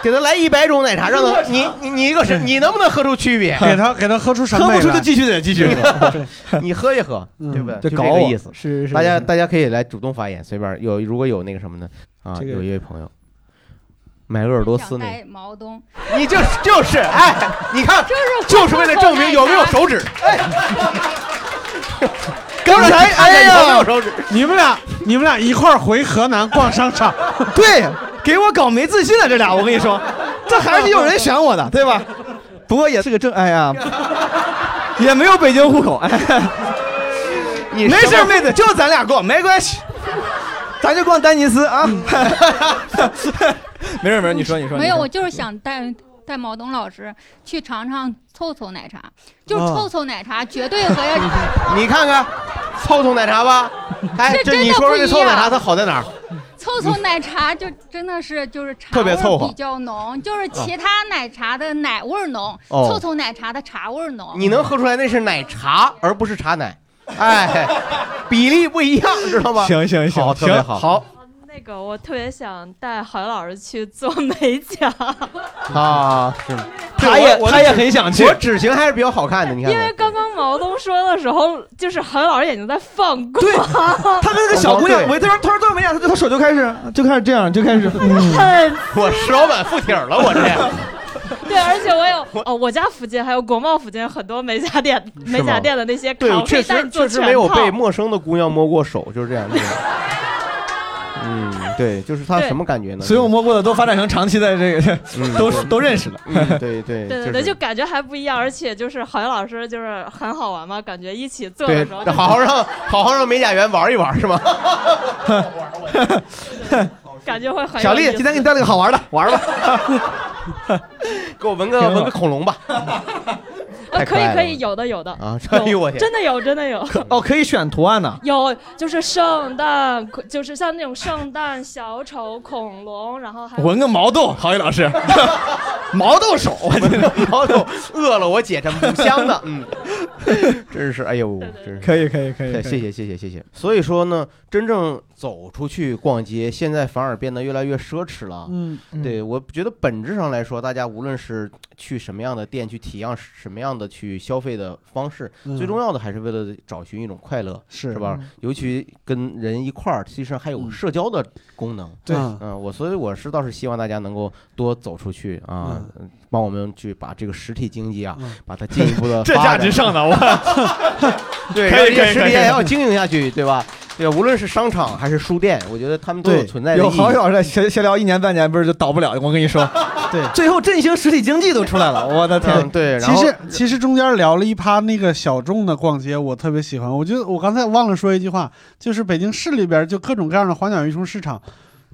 Speaker 3: 给他来一百种奶茶，让他你你你一个是，你能不能喝出区别？
Speaker 4: 给他给他喝出审美
Speaker 3: 喝不出
Speaker 4: 来
Speaker 3: 就继续得继续喝
Speaker 4: 对
Speaker 3: 你喝一喝，
Speaker 4: 嗯
Speaker 3: 对不对？
Speaker 4: 这
Speaker 3: 就
Speaker 4: 搞
Speaker 3: 这个
Speaker 4: 我
Speaker 3: 意思。
Speaker 4: 是是
Speaker 3: 大家
Speaker 4: 是
Speaker 3: 大家可以来主动发言，随便有如果有那个什么呢？啊，
Speaker 2: 这个
Speaker 3: 有一位朋友买鄂尔多斯那个，
Speaker 21: 带毛东，
Speaker 3: 你就就是哎，你看，
Speaker 21: 就是
Speaker 3: 就是为了证明有没有手 指。哎，刚才
Speaker 4: 哎呀
Speaker 3: 有没有手指？
Speaker 4: 你们俩你们俩一块儿回河南逛商场，
Speaker 2: 对，给我搞没自信了，这俩我跟你说，这还是有人选我的，对吧？不过也是个正，哎呀，也没有北京户口， 哎，
Speaker 3: 你
Speaker 2: 没
Speaker 3: 什
Speaker 2: 事，
Speaker 3: 么
Speaker 2: 妹子，就咱俩逛，没关系，咱就逛丹尼斯啊。没事没事，你说你说
Speaker 21: 没有，我就是想带带毛东老师去尝尝凑凑奶茶，就是
Speaker 3: 哦
Speaker 21: 凑凑奶茶绝对 和
Speaker 3: 你看看，凑凑奶 茶吧。哎，
Speaker 21: 是
Speaker 3: 这
Speaker 21: 真
Speaker 3: 你
Speaker 21: 的不
Speaker 3: 说说这
Speaker 21: 一
Speaker 3: 凑奶茶
Speaker 21: 样
Speaker 3: 它好在哪儿？
Speaker 21: 凑凑奶茶就真的是就是茶
Speaker 3: 特别
Speaker 21: 味儿
Speaker 3: 凑合啊
Speaker 21: 比较浓，就是其他奶茶的奶味儿浓，
Speaker 3: 哦
Speaker 21: 凑凑奶茶的茶味儿浓。
Speaker 3: 你能喝出来那是奶茶，而不是茶奶。哎，比例不一 样，知道吗？
Speaker 13: 行行行
Speaker 3: 好，特别
Speaker 13: 行
Speaker 3: 好，
Speaker 13: 好
Speaker 5: 那个，我特别想带郝云老师去做美甲，
Speaker 3: 啊，是。
Speaker 5: 他也
Speaker 3: 我我的
Speaker 5: 他也
Speaker 3: 指
Speaker 5: 很想去
Speaker 3: 我指型还是比较好看的，你看
Speaker 5: 因为
Speaker 3: 看。
Speaker 5: 刚刚毛东说的时候，就是郝云老师眼睛在放光。
Speaker 2: 他跟那个小姑娘，我他说他说这么样，他就他手就开始就开始这样，就开始。嗯
Speaker 3: 我石老板附体了，我这。
Speaker 5: 对，而且我有哦，我家附近还有国贸附近很多美甲店，美甲店的那 些
Speaker 3: 对
Speaker 5: 卡，我，可
Speaker 3: 确
Speaker 5: 以带
Speaker 3: 实
Speaker 5: 你做全
Speaker 3: 确实
Speaker 5: 套。
Speaker 3: 没有被陌生的姑娘摸过手，就是这 样。对嗯，对，就是他
Speaker 5: 对
Speaker 3: 什么感觉呢？
Speaker 2: 所以我摸过的都发展成长期的这个，嗯都
Speaker 3: 对
Speaker 2: 都认识了。
Speaker 3: 嗯对对
Speaker 5: 对对对，就感觉还不一样，而且就是郝云老师就是很好玩嘛，感觉一起做的
Speaker 3: 对
Speaker 5: 时候，，
Speaker 3: 好 好让好好让美甲员玩一玩是吗？
Speaker 5: 感觉会很有
Speaker 2: 小丽
Speaker 5: 意思
Speaker 2: 今天给你带了个好玩的，玩吧。
Speaker 3: 给我纹个
Speaker 2: 挺好
Speaker 3: 纹个恐龙吧。
Speaker 5: 啊，
Speaker 2: 太可
Speaker 5: 可
Speaker 2: 爱
Speaker 5: 以可
Speaker 2: 了
Speaker 5: 以，有的有的
Speaker 3: 啊
Speaker 5: 有
Speaker 2: 哎呦我天
Speaker 5: 真的有真的有。
Speaker 2: 哦，可以选图案呢。
Speaker 5: 有，就是圣诞，就是像那种圣诞小丑、恐龙，然后还有
Speaker 2: 纹个毛豆，郝宇老 师， 毛豆手，啊
Speaker 3: 毛豆饿了，我姐这母香的， 嗯， 真是，哎呦，真是
Speaker 2: 可以可以可以
Speaker 3: 对
Speaker 2: 可以
Speaker 3: 谢谢谢谢谢谢。所以说呢，真正走出去逛街，现在反而变得越来越奢侈了。
Speaker 2: 嗯嗯
Speaker 3: 对我觉得本质上来说，大家无论是去什么样的店，去体验什么样的去消费的方式，
Speaker 2: 嗯
Speaker 3: 最重要的还是为了找寻一种快乐，
Speaker 2: 是
Speaker 3: 是吧？
Speaker 2: 嗯
Speaker 3: 尤其跟人一块儿，其实还有社交的功能。
Speaker 2: 对
Speaker 3: 嗯，我所以我是倒是希望大家能够多走出去啊，
Speaker 2: 嗯
Speaker 3: 帮我们去把这个实体经济啊，把它进一步的
Speaker 2: 这价值 上的
Speaker 3: 我对，
Speaker 2: 可以
Speaker 3: 让这些
Speaker 2: 可以
Speaker 3: 实
Speaker 2: 可
Speaker 3: 体
Speaker 2: 以
Speaker 3: 店要经营下去，对吧？对，无论是商场还是书店，我觉得他们都有存在的意
Speaker 2: 有
Speaker 3: 义。
Speaker 2: 郝宇老师在闲闲聊一年半年，不是就倒不了？我跟 你说，对，最后振兴实体经济都出来了，我的天！
Speaker 3: 嗯对
Speaker 4: 其实其实中间聊了一趴那个小众的逛街，我特别喜欢。我觉得我刚才忘了说一句话，就是北京市里边就各种各样的花鸟鱼虫市场，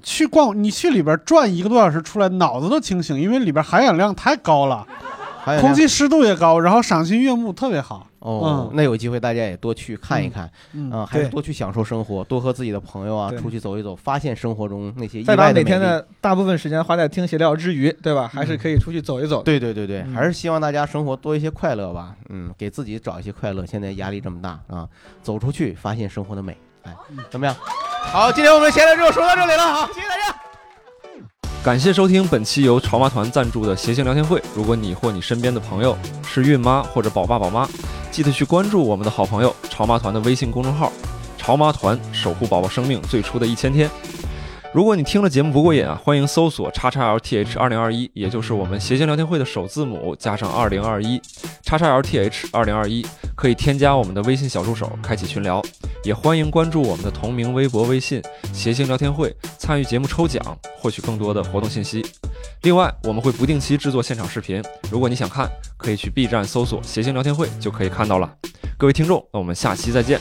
Speaker 4: 去逛你去里边转一个多小时出来，脑子都清醒，因为里边含氧量太高了，
Speaker 3: 氧量
Speaker 4: 空气湿度也高，然后赏心悦目，特别好。嗯
Speaker 2: 嗯
Speaker 3: 哦，那有机会大家也多去看一看，
Speaker 4: 嗯嗯
Speaker 3: 啊，还是
Speaker 4: 对
Speaker 3: 多去享受生活，多和自己的朋友啊
Speaker 2: 对
Speaker 3: 出去走一走，发现生活中那些意
Speaker 2: 再把
Speaker 3: 外的美
Speaker 2: 每天
Speaker 3: 丽嗯
Speaker 2: 的大部分时间花在听闲聊之余，对吧？还是可以出去走一走。
Speaker 3: 对对对对，
Speaker 2: 嗯
Speaker 3: 还是希望大家生活多一些快乐吧，嗯，给自己找一些快乐。现在压力这么大啊，走出去发现生活的美，哎，
Speaker 2: 嗯
Speaker 3: 怎么样？好，今天我们闲聊之后说到这里了，好，谢谢大家。
Speaker 1: 感谢收听本期由潮妈团赞助的谐星聊天会。如果你或你身边的朋友是孕妈或者宝爸宝妈，记得去关注我们的好朋友潮妈团的微信公众号“潮妈团”，守护宝宝生命最初的一千天。如果你听了节目不过瘾啊，欢迎搜索叉叉 LTH 二零二一，也就是我们谐星聊天会的首字母加上二零二一，叉叉 LTH 二零二一，可以添加我们的微信小助手，开启群聊，也欢迎关注我们的同名微博、微信“谐星聊天会”，参与节目抽奖，获取更多的活动信息。另外，我们会不定期制作现场视频，如果你想看，可以去 B 站搜索“谐星聊天会”就可以看到了。各位听众，那我们下期再见。